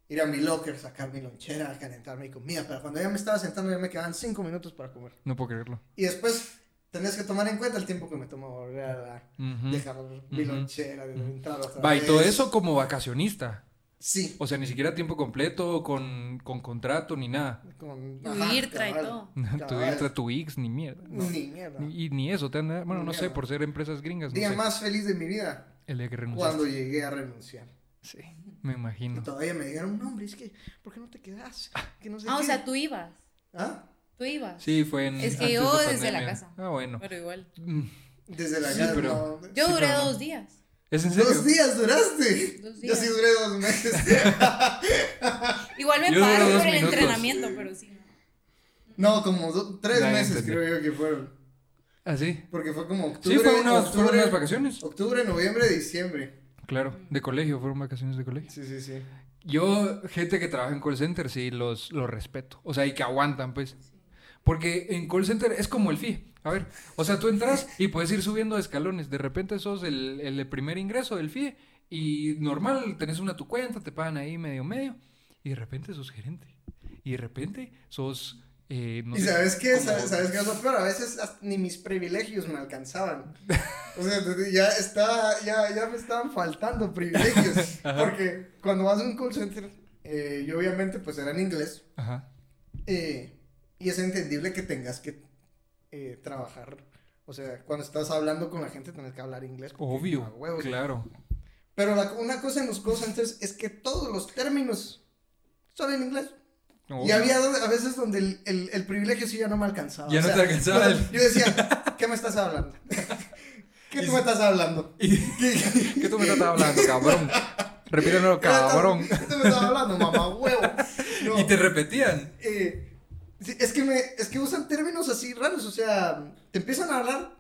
Speaker 3: ir a mi locker, sacar mi lonchera, calentar mi comida, pero cuando ya me estaba sentando ya me quedaban cinco minutos para comer.
Speaker 1: No puedo creerlo.
Speaker 3: Y después tenías que tomar en cuenta el tiempo que me tomó volver a la-
Speaker 1: Ujú.
Speaker 3: dejar mi
Speaker 1: Mm. Ujú. Mm.
Speaker 3: lonchera, de entrar otra
Speaker 1: Va, y todo
Speaker 3: vez.
Speaker 1: eso como vacacionista.
Speaker 3: Sí.
Speaker 1: O sea, ni siquiera tiempo completo, con, con contrato, ni nada.
Speaker 3: Con,
Speaker 2: Tu
Speaker 3: ajá,
Speaker 2: IRTRA y
Speaker 3: cabal,
Speaker 2: todo.
Speaker 1: Tu
Speaker 3: cabal.
Speaker 1: extra, tu X, ni mierda. No.
Speaker 3: Ni mierda.
Speaker 1: Ni- Y ni eso te han dado- Bueno,
Speaker 3: Ni
Speaker 1: no sé,
Speaker 3: mierda.
Speaker 1: por ser empresas gringas. No
Speaker 3: Día
Speaker 1: sé.
Speaker 3: más feliz de mi vida
Speaker 1: El día que renunciaste.
Speaker 3: cuando llegué a renunciar.
Speaker 1: Sí, me
Speaker 3: Y
Speaker 1: imagino.
Speaker 3: todavía me dijeron, no, hombre, es que, ¿por qué no te quedas? Que no sé
Speaker 2: Ah, o
Speaker 3: qué".
Speaker 2: sea, tú ibas.
Speaker 3: ¿Ah,
Speaker 2: Tú ibas.
Speaker 1: Sí, fue en.
Speaker 2: Es que
Speaker 1: antes
Speaker 2: yo
Speaker 1: de
Speaker 2: desde la
Speaker 1: pandemia.
Speaker 2: casa.
Speaker 1: Ah, bueno.
Speaker 2: Pero igual.
Speaker 1: Mm,
Speaker 3: Desde la
Speaker 1: Sí,
Speaker 3: casa,
Speaker 1: pero-
Speaker 3: no.
Speaker 2: Yo
Speaker 1: Sí,
Speaker 2: duré
Speaker 1: pero no.
Speaker 2: dos días.
Speaker 1: ¿Es en serio?
Speaker 3: ¿Dos días duraste?
Speaker 2: Dos
Speaker 3: Yo sí
Speaker 2: días.
Speaker 3: duré dos meses.
Speaker 2: Igual me
Speaker 1: Yo duré
Speaker 2: pagaron
Speaker 1: dos
Speaker 2: por el
Speaker 1: minutos.
Speaker 2: entrenamiento, pero sí. no.
Speaker 3: No, como do- tres
Speaker 1: Ya
Speaker 3: meses
Speaker 1: entendí.
Speaker 3: creo yo que fueron.
Speaker 1: Ah, sí.
Speaker 3: Porque fue como octubre,
Speaker 1: Sí, fue unas, fueron
Speaker 3: octubre,
Speaker 1: unas vacaciones.
Speaker 3: octubre, noviembre, diciembre.
Speaker 1: Claro, de colegio, fueron vacaciones de colegio.
Speaker 3: Sí, sí, sí.
Speaker 1: Yo, gente que trabaja en call center, sí, los, los respeto. O sea, y que aguantan, pues. Porque en call center es como el FI. A ver, o sea, tú entras y puedes ir subiendo escalones. De repente sos el, el de primer ingreso del FI y normal, tenés una tu cuenta, te pagan ahí medio medio. Y de repente sos gerente. Y de repente sos... eh, no
Speaker 3: ¿Y
Speaker 1: sé,
Speaker 3: sabes qué?
Speaker 1: como-
Speaker 3: ¿Sabes, sabes qué es lo peor? A veces hasta ni mis privilegios me alcanzaban. O sea, ya, estaba, ya, ya me estaban faltando privilegios. Porque cuando vas a un call center, eh, yo obviamente pues era en inglés.
Speaker 1: Ajá.
Speaker 3: Eh, y es entendible que tengas que eh, trabajar. O sea, cuando estás hablando con la gente, tienes que hablar inglés. porque,
Speaker 1: Obvio.
Speaker 3: a Ah, huevos.
Speaker 1: Claro.
Speaker 3: Pero la- una cosa en los call centers es que todos los términos son en inglés. Y
Speaker 1: Obvio.
Speaker 3: había do- a veces donde el, el- el privilegio sí ya no me alcanzaba.
Speaker 1: Ya
Speaker 3: O
Speaker 1: no
Speaker 3: sea,
Speaker 1: te alcanzaba el-
Speaker 3: Yo decía, ¿qué me estás hablando? ¿Qué
Speaker 1: Y-
Speaker 3: tú me estás hablando?
Speaker 1: ¿Y ¿Qué tú me estás hablando, cabrón? Repítelo,
Speaker 3: ¿Qué me estás-
Speaker 1: cabrón.
Speaker 3: ¿Qué tú me estás hablando, mamá? Huevo. No,
Speaker 1: Y te repetían.
Speaker 3: eh, sí, es, que me, es que usan términos así raros. O sea, te empiezan a hablar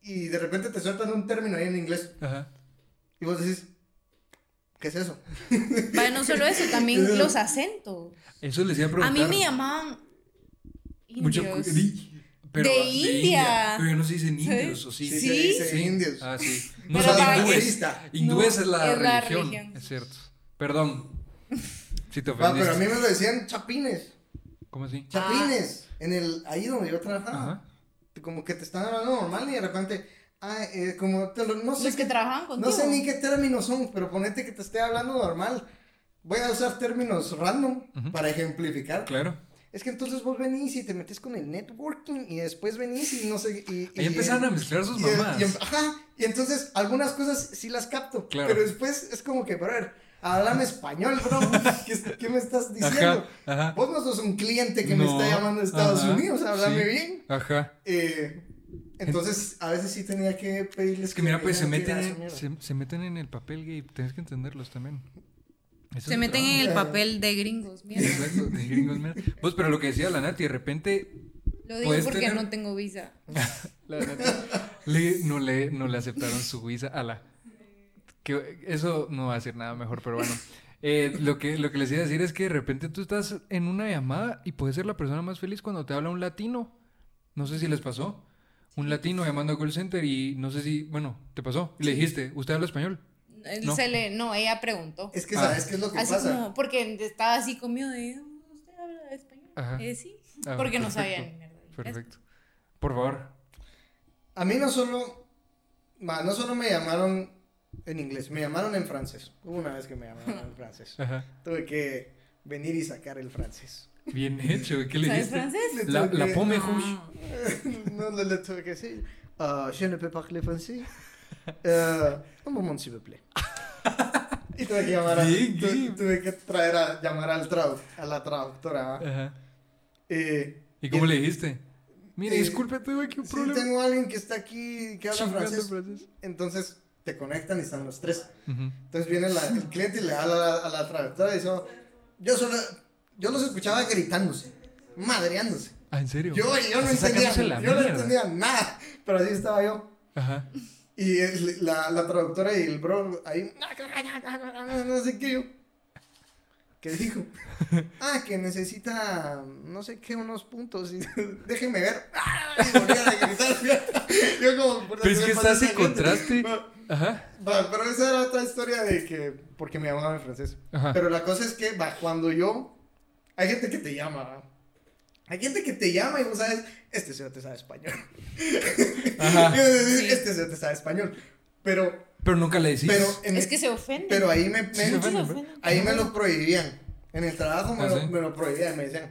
Speaker 3: y de repente te sueltan un término ahí en inglés.
Speaker 1: Ajá.
Speaker 3: Y vos decís, ¿qué es eso?
Speaker 2: Vale, no solo eso, también los acentos.
Speaker 1: Eso les iba a
Speaker 2: A
Speaker 1: preguntar.
Speaker 2: mí me llamaban
Speaker 1: Mucho
Speaker 2: indios.
Speaker 1: cu- di- pero-
Speaker 2: De India.
Speaker 1: Pero ya no se dicen
Speaker 2: ¿Sabes?
Speaker 1: indios, ¿o sí?
Speaker 2: Sí.
Speaker 3: se dice indios.
Speaker 1: Ah, sí. No
Speaker 2: Pero
Speaker 1: son
Speaker 2: para que-
Speaker 1: hindúes. Hindúes
Speaker 2: No,
Speaker 1: es, la,
Speaker 2: es la
Speaker 1: religión,
Speaker 2: religión.
Speaker 1: Es cierto. Perdón. Si te
Speaker 3: Ah,
Speaker 1: ofendiste.
Speaker 3: pero a mí me lo decían chapines.
Speaker 1: ¿Cómo así?
Speaker 3: Chapines. En el, ahí donde yo trabajaba.
Speaker 1: Ajá.
Speaker 3: Como que te están hablando normal y de repente, ah, eh, como te lo- no sé.
Speaker 2: Los que
Speaker 3: qué-
Speaker 2: trabajaban contigo.
Speaker 3: no sé ni qué términos son, pero ponete que te esté hablando normal. Voy a usar términos random
Speaker 1: Ujú.
Speaker 3: para ejemplificar.
Speaker 1: Claro.
Speaker 3: Es que entonces vos venís y te metes con el networking y después venís y no sé. Y,
Speaker 1: Ahí
Speaker 3: y-
Speaker 1: empezaron a mezclar sus
Speaker 3: y- y-
Speaker 1: mamás.
Speaker 3: y- ajá, y entonces algunas cosas sí las capto.
Speaker 1: Claro.
Speaker 3: Pero después es como que, brother, háblame español, bro. ¿Qué, qué me estás diciendo?
Speaker 1: Ajá. Ajá.
Speaker 3: Vos no sos un cliente que me
Speaker 1: No,
Speaker 3: está llamando de Estados
Speaker 1: ajá,
Speaker 3: Unidos, háblame
Speaker 1: sí.
Speaker 3: bien.
Speaker 1: Ajá.
Speaker 3: Eh, entonces, a veces sí tenía que pedirles
Speaker 1: Es que mira, pues se
Speaker 3: me
Speaker 1: meten,
Speaker 3: dieran
Speaker 1: en,
Speaker 3: tiras, mierda.
Speaker 1: se, se meten en el papel gay. Tienes que entenderlos también. Ese es
Speaker 2: Se
Speaker 1: el
Speaker 2: meten
Speaker 1: trabajo.
Speaker 2: en el
Speaker 3: trabajo.
Speaker 2: papel de gringos, mierda.
Speaker 1: Exacto, de gringos, mira. Pues, pero lo que decía la Nati, de repente
Speaker 2: Lo digo
Speaker 1: Puedes
Speaker 2: porque
Speaker 1: tener-
Speaker 2: no tengo visa.
Speaker 1: La neta, le, no, le, no le aceptaron su visa a la... Que eso no va a ser nada mejor, pero bueno. Eh, lo, que, lo que les iba a decir es que de repente tú estás en una llamada y puedes ser la persona más feliz cuando te habla un latino. No sé si les pasó. Un latino llamando a call center y no sé si, bueno, te pasó. Y le dijiste, ¿usted habla español?
Speaker 2: Él
Speaker 1: No.
Speaker 2: Se le, no, ella preguntó.
Speaker 6: Es que
Speaker 1: Ah.
Speaker 6: sabes qué es lo que
Speaker 2: Así
Speaker 6: pasa.
Speaker 2: como, porque estaba así conmigo de, ¿usted habla español?
Speaker 1: Ajá.
Speaker 2: Eh, sí,
Speaker 1: Ah,
Speaker 2: porque no
Speaker 1: perfecto,
Speaker 2: sabía ni mierda.
Speaker 1: Perfecto. Por favor.
Speaker 3: A mí no solo. ma, no solo me llamaron en inglés, me llamaron en francés. Hubo una vez que me llamaron en francés.
Speaker 1: Ajá.
Speaker 3: Tuve que venir y sacar el francés.
Speaker 1: Bien hecho, ¿qué
Speaker 2: Es-
Speaker 1: le dijiste?
Speaker 2: ¿Sabes francés?
Speaker 3: Le
Speaker 1: La,
Speaker 3: tuve
Speaker 1: la
Speaker 3: que-
Speaker 1: pomme
Speaker 2: No.
Speaker 1: rouge.
Speaker 3: no le, le tuve que decir. Ah, je ne peux parler français. Ah, un moment, s'il vous plaît. Y tuve que llamar a,
Speaker 1: Bien,
Speaker 3: tu-
Speaker 1: bien.
Speaker 3: tuve que traer a llamar al trau- a la traductora. ¿va?
Speaker 1: Ajá.
Speaker 3: Eh,
Speaker 1: ¿Y cómo le dijiste? Mire,
Speaker 3: Eh,
Speaker 1: disculpe, tuve aquí un
Speaker 3: sí,
Speaker 1: problema.
Speaker 3: tengo a alguien que está aquí que habla
Speaker 1: Chingando
Speaker 3: francés.
Speaker 1: francés.
Speaker 3: Entonces te conectan y están los tres.
Speaker 1: Ujú.
Speaker 3: Entonces viene la- el cliente y le da a la, a la traductora y dice, yo solo, yo los escuchaba gritándose, madreándose.
Speaker 1: Ah, ¿en serio?
Speaker 3: Yo, yo no
Speaker 1: Así
Speaker 3: entendía,
Speaker 1: sacándose la
Speaker 3: yo no
Speaker 1: mierda.
Speaker 3: entendía nada, pero así estaba yo.
Speaker 1: Ajá.
Speaker 3: Y el- la, la traductora y el bro ahí, no sé qué yo. ¿Qué dijo? Ah, que necesita, no sé qué, unos puntos. Y, Déjenme ver. Ah, Y volvían a gritar. Yo como... "Puta,
Speaker 1: Pero es
Speaker 3: ¿qué
Speaker 1: que
Speaker 3: le pasa a
Speaker 1: estás en
Speaker 3: esa gente?"
Speaker 1: contraste.
Speaker 3: No,
Speaker 1: Ajá.
Speaker 3: Va, pero esa era otra historia de que. Porque me llamaban en francés.
Speaker 1: Ajá.
Speaker 3: Pero la cosa es que, va, cuando yo. Hay gente que te llama, ¿va? Hay gente que te llama y vos sabes, este señor te sabe español.
Speaker 1: Ajá.
Speaker 3: Yo decía, Este señor te sabe español. Pero.
Speaker 1: Pero nunca le decís.
Speaker 3: Pero, en-
Speaker 2: Es que se ofende.
Speaker 3: pero ahí me. me-
Speaker 1: Sí,
Speaker 2: Muchos
Speaker 1: bueno,
Speaker 2: se ofenden.
Speaker 3: ahí me lo prohibían. En el trabajo me,
Speaker 1: ¿Ah,
Speaker 3: lo,
Speaker 1: sí?
Speaker 3: me lo prohibían. Me decían,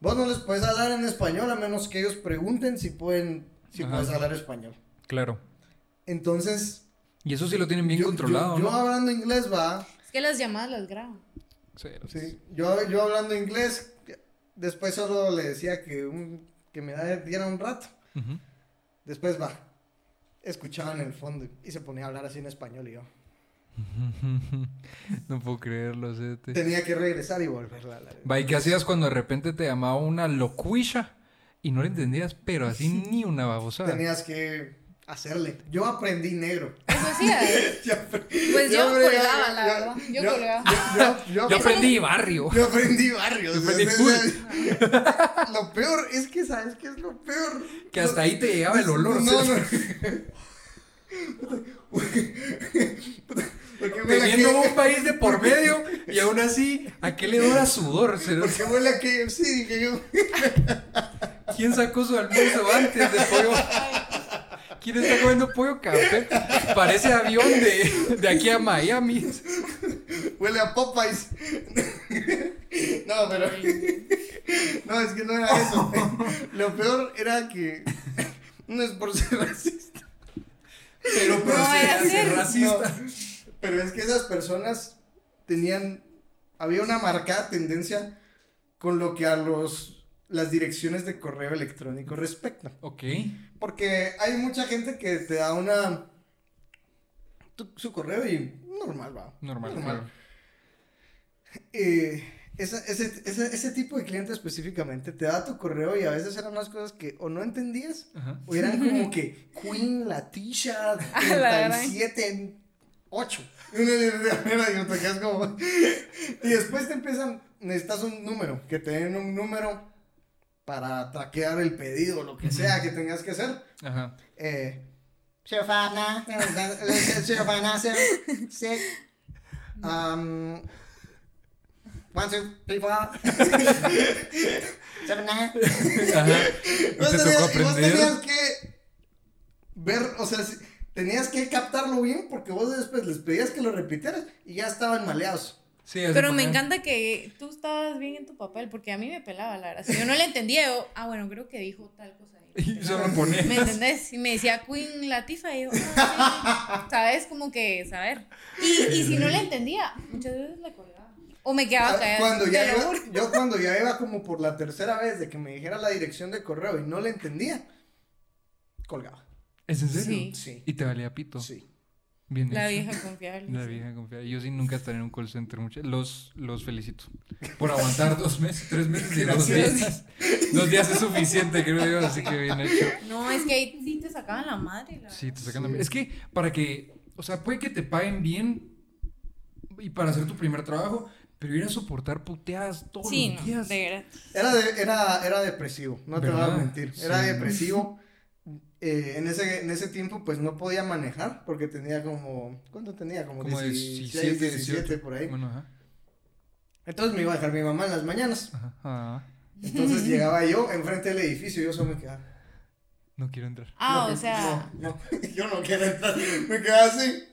Speaker 3: vos no les puedes hablar en español a menos que ellos pregunten si pueden. Si
Speaker 1: Ajá.
Speaker 3: puedes hablar español.
Speaker 1: Claro.
Speaker 3: Entonces.
Speaker 1: Y eso sí lo tienen bien
Speaker 3: yo- yo-
Speaker 1: controlado,
Speaker 3: Yo,
Speaker 1: ¿no?
Speaker 3: hablando inglés, va.
Speaker 2: Es que las llamadas las graban.
Speaker 1: Cero.
Speaker 3: Sí, yo, yo hablando inglés, después solo le decía que, un- que me da- diera un rato.
Speaker 1: Ujú.
Speaker 3: Después va, escuchaba en el fondo y se ponía a hablar así en español y yo
Speaker 1: No puedo creerlo, Zete.
Speaker 3: tenía que regresar y volverla a hablar.
Speaker 1: Va, ¿y qué hacías cuando de repente te llamaba una locuisha y no le entendías, pero así ni una babosada?
Speaker 3: Tenías que hacerle. Yo aprendí negro.
Speaker 2: Eso sí, eh.
Speaker 3: Yo apre-
Speaker 2: pues yo
Speaker 3: aprendí-
Speaker 2: colgaba, la
Speaker 3: yo-
Speaker 2: verdad. Yo
Speaker 3: yo-
Speaker 2: colgaba.
Speaker 3: yo- yo-
Speaker 1: Yo aprendí barrio.
Speaker 3: Yo aprendí barrios.
Speaker 1: Yo aprendí
Speaker 3: o sea, o sea, lo peor es que, ¿sabes qué es lo peor?
Speaker 1: Que hasta ahí te llegaba el olor.
Speaker 3: No,
Speaker 1: Zete.
Speaker 3: no. Porque huele a
Speaker 1: Teniendo
Speaker 3: K-
Speaker 1: un país de por medio y aún así, ¿a qué le dura sudor? Cero?
Speaker 3: porque huele a KFC, dije yo.
Speaker 1: ¿Quién sacó su almuerzo antes de pollo? ¿Quién está comiendo pollo café? Parece avión de, de aquí a Miami.
Speaker 3: Huele a Popeyes. No, pero. No, es que no era eso. Lo peor era que. No es por ser racista.
Speaker 1: Pero
Speaker 2: era
Speaker 1: procede
Speaker 2: ser.
Speaker 1: ser racista.
Speaker 3: No, pero es que esas personas tenían. Había una marcada tendencia con lo que a los las direcciones de correo electrónico respectan.
Speaker 1: Ok.
Speaker 3: Porque hay mucha gente que te da una. tu- su correo y. Normal, va.
Speaker 1: Normal. claro.
Speaker 3: Eh, esa- ese, ese- ese tipo de cliente específicamente te da tu correo y a veces eran unas cosas que o no entendías
Speaker 1: Ajá.
Speaker 3: o eran como que Queen Latisha
Speaker 2: A la gran.
Speaker 3: 37 en 8. Y te quedas como- y después te empiezan, necesitas un número, que te den un número para traquear el pedido, lo que sea que tengas que hacer.
Speaker 1: Ajá.
Speaker 3: Eh, Giovanna, Giovanna, se- se- um, one, two, three, four. Giovanna.
Speaker 1: Ajá. Y
Speaker 3: Vos
Speaker 1: te tocó
Speaker 3: tenías- y vos tenías
Speaker 1: aprender.
Speaker 3: que ver, o sea, si- tenías que captarlo bien porque vos después les pedías que lo repitieras y ya estaban maleados.
Speaker 1: Sí, así
Speaker 2: Pero me
Speaker 1: ponían.
Speaker 2: encanta que tú estabas bien en tu papel, porque a mí me pelaba, la verdad. Si yo no le entendía, yo, ah, bueno, creo que dijo tal cosa. ahí.
Speaker 1: Y solo
Speaker 2: ¿Me
Speaker 1: ponía.
Speaker 2: entendés? Y me decía Queen Latifa, y yo, ah, sí. ¿sabes? Como que, saber. Y, y si no le entendía, muchas veces le colgaba. O me quedaba
Speaker 3: Ah,
Speaker 2: callada.
Speaker 3: Cuando
Speaker 2: te
Speaker 3: ya
Speaker 2: lo
Speaker 3: iba,
Speaker 2: juro.
Speaker 3: yo cuando ya iba como por la tercera vez de que me dijera la dirección de correo y no le entendía, colgaba.
Speaker 1: ¿Es en serio?
Speaker 2: Sí.
Speaker 3: Sí.
Speaker 1: Y te valía pito.
Speaker 3: Sí.
Speaker 1: Bien
Speaker 2: La
Speaker 1: hecho.
Speaker 2: vieja confiable.
Speaker 1: La
Speaker 2: sí.
Speaker 1: vieja confiada. Yo sí nunca estaré en un call center. mucha- Los, los felicito. Por aguantar dos meses, tres meses y dos días. Dos días es suficiente, creo yo. Así que bien hecho.
Speaker 2: No, es que ahí sí te sacaban la madre. La
Speaker 1: Sí,
Speaker 2: verdad.
Speaker 1: te sacan la mierda. Es que para que, o sea, puede que te paguen bien y para hacer tu primer trabajo, pero ir a soportar puteadas todos
Speaker 2: Sí,
Speaker 1: los
Speaker 2: no,
Speaker 1: días.
Speaker 2: de verdad.
Speaker 3: Era, de- era, era depresivo, no te voy a
Speaker 1: ¿Verdad?
Speaker 3: mentir. Era
Speaker 1: Sí.
Speaker 3: depresivo. eh, en, ese, en ese tiempo pues no podía manejar porque tenía como, ¿cuánto tenía? Como,
Speaker 1: Como
Speaker 3: 16,
Speaker 1: 17,
Speaker 3: 17, por ahí.
Speaker 1: Bueno, ajá.
Speaker 3: Entonces me iba a dejar mi mamá en las mañanas.
Speaker 1: ajá, ajá.
Speaker 3: Entonces llegaba yo enfrente del edificio y yo solo me quedaba.
Speaker 1: No quiero entrar.
Speaker 2: Ah,
Speaker 3: No,
Speaker 2: o sea.
Speaker 3: No, no, yo no quiero entrar. Me quedaba así.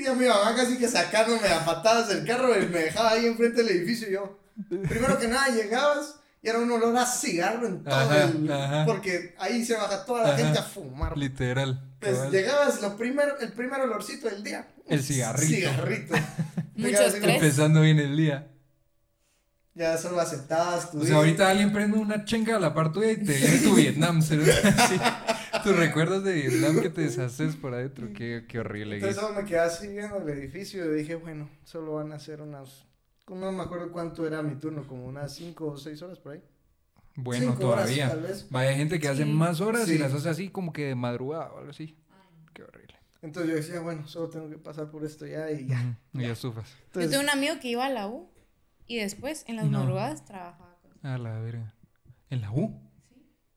Speaker 3: Y a mi mamá casi que sacándome a patadas del carro y me dejaba ahí enfrente del edificio. y Yo, primero que nada, llegabas y era un olor a cigarro en todo
Speaker 1: Ajá,
Speaker 3: el.
Speaker 1: ajá.
Speaker 3: Porque ahí se baja toda la
Speaker 1: Ajá.
Speaker 3: gente a fumar.
Speaker 1: Literal.
Speaker 3: Pues
Speaker 1: cabal.
Speaker 3: llegabas lo primero, el primer olorcito del día.
Speaker 1: El cigarrito.
Speaker 3: Cigarrito.
Speaker 2: Mucho
Speaker 3: Te quedas así,
Speaker 2: estrés.
Speaker 1: Empezando bien el día.
Speaker 3: Ya solo aceptabas tu
Speaker 1: O
Speaker 3: día.
Speaker 1: sea, ahorita alguien prende una chenga a la par tuya y te viene tu Vietnam. ¿sabes? Sí. Tus recuerdos de Vietnam que te deshaces por adentro. Qué, qué horrible.
Speaker 3: Entonces
Speaker 1: Guille.
Speaker 3: solo me quedé así viendo el edificio y dije, bueno, solo van a ser unas, no me acuerdo cuánto era mi turno, como unas 5 o 6 horas por ahí.
Speaker 1: Bueno,
Speaker 3: cinco horas,
Speaker 1: todavía.
Speaker 3: tal vez.
Speaker 1: Vaya gente que hace
Speaker 2: Sí.
Speaker 1: más horas y
Speaker 3: Sí.
Speaker 1: las hace así como que de madrugada o algo así. Qué horrible.
Speaker 3: Entonces yo decía, bueno, solo tengo que pasar por esto ya y ya.
Speaker 1: Ujú, Y ya estufas.
Speaker 2: Yo
Speaker 3: Entonces,
Speaker 2: tengo un amigo que iba a la U y después en las
Speaker 1: No.
Speaker 2: madrugadas trabajaba. con-
Speaker 1: A la verga. ¿En la U?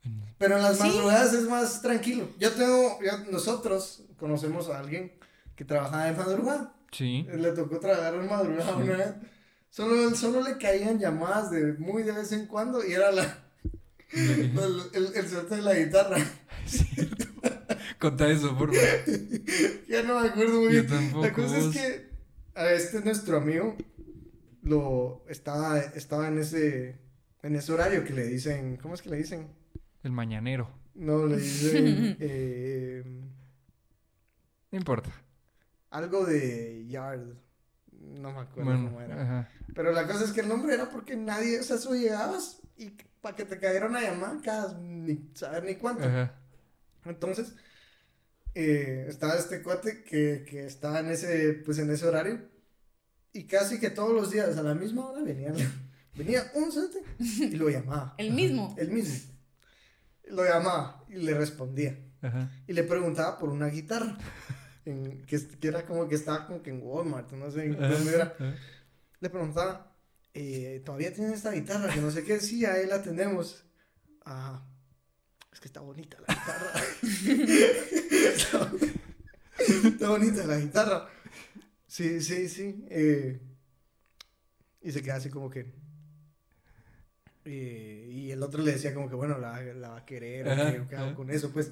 Speaker 1: En-
Speaker 3: Pero en las
Speaker 2: Sí.
Speaker 3: madrugadas es más tranquilo. Yo tengo, yo- nosotros conocemos a alguien que trabajaba de madrugada.
Speaker 1: Sí.
Speaker 3: Le tocó trabajar en madrugada una vez. Solo, solo le caían llamadas de muy de vez en cuando y era la, el, el, el suerte de la guitarra.
Speaker 1: Contá eso, por favor.
Speaker 3: Ya no me acuerdo muy
Speaker 1: Yo
Speaker 3: bien.
Speaker 1: tampoco,
Speaker 3: La cosa es
Speaker 1: vos.
Speaker 3: que a este nuestro amigo lo estaba, estaba en ese en ese horario que le dicen, ¿cómo es que le dicen?
Speaker 1: El mañanero.
Speaker 3: No, le dicen eh,
Speaker 1: No importa.
Speaker 3: algo de yard. No me acuerdo
Speaker 1: Bueno, ah.
Speaker 3: cómo era.
Speaker 1: ajá.
Speaker 3: Pero la cosa es que el nombre era porque nadie, o sea, solo llegabas y para que te cayera una llamada cada ni saber ni cuánto.
Speaker 1: Ajá.
Speaker 3: Entonces, eh, estaba este cuate que, que estaba en ese, pues en ese horario. Y casi que todos los días, a la misma hora, venía, venía un sete y lo llamaba.
Speaker 2: El mismo.
Speaker 3: Él mismo. Lo llamaba y le respondía.
Speaker 1: Ajá.
Speaker 3: Y le preguntaba por una guitarra. en- que, que era como que estaba como que en Walmart, no sé en dónde era.
Speaker 1: Ajá.
Speaker 3: Le preguntaba, eh, ¿todavía tienen esta guitarra? Que no sé qué. Sí, ahí la tenemos. Ah, es que está bonita la guitarra. está, está bonita la guitarra. Sí, sí, sí. eh, y se queda así como que... eh, y el otro le decía como que, bueno, la, la va a querer, o
Speaker 1: Ajá,
Speaker 3: qué, o qué hago
Speaker 1: ajá.
Speaker 3: con eso? Pues,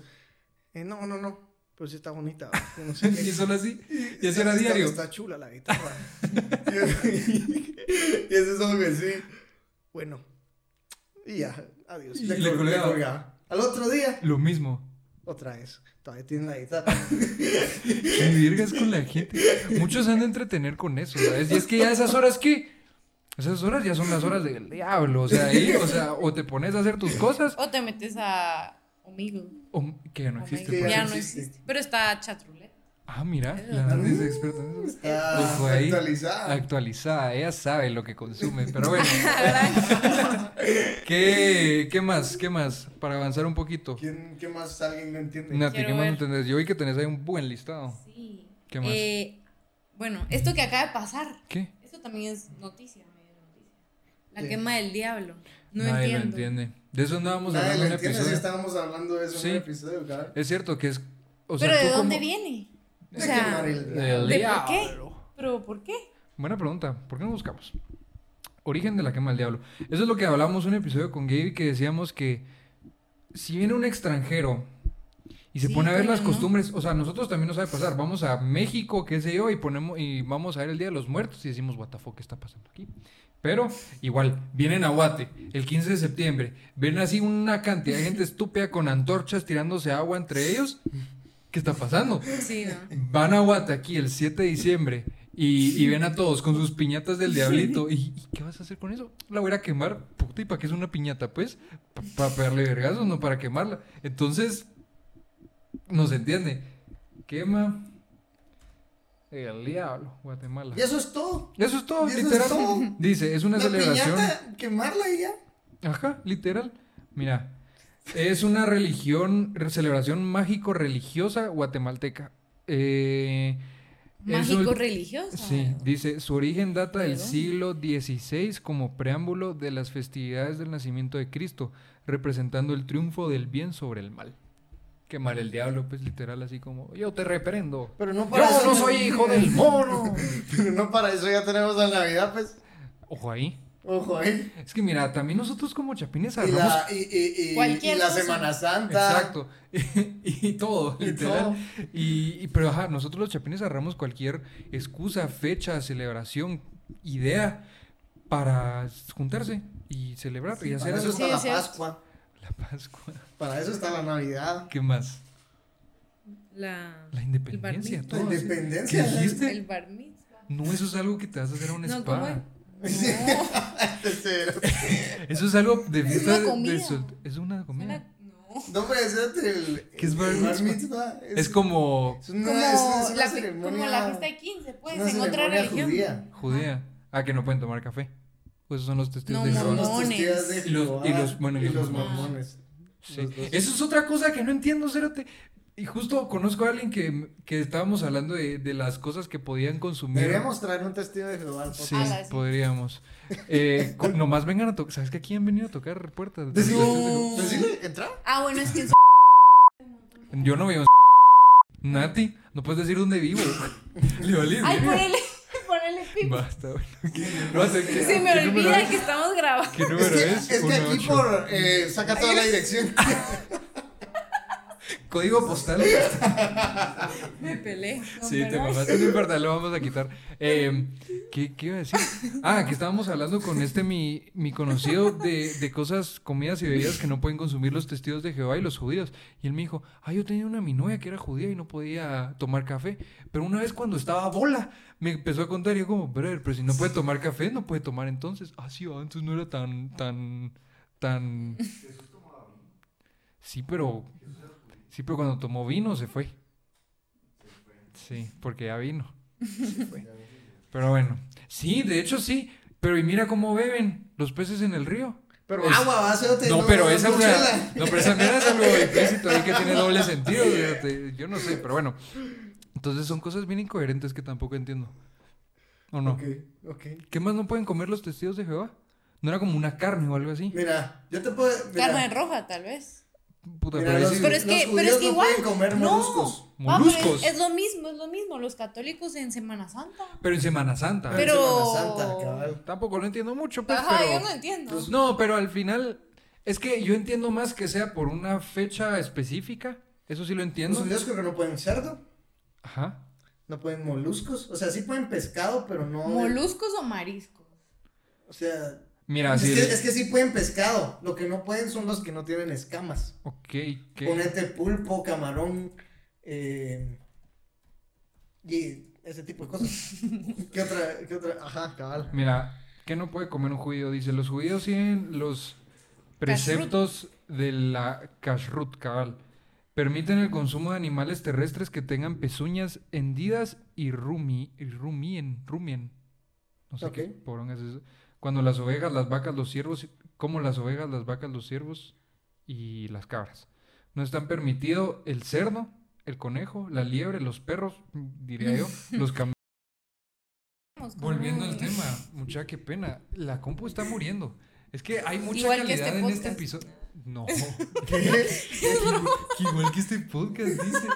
Speaker 3: eh, no, no, no. Pero sí está bonita. yo No sé qué".
Speaker 1: Y solo así. Y así
Speaker 3: Está-
Speaker 1: era
Speaker 3: está-
Speaker 1: diario.
Speaker 3: Está chula la guitarra. y eso es algo que sí. Bueno. Y ya, adiós.
Speaker 1: Y le
Speaker 3: col-
Speaker 1: colgaba.
Speaker 3: colgaba. Al otro día,
Speaker 1: Lo mismo.
Speaker 3: otra vez. Todavía tiene la guitarra.
Speaker 1: Pues ¿Qué virgas con la gente? Muchos se han de entretener con eso, ¿sabes? Y es que ya esas horas que. Esas horas ya son las horas del diablo. O sea, ahí, o sea, o te pones a hacer tus cosas,
Speaker 2: O te metes a Omigo.
Speaker 1: o que ya no
Speaker 2: Omigo.
Speaker 1: existe. pues.
Speaker 3: por
Speaker 2: Ya
Speaker 3: eso.
Speaker 2: no existe. Pero está chatroulette.
Speaker 1: Ah, mira, la Nati es experta en eso.
Speaker 3: Está
Speaker 1: Ojo ahí.
Speaker 3: Ah, actualizada.
Speaker 1: Actualizada, ella sabe lo que consume, pero bueno. ¿Qué, ¿Qué más? ¿Qué más? Para avanzar un poquito.
Speaker 3: ¿Quién, ¿Qué más alguien no entiende?
Speaker 1: Nati,
Speaker 2: Quiero
Speaker 1: ¿qué más
Speaker 2: ver.
Speaker 1: no tenés? Yo vi que tenés ahí un buen listado.
Speaker 2: Sí.
Speaker 1: ¿Qué más?
Speaker 2: Eh, bueno, esto que acaba de pasar,
Speaker 1: ¿Qué?
Speaker 2: esto también es noticia, medio noticia. La
Speaker 3: Sí.
Speaker 2: quema del diablo. No
Speaker 1: Nadie lo
Speaker 2: entiendo.
Speaker 1: entiende. De eso andábamos
Speaker 3: Nadie
Speaker 1: hablando
Speaker 3: lo
Speaker 1: en un
Speaker 3: entiende si
Speaker 1: episodio.
Speaker 3: estábamos hablando de eso en
Speaker 1: Sí. Eh,
Speaker 3: un episodio, cara.
Speaker 1: Es cierto que es. O sea,
Speaker 2: Pero
Speaker 1: tú
Speaker 2: ¿de dónde
Speaker 1: como-
Speaker 2: viene? O
Speaker 3: De
Speaker 2: sea,
Speaker 3: quemar el-
Speaker 1: Del
Speaker 2: ¿de por
Speaker 1: diablo.
Speaker 2: qué? ¿Pero por qué?
Speaker 1: Buena pregunta. ¿Por qué no buscamos? Origen de la quema del diablo. Eso es lo que hablamos en un episodio con Gaby que decíamos que si viene un extranjero y se
Speaker 2: Sí,
Speaker 1: pone a ver
Speaker 2: pero
Speaker 1: las
Speaker 2: no.
Speaker 1: costumbres, o sea, a nosotros también nos sabe pasar. Vamos a México, qué sé yo, y ponemos y vamos a ver el Día de los Muertos y decimos, "What the fuck, ¿qué está pasando aquí?" Pero igual, vienen a Guate el 15 de septiembre, ven así una cantidad de gente estúpida con antorchas tirándose agua entre ellos. ¿Qué está pasando?
Speaker 2: Sí, ¿no?
Speaker 1: Van a Guataquí el 7 de diciembre y, y ven a todos con sus piñatas del diablito. ¿Y, y qué vas a hacer con eso? La voy a ir a quemar. Puta, ¿y para qué es una piñata? Pues, para pegarle vergazos, no para quemarla. Entonces, no se entiende. Quema el diablo, Guatemala.
Speaker 3: Y eso es todo.
Speaker 1: Eso es todo,
Speaker 3: y eso es
Speaker 1: literal.
Speaker 3: todo.
Speaker 1: Dice, es una,
Speaker 3: Una
Speaker 1: celebración.
Speaker 3: piñata, quemarla y ya.
Speaker 1: Ajá, literal. Mira, es una religión, re- celebración mágico-religiosa guatemalteca. Eh, es
Speaker 2: Mágico
Speaker 1: un-
Speaker 2: religioso.
Speaker 1: Sí, dice, su origen data del
Speaker 2: ¿Pero?
Speaker 1: siglo XVI como preámbulo de las festividades del nacimiento de Cristo, representando el triunfo del bien sobre el mal. Quemar el diablo, pues literal, así como, yo te reprendo.
Speaker 3: Pero no para
Speaker 1: Yo
Speaker 3: eso.
Speaker 1: no soy hijo del mono.
Speaker 4: Pero no para eso ya tenemos la Navidad, pues.
Speaker 1: Ojo ahí.
Speaker 4: Ojo ahí.
Speaker 1: Es que mira, también nosotros como chapines
Speaker 4: Y
Speaker 1: agarramos.
Speaker 4: la, y, y, y,
Speaker 2: Cualquier
Speaker 4: y la
Speaker 2: cosa.
Speaker 4: Semana Santa.
Speaker 1: Exacto. Y, todo,
Speaker 4: Y
Speaker 1: literal.
Speaker 4: todo.
Speaker 1: Y, y- pero ajá, nosotros los chapines agarramos cualquier excusa, fecha, celebración, idea para juntarse y celebrar y hacer
Speaker 4: Para eso
Speaker 1: algo.
Speaker 2: Sí,
Speaker 4: está la
Speaker 2: es cierto.
Speaker 4: Pascua.
Speaker 1: La Pascua.
Speaker 4: Para eso está la Navidad.
Speaker 1: ¿Qué más?
Speaker 2: La,
Speaker 1: La independencia.
Speaker 2: barniz.
Speaker 4: La
Speaker 1: todo así.
Speaker 4: independencia.
Speaker 1: ¿Qué dijiste?
Speaker 2: El bar mitzvah.
Speaker 1: No, eso es algo que te vas a hacer a un
Speaker 2: No,
Speaker 1: spa.
Speaker 2: ¿cómo es?
Speaker 4: este
Speaker 1: Eso es algo de fiesta
Speaker 2: una
Speaker 1: de- de
Speaker 2: comida.
Speaker 1: sol- Es una
Speaker 2: No,
Speaker 1: comida.
Speaker 2: una- no.
Speaker 4: No, pero ese es el.
Speaker 1: ¿Qué es
Speaker 4: el
Speaker 1: bar mitzvah?
Speaker 4: Es,
Speaker 1: Es como
Speaker 4: es una,
Speaker 2: Como,
Speaker 4: es- es una
Speaker 2: la, fi-
Speaker 4: ceremonia.
Speaker 2: como la fiesta de 15, pues,
Speaker 4: una
Speaker 2: en otra
Speaker 4: ceremonia
Speaker 2: religión.
Speaker 4: judía.
Speaker 1: judía. Ah, que no pueden tomar café. Pues esos son los testigos
Speaker 2: No,
Speaker 1: de
Speaker 4: Son
Speaker 1: Jehová.
Speaker 4: los
Speaker 2: Mormones.
Speaker 4: testigos de
Speaker 1: Y los- y
Speaker 4: Jehová
Speaker 1: los- bueno, y
Speaker 4: y
Speaker 1: los
Speaker 4: los
Speaker 1: mormones.
Speaker 4: mormones.
Speaker 1: Sí.
Speaker 4: Los dos.
Speaker 1: Eso es otra cosa que no entiendo, Cerote. Y justo conozco a alguien que, que estábamos hablando de, de las cosas que podían consumir.
Speaker 4: Deberíamos traer un testigo de Jehová al podcast.
Speaker 1: Sí,
Speaker 2: Ala, sí.
Speaker 1: podríamos. Eh, co- nomás vengan a tocar. ¿Sabes que aquí han venido a tocar puertas?
Speaker 2: No.
Speaker 4: ¿Decirle? ¿Entrar?
Speaker 2: Ah, bueno, es que en
Speaker 1: Yo no vivo en Nati, no puedes decir dónde vivo. Le valí,
Speaker 2: Ay,
Speaker 1: mira.
Speaker 2: ponele, ponele pip.
Speaker 1: Basta, bueno. No sé, ¿qué-
Speaker 2: Se me
Speaker 1: qué número
Speaker 2: olvida
Speaker 1: es?
Speaker 2: que estamos grabando.
Speaker 1: ¿Qué
Speaker 4: Es
Speaker 1: número
Speaker 4: que,
Speaker 1: es?
Speaker 4: es que aquí
Speaker 1: 18.
Speaker 4: por. Eh, saca toda la dirección.
Speaker 1: Código postal.
Speaker 2: Me peleé. no,
Speaker 1: Sí, te
Speaker 2: perdón.
Speaker 1: mamaste, no importa, lo vamos a quitar. Eh, ¿qué, qué iba a decir? Ah, que estábamos hablando con este mi, mi conocido de, de cosas, comidas y bebidas que no pueden consumir los testigos de Jehová y los judíos. Y él me dijo, ah, yo tenía una mi novia que era judía y no podía tomar café. Pero una vez cuando estaba bola, me empezó a contar y yo como, brother, pero si no puede tomar café, no puede tomar entonces. Ah, sí, va, entonces no era tan, tan, tan... Sí, pero... Sí, pero cuando tomó vino se fue. Sí, porque ya vino. Pero bueno, sí, de hecho sí. Pero y mira cómo beben los peces en el río.
Speaker 4: Pero
Speaker 1: Es-
Speaker 4: agua, va, cerote,
Speaker 1: No, pero esa es
Speaker 4: no,
Speaker 1: una,
Speaker 4: chela.
Speaker 1: no, pero esa mierda es algo implícito ahí que tiene doble sentido. fíjate. Yo no sé, pero bueno. Entonces son cosas bien incoherentes que tampoco entiendo. ¿O no?
Speaker 4: Ok, ok.
Speaker 1: ¿Qué más no pueden comer los testigos de Jehová? ¿No era como una carne o algo así?
Speaker 4: Mira, yo te puedo. Mira,
Speaker 2: Carne roja, tal vez.
Speaker 1: Puta,
Speaker 4: mira,
Speaker 1: pero ahí
Speaker 4: los-
Speaker 1: sí-
Speaker 2: Pero es que,
Speaker 4: Los
Speaker 2: pero es
Speaker 4: judíos
Speaker 2: que
Speaker 4: no
Speaker 2: igual.
Speaker 4: pueden comer
Speaker 2: no.
Speaker 4: moluscos.
Speaker 2: Ah, pero es-
Speaker 1: Moluscos.
Speaker 2: es, lo mismo, es lo mismo. Los católicos en Semana Santa.
Speaker 1: Pero en Semana Santa.
Speaker 2: Pero-
Speaker 4: Semana Santa, cabal.
Speaker 1: Tampoco lo entiendo mucho, pues,
Speaker 2: Ajá,
Speaker 1: pero...
Speaker 2: yo no entiendo.
Speaker 1: Pues no, pero al final es que yo entiendo más que sea por una fecha específica. Eso sí lo
Speaker 4: Los
Speaker 1: entiendo.
Speaker 4: judíos creo que no pueden cerdo,
Speaker 1: Ajá.
Speaker 4: no pueden moluscos. O sea, sí pueden pescado, pero no.
Speaker 2: ¿Moluscos o mariscos?
Speaker 4: O sea.
Speaker 1: Mira,
Speaker 4: es,
Speaker 1: Ah, sí.
Speaker 4: que, es que sí pueden pescado. Lo que no pueden son los que no tienen escamas.
Speaker 1: Ok, ¿qué?
Speaker 4: Ponete pulpo, camarón. eh, y ese tipo de cosas. ¿Qué otra? ¿Qué otra? Ajá, cabal.
Speaker 1: Mira, ¿qué no puede comer un judío? Dice, los judíos siguen los preceptos de la kashrut, cabal. Permiten el consumo de animales terrestres que tengan pezuñas hendidas y rumi, y rumien, rumien. No sé qué
Speaker 4: Ok.
Speaker 1: porón es eso. Cuando las ovejas, las vacas, los ciervos, como las ovejas, las vacas, los ciervos y las cabras. No están permitido el cerdo, el conejo, la liebre, los perros, diría yo, los camellos.
Speaker 2: Vamos, como-
Speaker 1: Volviendo al tema, mucha qué pena. La compu está muriendo. Es que hay mucha
Speaker 2: Igual que
Speaker 1: calidad
Speaker 2: este
Speaker 1: en este
Speaker 2: podcast.
Speaker 1: episodio. No. Que igual que este podcast dice.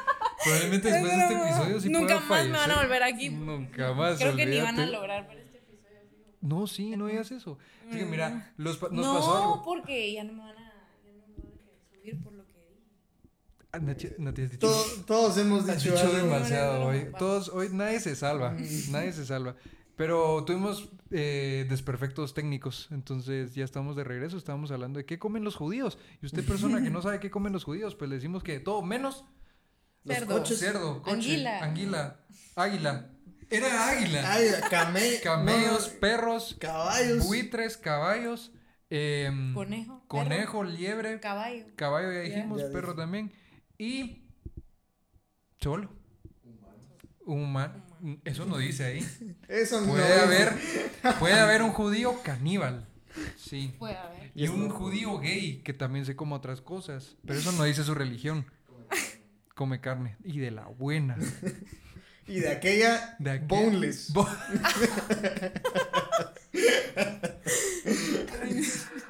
Speaker 1: Probablemente después de este
Speaker 2: Pero
Speaker 1: episodio sí pueda
Speaker 2: Nunca más me van a
Speaker 1: fallecer.
Speaker 2: volver aquí.
Speaker 1: Nunca más.
Speaker 2: Creo que ni van a
Speaker 1: olvídate.
Speaker 2: lograr ver este episodio.
Speaker 1: No, sí, no digas eso. Es que mira, los pa- nos
Speaker 2: Mm. no,
Speaker 1: pasó algo.
Speaker 2: porque ya no me van a, ya no me van a querer subir por lo que dije.
Speaker 1: Ah, Nachi- Nati, has dicho.
Speaker 4: Todos, todos hemos
Speaker 1: Has
Speaker 4: dicho,
Speaker 1: dicho
Speaker 4: algo.
Speaker 1: demasiado
Speaker 2: No, no, no,
Speaker 1: hoy.
Speaker 2: no.
Speaker 1: Todos, hoy nadie se salva. Nadie se salva. Pero tuvimos eh, desperfectos técnicos. Entonces ya estamos de regreso. Estábamos hablando de qué comen los judíos. Y usted, persona que no sabe qué comen los judíos, pues le decimos que de todo menos
Speaker 2: Cerdo.
Speaker 4: coches.
Speaker 1: cerdo, coche,
Speaker 2: Anguila. Ah,
Speaker 1: anguila, águila. Era águila.
Speaker 4: Ay, came-
Speaker 1: Camellos,
Speaker 4: no,
Speaker 1: perros,
Speaker 4: caballos.
Speaker 1: buitres, caballos, em,
Speaker 2: Conejo,
Speaker 1: conejo, liebre,
Speaker 2: Caballo.
Speaker 1: caballo ya
Speaker 2: Ya.
Speaker 1: dijimos,
Speaker 4: Ya
Speaker 1: perro
Speaker 4: dije.
Speaker 1: también. Y cholo. Humano. Eso no dice ahí.
Speaker 4: Eso no
Speaker 1: Puede
Speaker 4: es.
Speaker 1: haber, puede haber un judío caníbal. Sí.
Speaker 2: Puede haber.
Speaker 1: Y un judío gay que también se come otras cosas. Pero eso no dice su religión. Come carne. Y de la buena.
Speaker 4: Y de aquella,
Speaker 1: De aquel-
Speaker 4: boneless.
Speaker 1: Bo-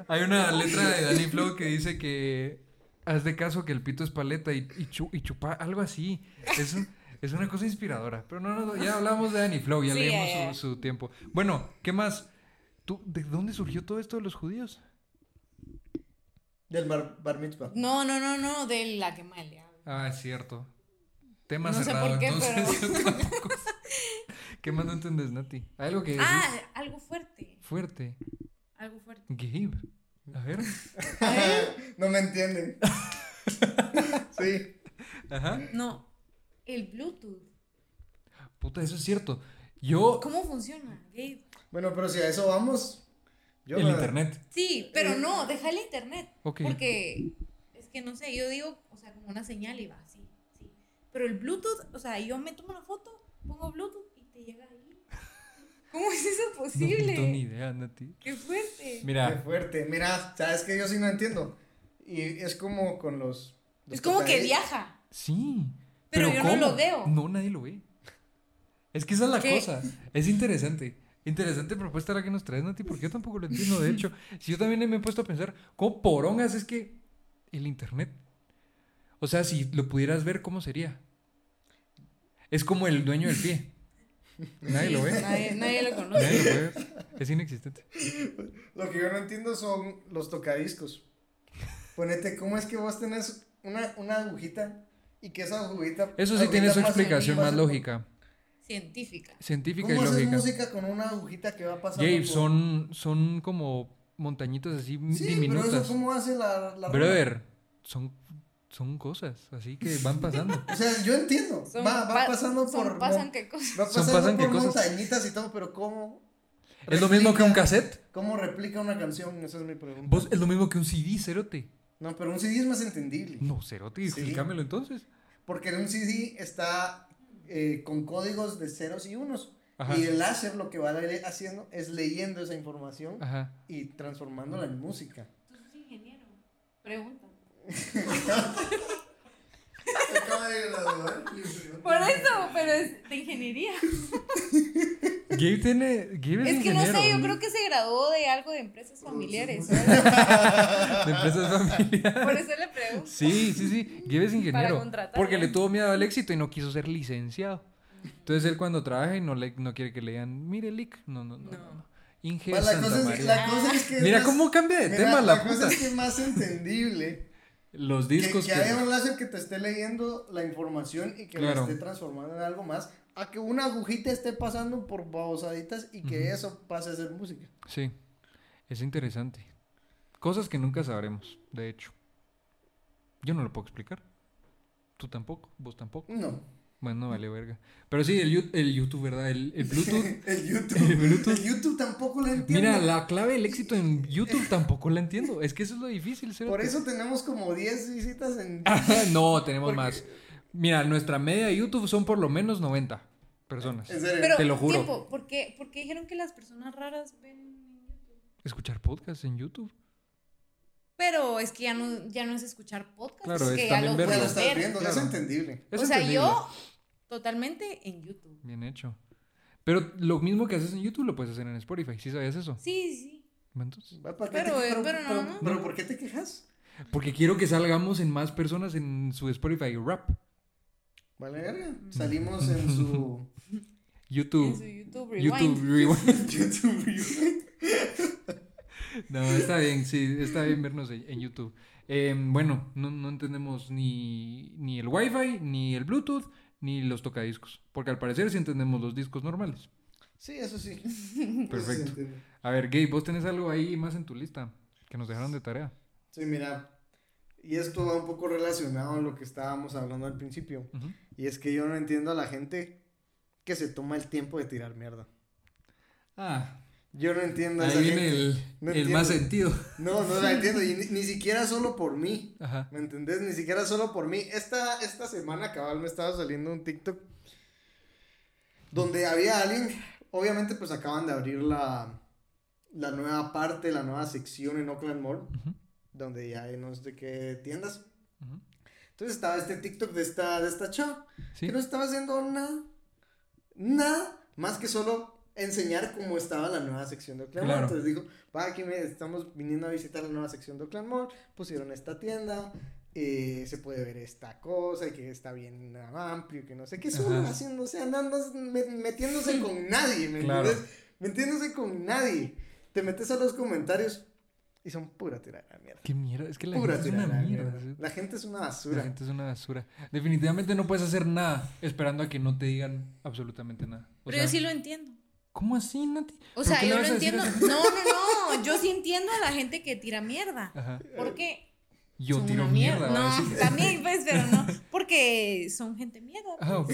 Speaker 1: Hay una letra de Danny Flow que dice que haz de caso que el pito es paleta y, y, chu- y chupa algo así. Es, un- es una cosa inspiradora. Pero no, no, ya hablamos de Danny Flow, ya
Speaker 2: Sí,
Speaker 1: le dimos
Speaker 2: ya, ya.
Speaker 1: Su, su tiempo. Bueno, ¿qué más? ¿Tú, ¿De dónde surgió todo esto de los judíos?
Speaker 3: Del bar, bar mitzvah.
Speaker 2: No, no, no, no, de la quema del diablo.
Speaker 1: Ah, es cierto. Tema
Speaker 2: No sé
Speaker 1: cerrado,
Speaker 2: por qué,
Speaker 1: entonces yo tampoco sé. ¿Qué más no entendés, Nati? Algo que decís
Speaker 2: Ah, algo fuerte.
Speaker 1: fuerte.
Speaker 2: Algo fuerte.
Speaker 1: Gabe. A ver.
Speaker 2: A ver,
Speaker 3: No me entienden. sí.
Speaker 1: Ajá.
Speaker 2: no. El Bluetooth.
Speaker 1: Puta, eso es cierto. Yo.
Speaker 2: ¿Cómo funciona, Gabe?
Speaker 3: Bueno, pero si a eso vamos. Yo
Speaker 1: el
Speaker 3: la-
Speaker 1: internet.
Speaker 2: Sí, pero no, deja el internet.
Speaker 1: Eh, Ok.
Speaker 2: Porque es que no sé, yo digo, o sea, como una señal y va, sí, sí. Pero el Bluetooth, o sea, yo me tomo una foto, pongo Bluetooth y te llega ahí. ¿Cómo es eso
Speaker 1: No, no
Speaker 2: posible?
Speaker 1: tengo ni idea, Nati.
Speaker 2: Qué fuerte.
Speaker 3: Qué
Speaker 1: Mira,
Speaker 3: fuerte. Mira, sabes que yo sí no entiendo. Y es como con los. los
Speaker 2: es como que
Speaker 3: tataís.
Speaker 2: viaja.
Speaker 1: sí.
Speaker 2: Pero yo no lo
Speaker 1: ¿cómo?
Speaker 2: veo.
Speaker 1: No, nadie lo ve. Es que esa es la
Speaker 2: ¿Qué?
Speaker 1: cosa. Es interesante. Interesante propuesta la que nos traes, Nati, porque yo tampoco lo entiendo. De hecho, si yo también me he puesto a pensar, ¿cómo porongas es que el internet? O sea, si lo pudieras ver, ¿cómo sería? Es como el dueño del pie. Nadie lo ve.
Speaker 2: Nadie, nadie lo
Speaker 1: Nadie lo
Speaker 2: conoce.
Speaker 1: puede ver. Es inexistente.
Speaker 3: Lo que yo no entiendo son los tocadiscos. Ponete, ¿cómo es que vos tenés una, una agujita y que esa agujita.
Speaker 1: Eso sí tiene
Speaker 3: agujita
Speaker 1: su
Speaker 3: pase-
Speaker 1: explicación más
Speaker 3: pase-
Speaker 1: lógica,
Speaker 2: Científica.
Speaker 1: científica y
Speaker 3: ¿Cómo haces
Speaker 1: lógica.
Speaker 3: música con una agujita que va pasando?
Speaker 1: Gabe,
Speaker 3: por-
Speaker 1: son, son como montañitas así
Speaker 3: Sí,
Speaker 1: diminutas.
Speaker 3: pero eso cómo hace la... la
Speaker 1: Brother, son, son cosas así que van pasando.
Speaker 3: rola? O sea, yo entiendo.
Speaker 2: Son
Speaker 3: va, va
Speaker 2: pa-
Speaker 3: pasando
Speaker 2: son
Speaker 3: por...
Speaker 2: pasan
Speaker 3: mon-
Speaker 2: qué cosas.
Speaker 3: Va
Speaker 1: Son
Speaker 3: pasando
Speaker 1: pasan qué
Speaker 3: por
Speaker 1: cosas.
Speaker 3: montañitas y todo, pero ¿cómo?
Speaker 1: es lo mismo que un
Speaker 3: replica-
Speaker 1: cassette.
Speaker 3: ¿Cómo replica una canción? Esa es mi pregunta.
Speaker 1: Vos, es lo mismo que un CD, cerote.
Speaker 3: No, pero un CD es más entendible.
Speaker 1: No, cerote,
Speaker 3: Sí.
Speaker 1: explícamelo entonces.
Speaker 3: Porque en un CD está eh, con códigos de ceros y unos.
Speaker 1: Ajá.
Speaker 3: Y el láser lo que va le- haciendo es leyendo esa información
Speaker 1: Ajá.
Speaker 3: y transformándola en música.
Speaker 2: Tú sos ingeniero. Pregunta.
Speaker 5: Se acaba de graduar.
Speaker 2: Por eso, pero es de ingeniería.
Speaker 1: Gabe tiene. Gabe es,
Speaker 2: Es que no sé, yo creo
Speaker 1: que.
Speaker 2: que se graduó de algo de
Speaker 3: Oh,
Speaker 2: empresas familiares.
Speaker 1: De empresas familiares.
Speaker 2: Por eso le pregunto.
Speaker 1: Sí, sí, sí. Gabe es ingeniero.
Speaker 2: contratar. ¿eh?
Speaker 1: Porque le tuvo miedo al éxito y no quiso ser licenciado. Entonces él cuando trabaja y no, le, no quiere que le digan, mire, Lick. No, no, no.
Speaker 2: No.
Speaker 1: no, no. Inge
Speaker 3: Pues la,
Speaker 1: Santa
Speaker 3: cosa es,
Speaker 1: María.
Speaker 3: la cosa es que...
Speaker 1: Mira
Speaker 3: es-
Speaker 1: cómo cambia de
Speaker 3: mira,
Speaker 1: tema la,
Speaker 3: la
Speaker 1: puta.
Speaker 3: cosa es que es más entendible.
Speaker 1: Los
Speaker 3: Que-
Speaker 1: discos
Speaker 3: que,
Speaker 1: que.
Speaker 3: haya un láser que te esté leyendo la información y que
Speaker 1: Claro.
Speaker 3: la esté transformando en algo más a que una agujita esté pasando por babosaditas y que
Speaker 1: Ujú.
Speaker 3: eso pase a ser música.
Speaker 1: Sí, es interesante. Cosas que nunca sabremos, de hecho. Yo no lo puedo explicar. Tú tampoco, vos tampoco.
Speaker 3: No.
Speaker 1: Bueno, no vale verga. Pero sí, el, Yu- el YouTube, ¿verdad? El, el Bluetooth.
Speaker 3: El YouTube.
Speaker 1: El Bluetooth.
Speaker 3: El YouTube tampoco lo entiendo.
Speaker 1: Mira, la clave del éxito en YouTube tampoco la entiendo. Es que eso es lo difícil, cerote.
Speaker 3: Por eso tenemos como 10 visitas en
Speaker 1: Ah, no, tenemos más. Mira, nuestra media de YouTube son por lo menos 90 personas.
Speaker 3: En serio.
Speaker 2: Pero,
Speaker 1: Te lo juro.
Speaker 2: Tiempo, ¿por, qué, por qué dijeron que las personas raras ven en YouTube?
Speaker 1: Escuchar podcasts en YouTube.
Speaker 2: Pero es que ya no, ya no es escuchar podcast,
Speaker 1: Claro,
Speaker 2: es,
Speaker 1: es
Speaker 2: que ya
Speaker 1: también
Speaker 2: lo
Speaker 1: verlo.
Speaker 3: ya lo
Speaker 2: puedes
Speaker 3: estás
Speaker 2: ver.
Speaker 3: viendo, ya es
Speaker 1: Claro.
Speaker 3: entendible.
Speaker 1: Es
Speaker 2: o sea,
Speaker 1: entendible.
Speaker 2: yo totalmente en YouTube.
Speaker 1: Bien hecho. Pero lo mismo que haces en YouTube lo puedes hacer en Spotify. ¿Sí sabías eso?
Speaker 2: Sí, sí.
Speaker 1: Entonces,
Speaker 3: Va, ¿por qué
Speaker 2: Pero,
Speaker 3: te-
Speaker 2: eh, pero no, no.
Speaker 3: pero ¿por qué te quejas?
Speaker 1: Porque quiero que salgamos en más personas en su Spotify Rap,
Speaker 3: Vale, verga.
Speaker 1: Mm.
Speaker 3: Salimos en su
Speaker 2: En su
Speaker 1: YouTube,
Speaker 2: YouTube Rewind.
Speaker 1: YouTube Rewind.
Speaker 3: YouTube Music.
Speaker 1: No, está bien, sí, está bien vernos en, en YouTube. Eh, bueno, no, no entendemos ni, ni el Wi-Fi, ni el Bluetooth, ni los tocadiscos. Porque al parecer sí entendemos los discos normales.
Speaker 3: Sí, eso sí. Eso se
Speaker 1: Perfecto.
Speaker 3: entiende.
Speaker 1: A ver, Gabe, vos tenés algo ahí más en tu lista que nos dejaron de tarea.
Speaker 3: Sí, mira. Y esto va un poco relacionado a lo que estábamos hablando al principio.
Speaker 1: Ujú.
Speaker 3: Y es que yo no entiendo a la gente que se toma el tiempo de tirar mierda.
Speaker 1: Ah,
Speaker 3: Yo no entiendo a
Speaker 1: ahí
Speaker 3: esa
Speaker 1: viene
Speaker 3: gente.
Speaker 1: el,
Speaker 3: No
Speaker 1: el más sentido.
Speaker 3: No, no la entiendo. Y ni, ni siquiera solo por mí.
Speaker 1: Ajá.
Speaker 3: ¿Me entendés? Ni siquiera solo por mí. Esta, esta semana cabal me estaba saliendo un TikTok donde había alguien. Obviamente, pues acaban de abrir la, la nueva parte, la nueva sección en Oakland Mall,
Speaker 1: Ujú,
Speaker 3: donde ya hay no sé qué tiendas.
Speaker 1: ujú.
Speaker 3: Entonces estaba este TikTok de esta, de esta chava.
Speaker 1: Sí.
Speaker 3: que no estaba haciendo nada, nada más que solo enseñar cómo estaba la nueva sección de Oakland Mall.
Speaker 1: Claro.
Speaker 3: Entonces dijo, va, aquí me- estamos viniendo a visitar la nueva sección de Oakland Mall, pusieron esta tienda,
Speaker 4: eh, se puede ver esta cosa y que está bien amplio y que no sé qué estuvieron
Speaker 1: Ajá.
Speaker 4: haciendo, o sea, andando me- metiéndose con nadie, ¿me
Speaker 1: Claro.
Speaker 4: entiendes? Metiéndose con nadie. Te metes a los comentarios y son pura tirada de mierda.
Speaker 1: Qué mierda, es que la
Speaker 4: Pura
Speaker 1: gente es una
Speaker 4: tirada de
Speaker 1: mierda.
Speaker 4: mierda.
Speaker 1: sí.
Speaker 4: La gente es una
Speaker 1: La
Speaker 4: basura.
Speaker 1: gente es una basura. Definitivamente no puedes hacer nada esperando a que no te digan absolutamente nada. O
Speaker 2: Pero
Speaker 1: sea,
Speaker 2: yo sí lo entiendo.
Speaker 1: ¿Cómo así, Nati?
Speaker 2: O
Speaker 1: ¿Pero
Speaker 2: sea,
Speaker 1: qué le
Speaker 2: yo lo
Speaker 1: vas a decir a
Speaker 2: entiendo.
Speaker 1: esa-
Speaker 2: No, no, no. Yo sí entiendo a la gente que tira mierda.
Speaker 1: Ajá.
Speaker 2: Porque.
Speaker 1: Yo
Speaker 2: son
Speaker 1: tiro
Speaker 2: una
Speaker 1: mierda. va a
Speaker 2: No,
Speaker 1: decir.
Speaker 2: también, pues, pero no. Porque son gente mierda.
Speaker 1: Ah, ok.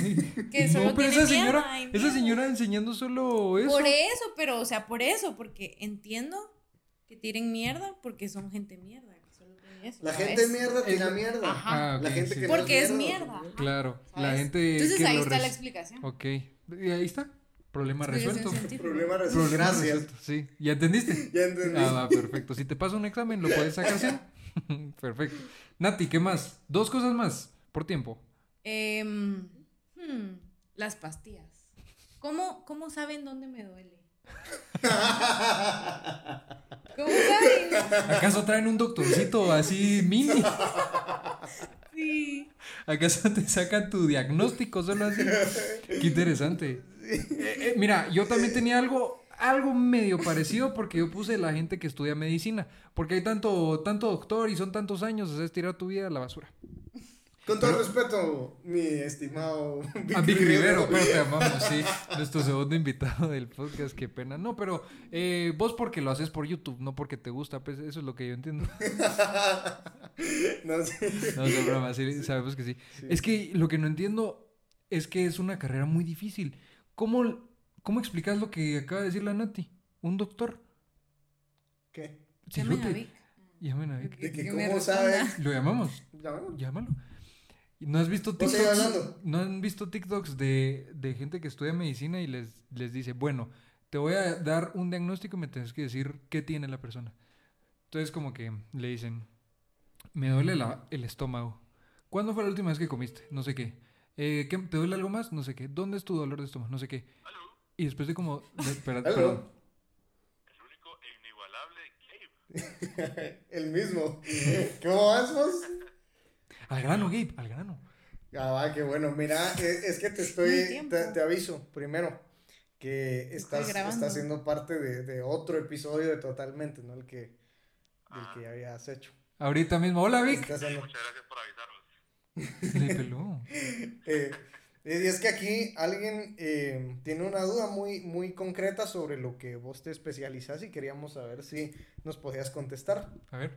Speaker 2: Que
Speaker 1: no,
Speaker 2: solo
Speaker 1: pero
Speaker 2: tiene
Speaker 1: esa señora,
Speaker 2: mierda y
Speaker 1: esa
Speaker 2: mierda.
Speaker 1: señora enseñando solo eso.
Speaker 2: Por eso, pero, o sea, por eso. Porque entiendo que tiren mierda porque son gente mierda. que solo tienen eso,
Speaker 4: La
Speaker 2: ¿sabes?
Speaker 4: gente mierda tira
Speaker 1: Es-
Speaker 4: mierda.
Speaker 2: Ajá.
Speaker 1: Ah, ok,
Speaker 4: la gente
Speaker 1: sí.
Speaker 4: que no
Speaker 2: Porque es
Speaker 4: mierda.
Speaker 2: mierda. ajá,
Speaker 1: Claro, la
Speaker 2: ¿sabes?
Speaker 1: gente.
Speaker 2: Entonces
Speaker 1: que
Speaker 2: ahí
Speaker 1: lo
Speaker 2: está la
Speaker 1: res-
Speaker 2: explicación.
Speaker 1: Ok. Y ahí está. Problema
Speaker 2: Explicación
Speaker 1: resuelto.
Speaker 2: científica.
Speaker 4: Problema resuelto.
Speaker 1: Problema
Speaker 4: Gracias.
Speaker 1: resuelto, Sí. ¿Ya entendiste?
Speaker 4: Ya entendí.
Speaker 1: Ah, va, perfecto. Si te pasa un examen, lo puedes sacar sin. perfecto. Nati, ¿qué más? Dos cosas más por tiempo.
Speaker 2: Em, hmm, las pastillas. ¿Cómo, ¿Cómo saben dónde me duele? ¿Cómo saben?
Speaker 1: ¿Acaso traen un doctorcito así mini?
Speaker 2: Sí.
Speaker 1: ¿Acaso te sacan tu diagnóstico solo así? Qué interesante. Eh, eh, mira, yo también tenía algo, algo medio parecido porque yo puse la gente que estudia medicina. Porque hay tanto, tanto doctor y son tantos años, es tirar tu vida a la basura.
Speaker 4: Con todo respeto, mi estimado
Speaker 1: A Ah, Vic Rivero, pero te amamos, sí. Nuestro segundo invitado del podcast, qué pena. No, pero eh, vos porque lo haces por YouTube, no porque te gusta, pues eso es lo que yo entiendo.
Speaker 4: No sé.
Speaker 1: No, es broma, sí, sabemos que sí. Es que lo que no entiendo es que es una carrera muy difícil. ¿Cómo, cómo explicas lo que acaba de decir la Nati? Un doctor.
Speaker 4: ¿Qué?
Speaker 1: Si
Speaker 2: Llamen
Speaker 1: yo
Speaker 2: a
Speaker 1: te-
Speaker 2: Vic.
Speaker 1: Llamen a Vic.
Speaker 4: De que
Speaker 2: Que me
Speaker 4: cómo
Speaker 2: responda.
Speaker 4: saben.
Speaker 1: Lo llamamos,
Speaker 4: Ya, bueno.
Speaker 1: llámalo. ¿Y ¿No has visto
Speaker 4: Vos sigue
Speaker 1: TikToks?
Speaker 4: Pues, hablando.
Speaker 1: ¿No han visto TikToks de, de gente que estudia medicina y les, les dice, bueno, te voy a dar un diagnóstico y me tienes que decir qué tiene la persona? Entonces como que le dicen, me duele la- el estómago. ¿Cuándo fue la última vez que comiste? No sé qué. Eh, ¿qué- ¿Te duele algo más? No sé qué. ¿Dónde es tu dolor de estómago? No sé qué. Y después de como... de- espera,
Speaker 4: Aló.
Speaker 1: perdón.
Speaker 7: El único e inigualable Gabe.
Speaker 4: El mismo. ¿Cómo vas vos?
Speaker 1: Al grano, Gabe, al grano.
Speaker 4: Ah, va, qué bueno. Mira, es, es que te
Speaker 2: hay
Speaker 4: estoy.
Speaker 2: tiempo.
Speaker 4: Te, te aviso primero que estás,
Speaker 2: grabando.
Speaker 4: estás siendo parte de, de otro episodio de Totalmente, ¿no? El que, del
Speaker 2: Ah.
Speaker 4: que ya habías hecho.
Speaker 1: Ahorita mismo. Hola, Vic.
Speaker 4: Estás siendo-
Speaker 7: Muchas gracias por avisarnos.
Speaker 1: Le peló.
Speaker 4: Eh, y es que aquí alguien eh, tiene una duda muy, muy concreta sobre lo que vos te especializas y queríamos saber si nos podías contestar.
Speaker 1: A ver.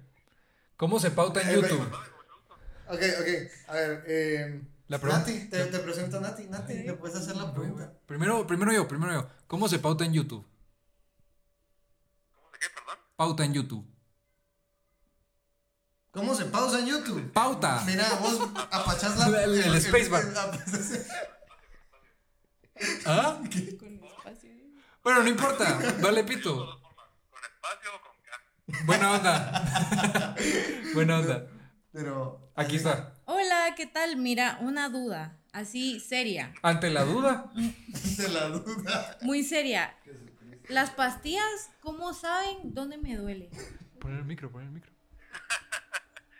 Speaker 1: ¿Cómo se pauta en
Speaker 4: Eh, ve-
Speaker 1: YouTube?
Speaker 4: Ok, ok. A ver, eh,
Speaker 3: em,
Speaker 1: La pregunta.
Speaker 5: Nati, te, te presento a Nati. Nati,
Speaker 2: Ok.
Speaker 5: le puedes hacer la pregunta.
Speaker 1: Primero, primero yo, primero yo. ¿Cómo se pauta en YouTube?
Speaker 7: ¿Cómo de qué, perdón?
Speaker 1: Pauta en YouTube.
Speaker 5: ¿Cómo se pausa en YouTube?
Speaker 1: ¡Pauta!
Speaker 5: Mira, vos apachás la.
Speaker 1: Ah. El- el spacebar. ¿Ah?
Speaker 2: Con espacio.
Speaker 1: Bueno, no importa. Vale, pito.
Speaker 7: ¿Con espacio o con K?
Speaker 1: Buena onda. Buena onda.
Speaker 5: Pero.
Speaker 1: Aquí está.
Speaker 2: Hola, ¿qué tal? Mira, una duda, así seria,
Speaker 1: Ante la duda,
Speaker 5: De la duda.
Speaker 2: muy seria. Las pastillas, ¿cómo saben dónde me duele?
Speaker 1: pon el micro, pon el micro.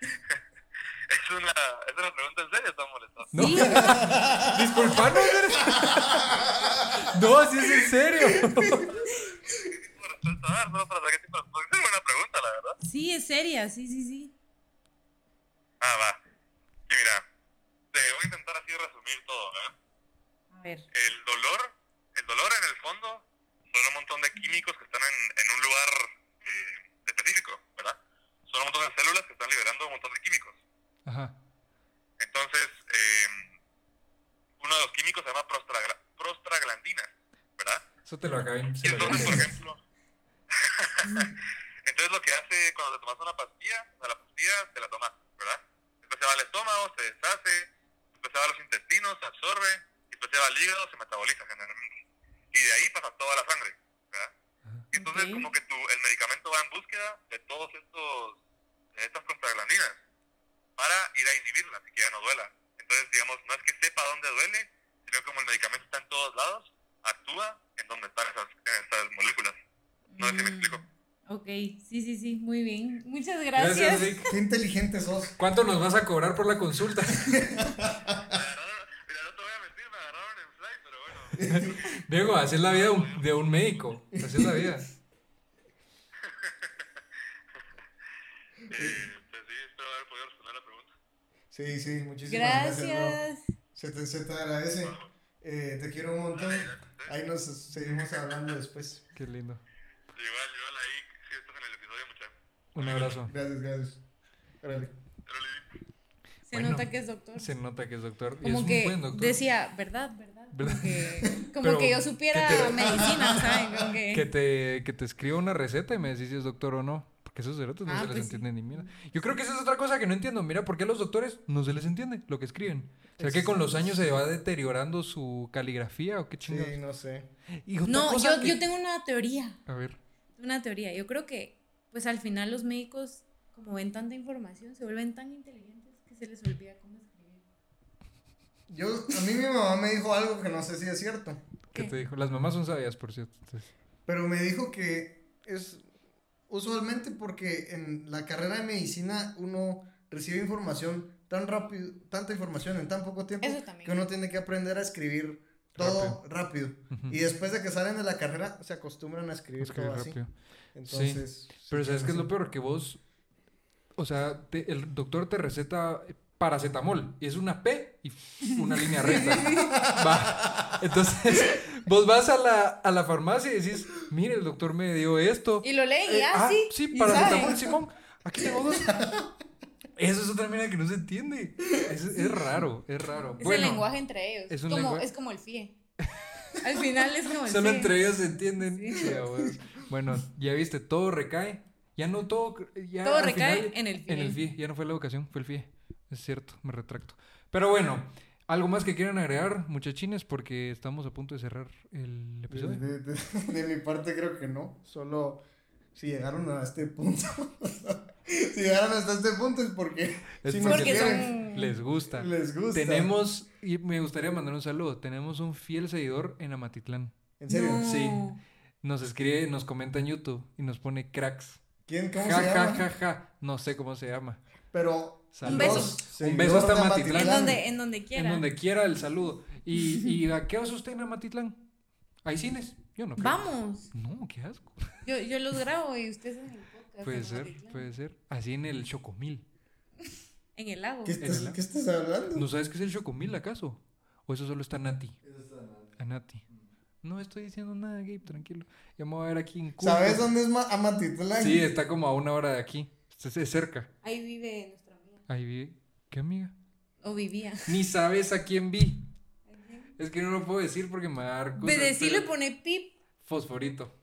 Speaker 7: Es una, es una pregunta en serio, están molestados.
Speaker 1: No.
Speaker 2: Sí.
Speaker 1: Disculpanos. No, si es en serio.
Speaker 7: ¿Qué tipo de respuesta dar? Solo para saber qué tipo de respuesta. Es una buena pregunta, la verdad.
Speaker 2: Sí, es seria, sí, sí, sí.
Speaker 7: Ah, va. Sí, mira. Te voy a intentar así resumir todo, ¿verdad?
Speaker 2: A ver.
Speaker 7: el dolor, el dolor en el fondo son un montón de químicos que están en, en un lugar eh, específico, ¿verdad? Son un montón de células que están liberando un montón de químicos.
Speaker 1: Ajá.
Speaker 7: Entonces, eh, uno de los químicos se llama prostragra- prostaglandinas, ¿verdad?
Speaker 1: Eso te lo acabé.
Speaker 7: Y entonces, por ejemplo, entonces lo que hace cuando te tomas una pastilla, o sea, la pastilla te la tomas, ¿verdad? Después se va al estómago, se deshace, después se va a los intestinos, se absorbe, y después se va al hígado, se metaboliza generalmente. Y de ahí pasa toda la sangre, ¿verdad? Y entonces
Speaker 2: Ok.
Speaker 7: como que tu, el medicamento va en búsqueda de todos estos, de estas prostaglandinas para ir a inhibirlas y que ya no duela. Entonces, digamos, no es que sepa dónde duele, sino como el medicamento está en todos lados, actúa en donde están esas, en esas moléculas. No sé si me
Speaker 2: Mm.
Speaker 7: explico.
Speaker 2: Ok, sí, sí, sí, muy bien. Muchas gracias.
Speaker 1: Gracias, Rick.
Speaker 3: Qué inteligente sos.
Speaker 1: ¿Cuánto nos vas a cobrar por la consulta?
Speaker 7: Me agarraron, mira, no te voy a mentir, me agarraron en fly, pero bueno.
Speaker 1: Diego, así es la vida de un, de un médico. Así es la vida.
Speaker 7: Eh, pues sí, espero haber podido responder la pregunta.
Speaker 3: Sí, sí, muchísimas gracias. bro.
Speaker 2: Gracias.
Speaker 3: se, te, se te agradece. Eh, te quiero un montón. Ahí nos seguimos hablando después.
Speaker 1: Qué lindo.
Speaker 7: Igual, igual ahí, si estás en el episodio, muchachos.
Speaker 1: Un abrazo.
Speaker 3: Gracias, gracias. Órale.
Speaker 7: Pero le
Speaker 2: Se
Speaker 1: Bueno,
Speaker 2: nota que es doctor.
Speaker 1: Se nota que es doctor. y es
Speaker 2: Como
Speaker 1: un
Speaker 2: que
Speaker 1: buen doctor.
Speaker 2: decía, ¿verdad? ¿Verdad?
Speaker 1: ¿Verdad?
Speaker 2: Como que, como
Speaker 1: Pero
Speaker 2: que yo supiera
Speaker 1: que te-
Speaker 2: medicina, ¿saben? Como que,
Speaker 1: Que te, que te escriba una receta y me decís si es doctor o no. Porque esos cerotes no
Speaker 2: Ah,
Speaker 1: se les
Speaker 2: pues sí.
Speaker 1: entiende ni mira. Yo creo que esa es otra cosa que no entiendo. Mira, ¿por qué a los doctores no se les entiende lo que escriben? ¿Será
Speaker 2: Pues
Speaker 1: que con los años se va deteriorando su caligrafía o qué chingados?
Speaker 4: Sí, no sé.
Speaker 1: Y otra
Speaker 2: No,
Speaker 1: cosa
Speaker 2: yo,
Speaker 1: que-
Speaker 2: yo tengo una teoría.
Speaker 1: A ver.
Speaker 2: Una teoría. Yo creo que, pues al final los médicos, como ven tanta información, se vuelven tan inteligentes que se les olvida cómo escribir.
Speaker 3: Yo, a mí mi mamá me dijo algo que no sé si es cierto,
Speaker 1: ¿Qué
Speaker 2: ¿Qué?
Speaker 1: te dijo? Las mamás son sabias, por cierto. Entonces,
Speaker 3: pero me dijo que es usualmente porque en la carrera de medicina uno recibe información tan rápido, tanta información en tan poco tiempo
Speaker 2: Eso también.
Speaker 3: que uno tiene que aprender a escribir todo rápido.
Speaker 1: Ujú.
Speaker 3: Y después de que salen de la carrera se acostumbran a escribir
Speaker 1: Mm. escribir
Speaker 3: todo así.
Speaker 1: rápido.
Speaker 3: Entonces,
Speaker 1: Pero ¿sabes qué es lo
Speaker 3: sí.
Speaker 1: peor? Que vos, o sea, te- el doctor te receta paracetamol y es una P y una línea recta. Va. Entonces, vos vas a la, a la farmacia y decís, mire, el doctor me dio esto.
Speaker 2: Y lo leen y
Speaker 1: Eh,
Speaker 2: ah, sí. y
Speaker 1: paracetamol,
Speaker 2: saben.
Speaker 1: Simón. Aquí tengo dos. Eso es otra manera que no se entiende. Es, es raro, es raro.
Speaker 2: Es
Speaker 1: Bueno,
Speaker 2: el lenguaje entre ellos.
Speaker 1: es
Speaker 2: Es,
Speaker 1: un
Speaker 2: como,
Speaker 1: lenguaje-
Speaker 2: es como el FIE. Al final es como el
Speaker 1: Solo
Speaker 2: FIE.
Speaker 1: entre ellos se entienden.
Speaker 2: Sí.
Speaker 1: Sí, a huevo. bueno, ya viste, todo recae. Ya no todo. ya
Speaker 2: Todo
Speaker 1: al
Speaker 2: recae
Speaker 1: final-
Speaker 2: en el FIE.
Speaker 1: En el FIE. Ya no fue la educación, fue el FIE. Es cierto, me retracto.
Speaker 2: Ah.
Speaker 1: Pero bueno, ¿algo más que quieran agregar, muchachines? Porque estamos a punto de cerrar el
Speaker 3: De,
Speaker 1: episodio.
Speaker 3: de- de- de mi parte creo que no, solo si llegaron a este punto, si llegaron hasta este punto es porque,
Speaker 1: Es
Speaker 3: si nos
Speaker 2: Porque
Speaker 3: quieren,
Speaker 2: son.
Speaker 1: Les gusta.
Speaker 3: les gusta.
Speaker 1: Tenemos, y me gustaría mandar un saludo. Tenemos un fiel seguidor en Amatitlán.
Speaker 3: En serio,
Speaker 2: No.
Speaker 1: Sí. Nos escribe, nos comenta en YouTube y nos pone cracks.
Speaker 3: ¿quién? ¿Cómo
Speaker 1: ja,
Speaker 3: se
Speaker 1: ja,
Speaker 3: llama?
Speaker 1: ja, ja. No sé cómo se llama.
Speaker 3: Pero
Speaker 1: Saludos.
Speaker 2: beso.
Speaker 1: Un beso hasta
Speaker 2: En
Speaker 1: Matitlán.
Speaker 2: donde, en donde quiera.
Speaker 1: En donde quiera el saludo. ¿Y, y a qué vas usted en Amatitlán? ¿Hay cines? Yo no creo.
Speaker 2: Vamos.
Speaker 1: No, qué asco.
Speaker 2: Yo, yo los grabo y ustedes en el podcast.
Speaker 1: Puede
Speaker 2: en
Speaker 1: ser,
Speaker 2: Matitlán.
Speaker 1: puede ser. Así en
Speaker 3: Mm.
Speaker 1: el Chocomil.
Speaker 2: En el lago.
Speaker 3: ¿Qué estás,
Speaker 1: el-
Speaker 3: qué estás hablando?
Speaker 1: ¿No sabes qué es el Chocomil acaso? ¿O eso solo está Nati? A Nati. No estoy diciendo nada, Gabe, tranquilo. Ya me voy a ver aquí en Cusco.
Speaker 3: ¿Sabes dónde es Ma- Amatitlán?
Speaker 1: Sí, está como a una hora de aquí. Es es cerca.
Speaker 2: Ahí vive nuestra amiga.
Speaker 1: Ahí vi. ¿Qué amiga?
Speaker 2: O vivía.
Speaker 1: Ni sabes a quién vi. Es que no lo puedo decir porque me va a dar cosa,
Speaker 2: Pues decirle
Speaker 1: pero-
Speaker 2: pone pip.
Speaker 1: Fosforito.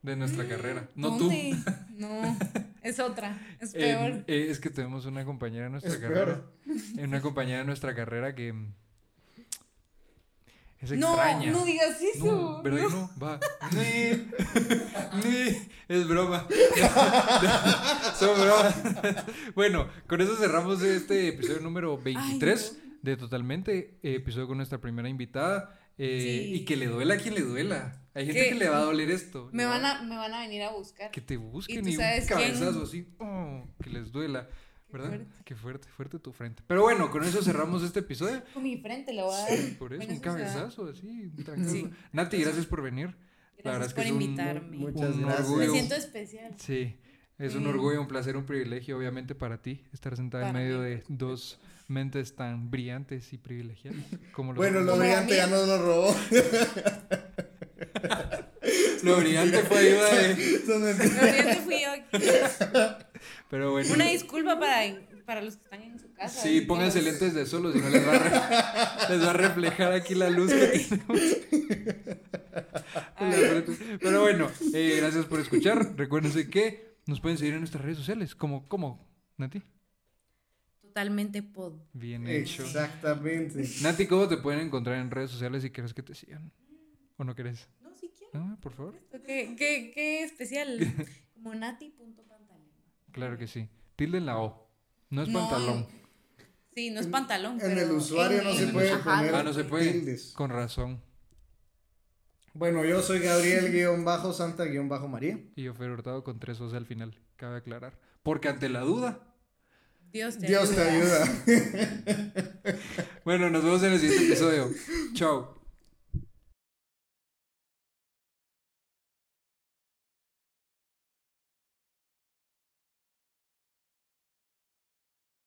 Speaker 1: De nuestra carrera. No tú.
Speaker 2: ¿Dónde? No, es otra. Es
Speaker 1: En-
Speaker 2: peor.
Speaker 1: eh, es que tenemos una compañera en nuestra
Speaker 3: Es
Speaker 1: carrera.
Speaker 3: peor.
Speaker 1: eh, Una compañera de nuestra carrera que mm, es
Speaker 2: no,
Speaker 1: extraña.
Speaker 2: no digas eso.
Speaker 1: No, ¿verdad que no? Va. Ni. Ni. Es broma. Son bromas. Bueno, con eso cerramos este episodio número 23 de Totalmente. eh, Episodio con nuestra primera invitada. eh,
Speaker 2: Sí.
Speaker 1: Y que le duela a quien le duela. Hay gente
Speaker 2: Que-
Speaker 1: que le va a doler esto.
Speaker 2: Me
Speaker 1: Le va-
Speaker 2: van a, me van a venir a buscar.
Speaker 1: que te busquen
Speaker 2: tú
Speaker 1: y, un
Speaker 2: sabes quién.
Speaker 1: cabezazo así, oh, que les duela, ¿verdad? Qué fuerte.
Speaker 2: fuerte.
Speaker 1: Qué fuerte, tu frente. Pero bueno, con eso cerramos este episodio.
Speaker 2: Con mi frente le voy a dar.
Speaker 1: Por eso,
Speaker 2: Bueno,
Speaker 1: un
Speaker 2: eso se da.
Speaker 1: cabezazo así. un trancazo. Nati, gracias por venir. La verdad
Speaker 2: Gracias
Speaker 1: es que
Speaker 2: por
Speaker 1: es un-
Speaker 2: invitarme.
Speaker 3: muy-
Speaker 1: un
Speaker 3: Muchas gracias.
Speaker 1: orgullo.
Speaker 2: Me siento especial.
Speaker 1: Sí, es un
Speaker 2: Mm.
Speaker 1: orgullo, un placer, un privilegio, obviamente, para ti, estar sentada en
Speaker 2: Para
Speaker 1: medio
Speaker 2: mí,
Speaker 1: de dos mentes tan brillantes y privilegiadas como lo,
Speaker 3: Bueno, lo
Speaker 2: Como la
Speaker 3: brillante ya
Speaker 2: mía.
Speaker 3: nos lo robó.
Speaker 1: lo brillante fue ayuda de...
Speaker 3: Son mentiras.
Speaker 2: Lo siento, fui yo.
Speaker 1: Pero bueno,
Speaker 2: Una disculpa para, para los que están en su casa.
Speaker 1: sí, pónganse lentes de sol, o si no les va, a re- les va a reflejar aquí la luz que tiene.
Speaker 2: Ay.
Speaker 1: La frente. Pero bueno, eh, gracias por escuchar. Recuérdense que nos pueden seguir en nuestras redes sociales. como como Nati?
Speaker 2: Totalmente pod.
Speaker 1: Bien hecho.
Speaker 3: Exactamente.
Speaker 1: Nati, ¿cómo te pueden encontrar en redes sociales si quieres que te sigan? ¿O no quieres?
Speaker 2: No, si quiero.
Speaker 1: No, por favor.
Speaker 2: Qué, qué, qué especial. Como nati.pantalón.
Speaker 1: Claro que sí. Tilde en la O. No es
Speaker 2: No,
Speaker 1: pantalón.
Speaker 2: Sí, no es pantalón.
Speaker 3: En
Speaker 2: pero
Speaker 3: el usuario Ah, no
Speaker 1: en
Speaker 3: se
Speaker 1: el
Speaker 3: puede
Speaker 1: usuario.
Speaker 3: poner
Speaker 1: Ah, no se puede.
Speaker 3: tildes.
Speaker 1: Con razón.
Speaker 3: Bueno, yo soy Gabriel-Santa-María.
Speaker 1: Y yo fui Hurtado con tres O's al final, cabe aclarar. Porque ante la duda.
Speaker 2: Dios te
Speaker 3: Dios te
Speaker 2: ayuda.
Speaker 3: ayuda.
Speaker 1: Bueno, nos vemos en el siguiente episodio. Chao.